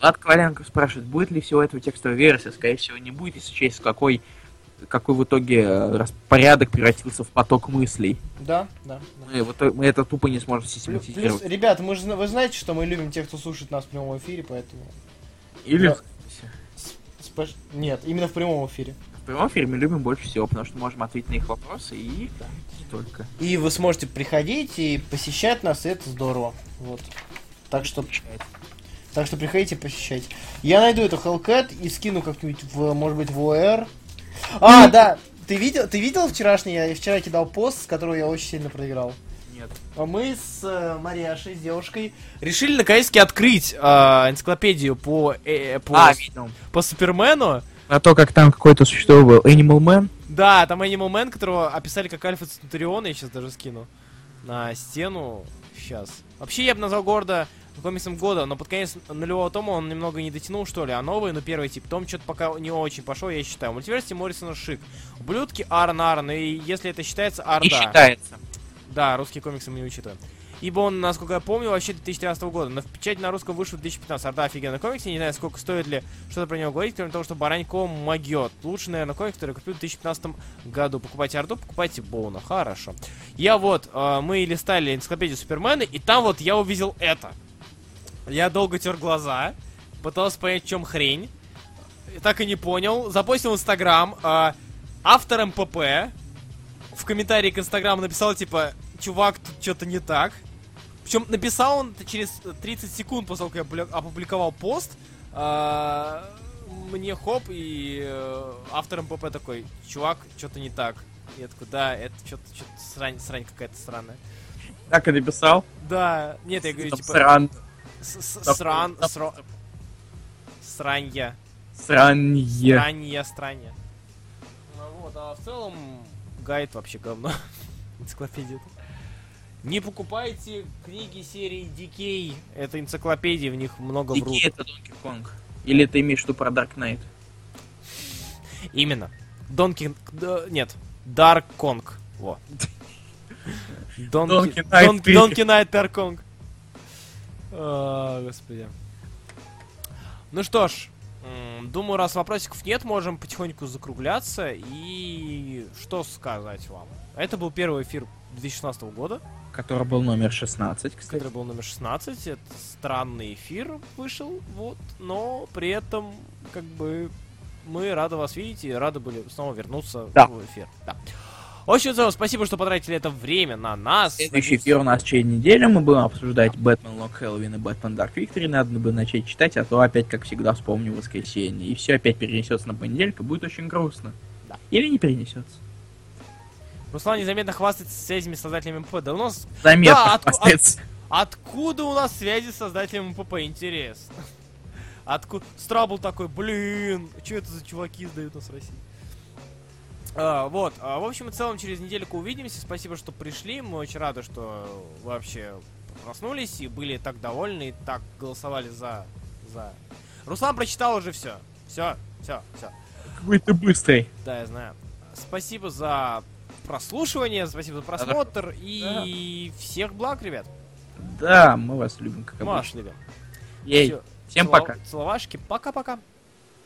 Speaker 2: Влад Коваленко спрашивает, будет ли всего этого текстовая версия? Скорее всего, не будет, если учесть, в какой, какой в итоге э, раз- порядок превратился в поток мыслей.
Speaker 1: Да, да. да.
Speaker 2: Мы, вот, э, мы это тупо не сможем
Speaker 1: Плю-
Speaker 2: систематизировать.
Speaker 1: Плюс, ребята, мы же, зна- вы знаете, что мы любим тех, кто слушает нас в прямом эфире, поэтому...
Speaker 2: Или
Speaker 1: Да. Спаш- Нет, именно в прямом эфире.
Speaker 2: в прямом эфире мы любим больше всего, потому что можем ответить на их вопросы и только.
Speaker 1: И вы сможете приходить и посещать нас, и это здорово. Вот. Так что, так что приходите, посещайте. Я найду эту Hellcat и скину как-нибудь, в, может быть, в ОР. А, да, ты видел, ты видел вчерашний? Я вчера кидал пост, с которого я очень сильно проиграл.
Speaker 2: Нет.
Speaker 1: А Мы с э, Мариашей, с девушкой, решили наконец-таки открыть а, энциклопедию по, э, по,
Speaker 2: А, видел.
Speaker 1: по Супермену.
Speaker 2: На то, как там какой-то существо был. Animal Man?
Speaker 1: Да, там Animal Man, которого описали как Альфа Центуриона, я сейчас даже скину на стену. Сейчас. Вообще, я бы назвал города комиксом года, но под конец нулевого тома он немного не дотянул, что ли, а новый, ну, первый тип, том что-то пока не очень пошел, я считаю. Мультиверсии Моррисона шик. Ублюдки Арн Арн, и если это считается, Арда.
Speaker 2: Не считается.
Speaker 1: Да, русские комиксы мы не учитываем. Ибо он, насколько я помню, вообще 2013 года, но в печать на русском вышел в 2015. Орда офигенный комикс, я не знаю, сколько стоит ли что-то про него говорить, кроме того, что Баранько могет. Лучше, наверное, комикс, который купил в 2015 году. Покупайте Орду, покупайте Боуна. Хорошо. Я вот, э, мы листали энциклопедию Супермена, и там вот я увидел это. Я долго тер глаза, пытался понять, в чем хрень. Э, Так и не понял. Запостил в Инстаграм. э, автор МПП в комментарии к Инстаграму написал, типа, чувак, тут что-то не так. Причем написал он это через 30 секунд после того, как я опублик- опубликовал пост. А, Мне хоп, и э, автор МПП такой, чувак, что-то не так. Я такой, да, это что-то срань, срань какая-то странная.
Speaker 2: Так и написал.
Speaker 1: Да, нет, я говорю,
Speaker 2: Там
Speaker 1: типа,
Speaker 2: Сран.
Speaker 1: с- с-
Speaker 2: Там-
Speaker 1: сран,
Speaker 2: там-
Speaker 1: сро... Сранья.
Speaker 2: Сранье.
Speaker 1: Странье, странье. Ну вот, а в целом гайд вообще говно. Энциклопедия. Не покупайте книги серии Дикей. Это энциклопедии, в них много врут.
Speaker 2: Дикий это Донки Конг. Или ты имеешь в виду про Dark Knight?
Speaker 1: Именно. Донки... д- Нет. Дарк Конг. Во. Донки...
Speaker 2: Donkey Knight
Speaker 1: Дон-
Speaker 2: три.
Speaker 1: Донки Найт Дарк Конг. А, Господи. Ну что ж, м, думаю, раз вопросиков нет, можем потихоньку закругляться. И что сказать вам? Это был первый эфир 2016 года,
Speaker 2: Который был номер 16, кстати.
Speaker 1: который был номер 16. Это странный эфир вышел, вот. Но при этом, как бы, мы рады вас видеть и рады были снова вернуться
Speaker 2: Да.
Speaker 1: в эфир. Да. В общем, в целом, спасибо, что потратили это время на нас.
Speaker 2: Следующий эфир у нас через неделю. Мы будем обсуждать Бэтмен Лок Хэллоуин и Бэтмен Дарк Виктори. Надо бы начать читать, а то опять, как всегда, вспомню воскресенье. И все опять перенесется на понедельник, и будет очень грустно.
Speaker 1: Да.
Speaker 2: Или не перенесется.
Speaker 1: Руслан незаметно хвастается связями с создателями МП. Да у нас...
Speaker 2: Заметно
Speaker 1: Да, а отку-
Speaker 2: хвастается.
Speaker 1: Откуда у нас связи с создателями МПП? Интересно. Откуда... Страбл такой, блин, что это за чуваки сдают нас в России? А, вот, а, в общем и целом через недельку увидимся. Спасибо, что пришли. Мы очень рады, что вы вообще проснулись и были так довольны, и так голосовали за... за... Руслан прочитал уже все. Все, все, все.
Speaker 2: Какой ты быстрый.
Speaker 1: Да, я знаю. Спасибо за прослушивание, спасибо за просмотр и всех благ, ребят.
Speaker 2: Да, мы вас любим, как обычно.
Speaker 1: Маш, ребят.
Speaker 2: Ей,
Speaker 1: Всё.
Speaker 2: всем
Speaker 1: Целова-
Speaker 2: пока.
Speaker 1: Целовашки. Пока-пока.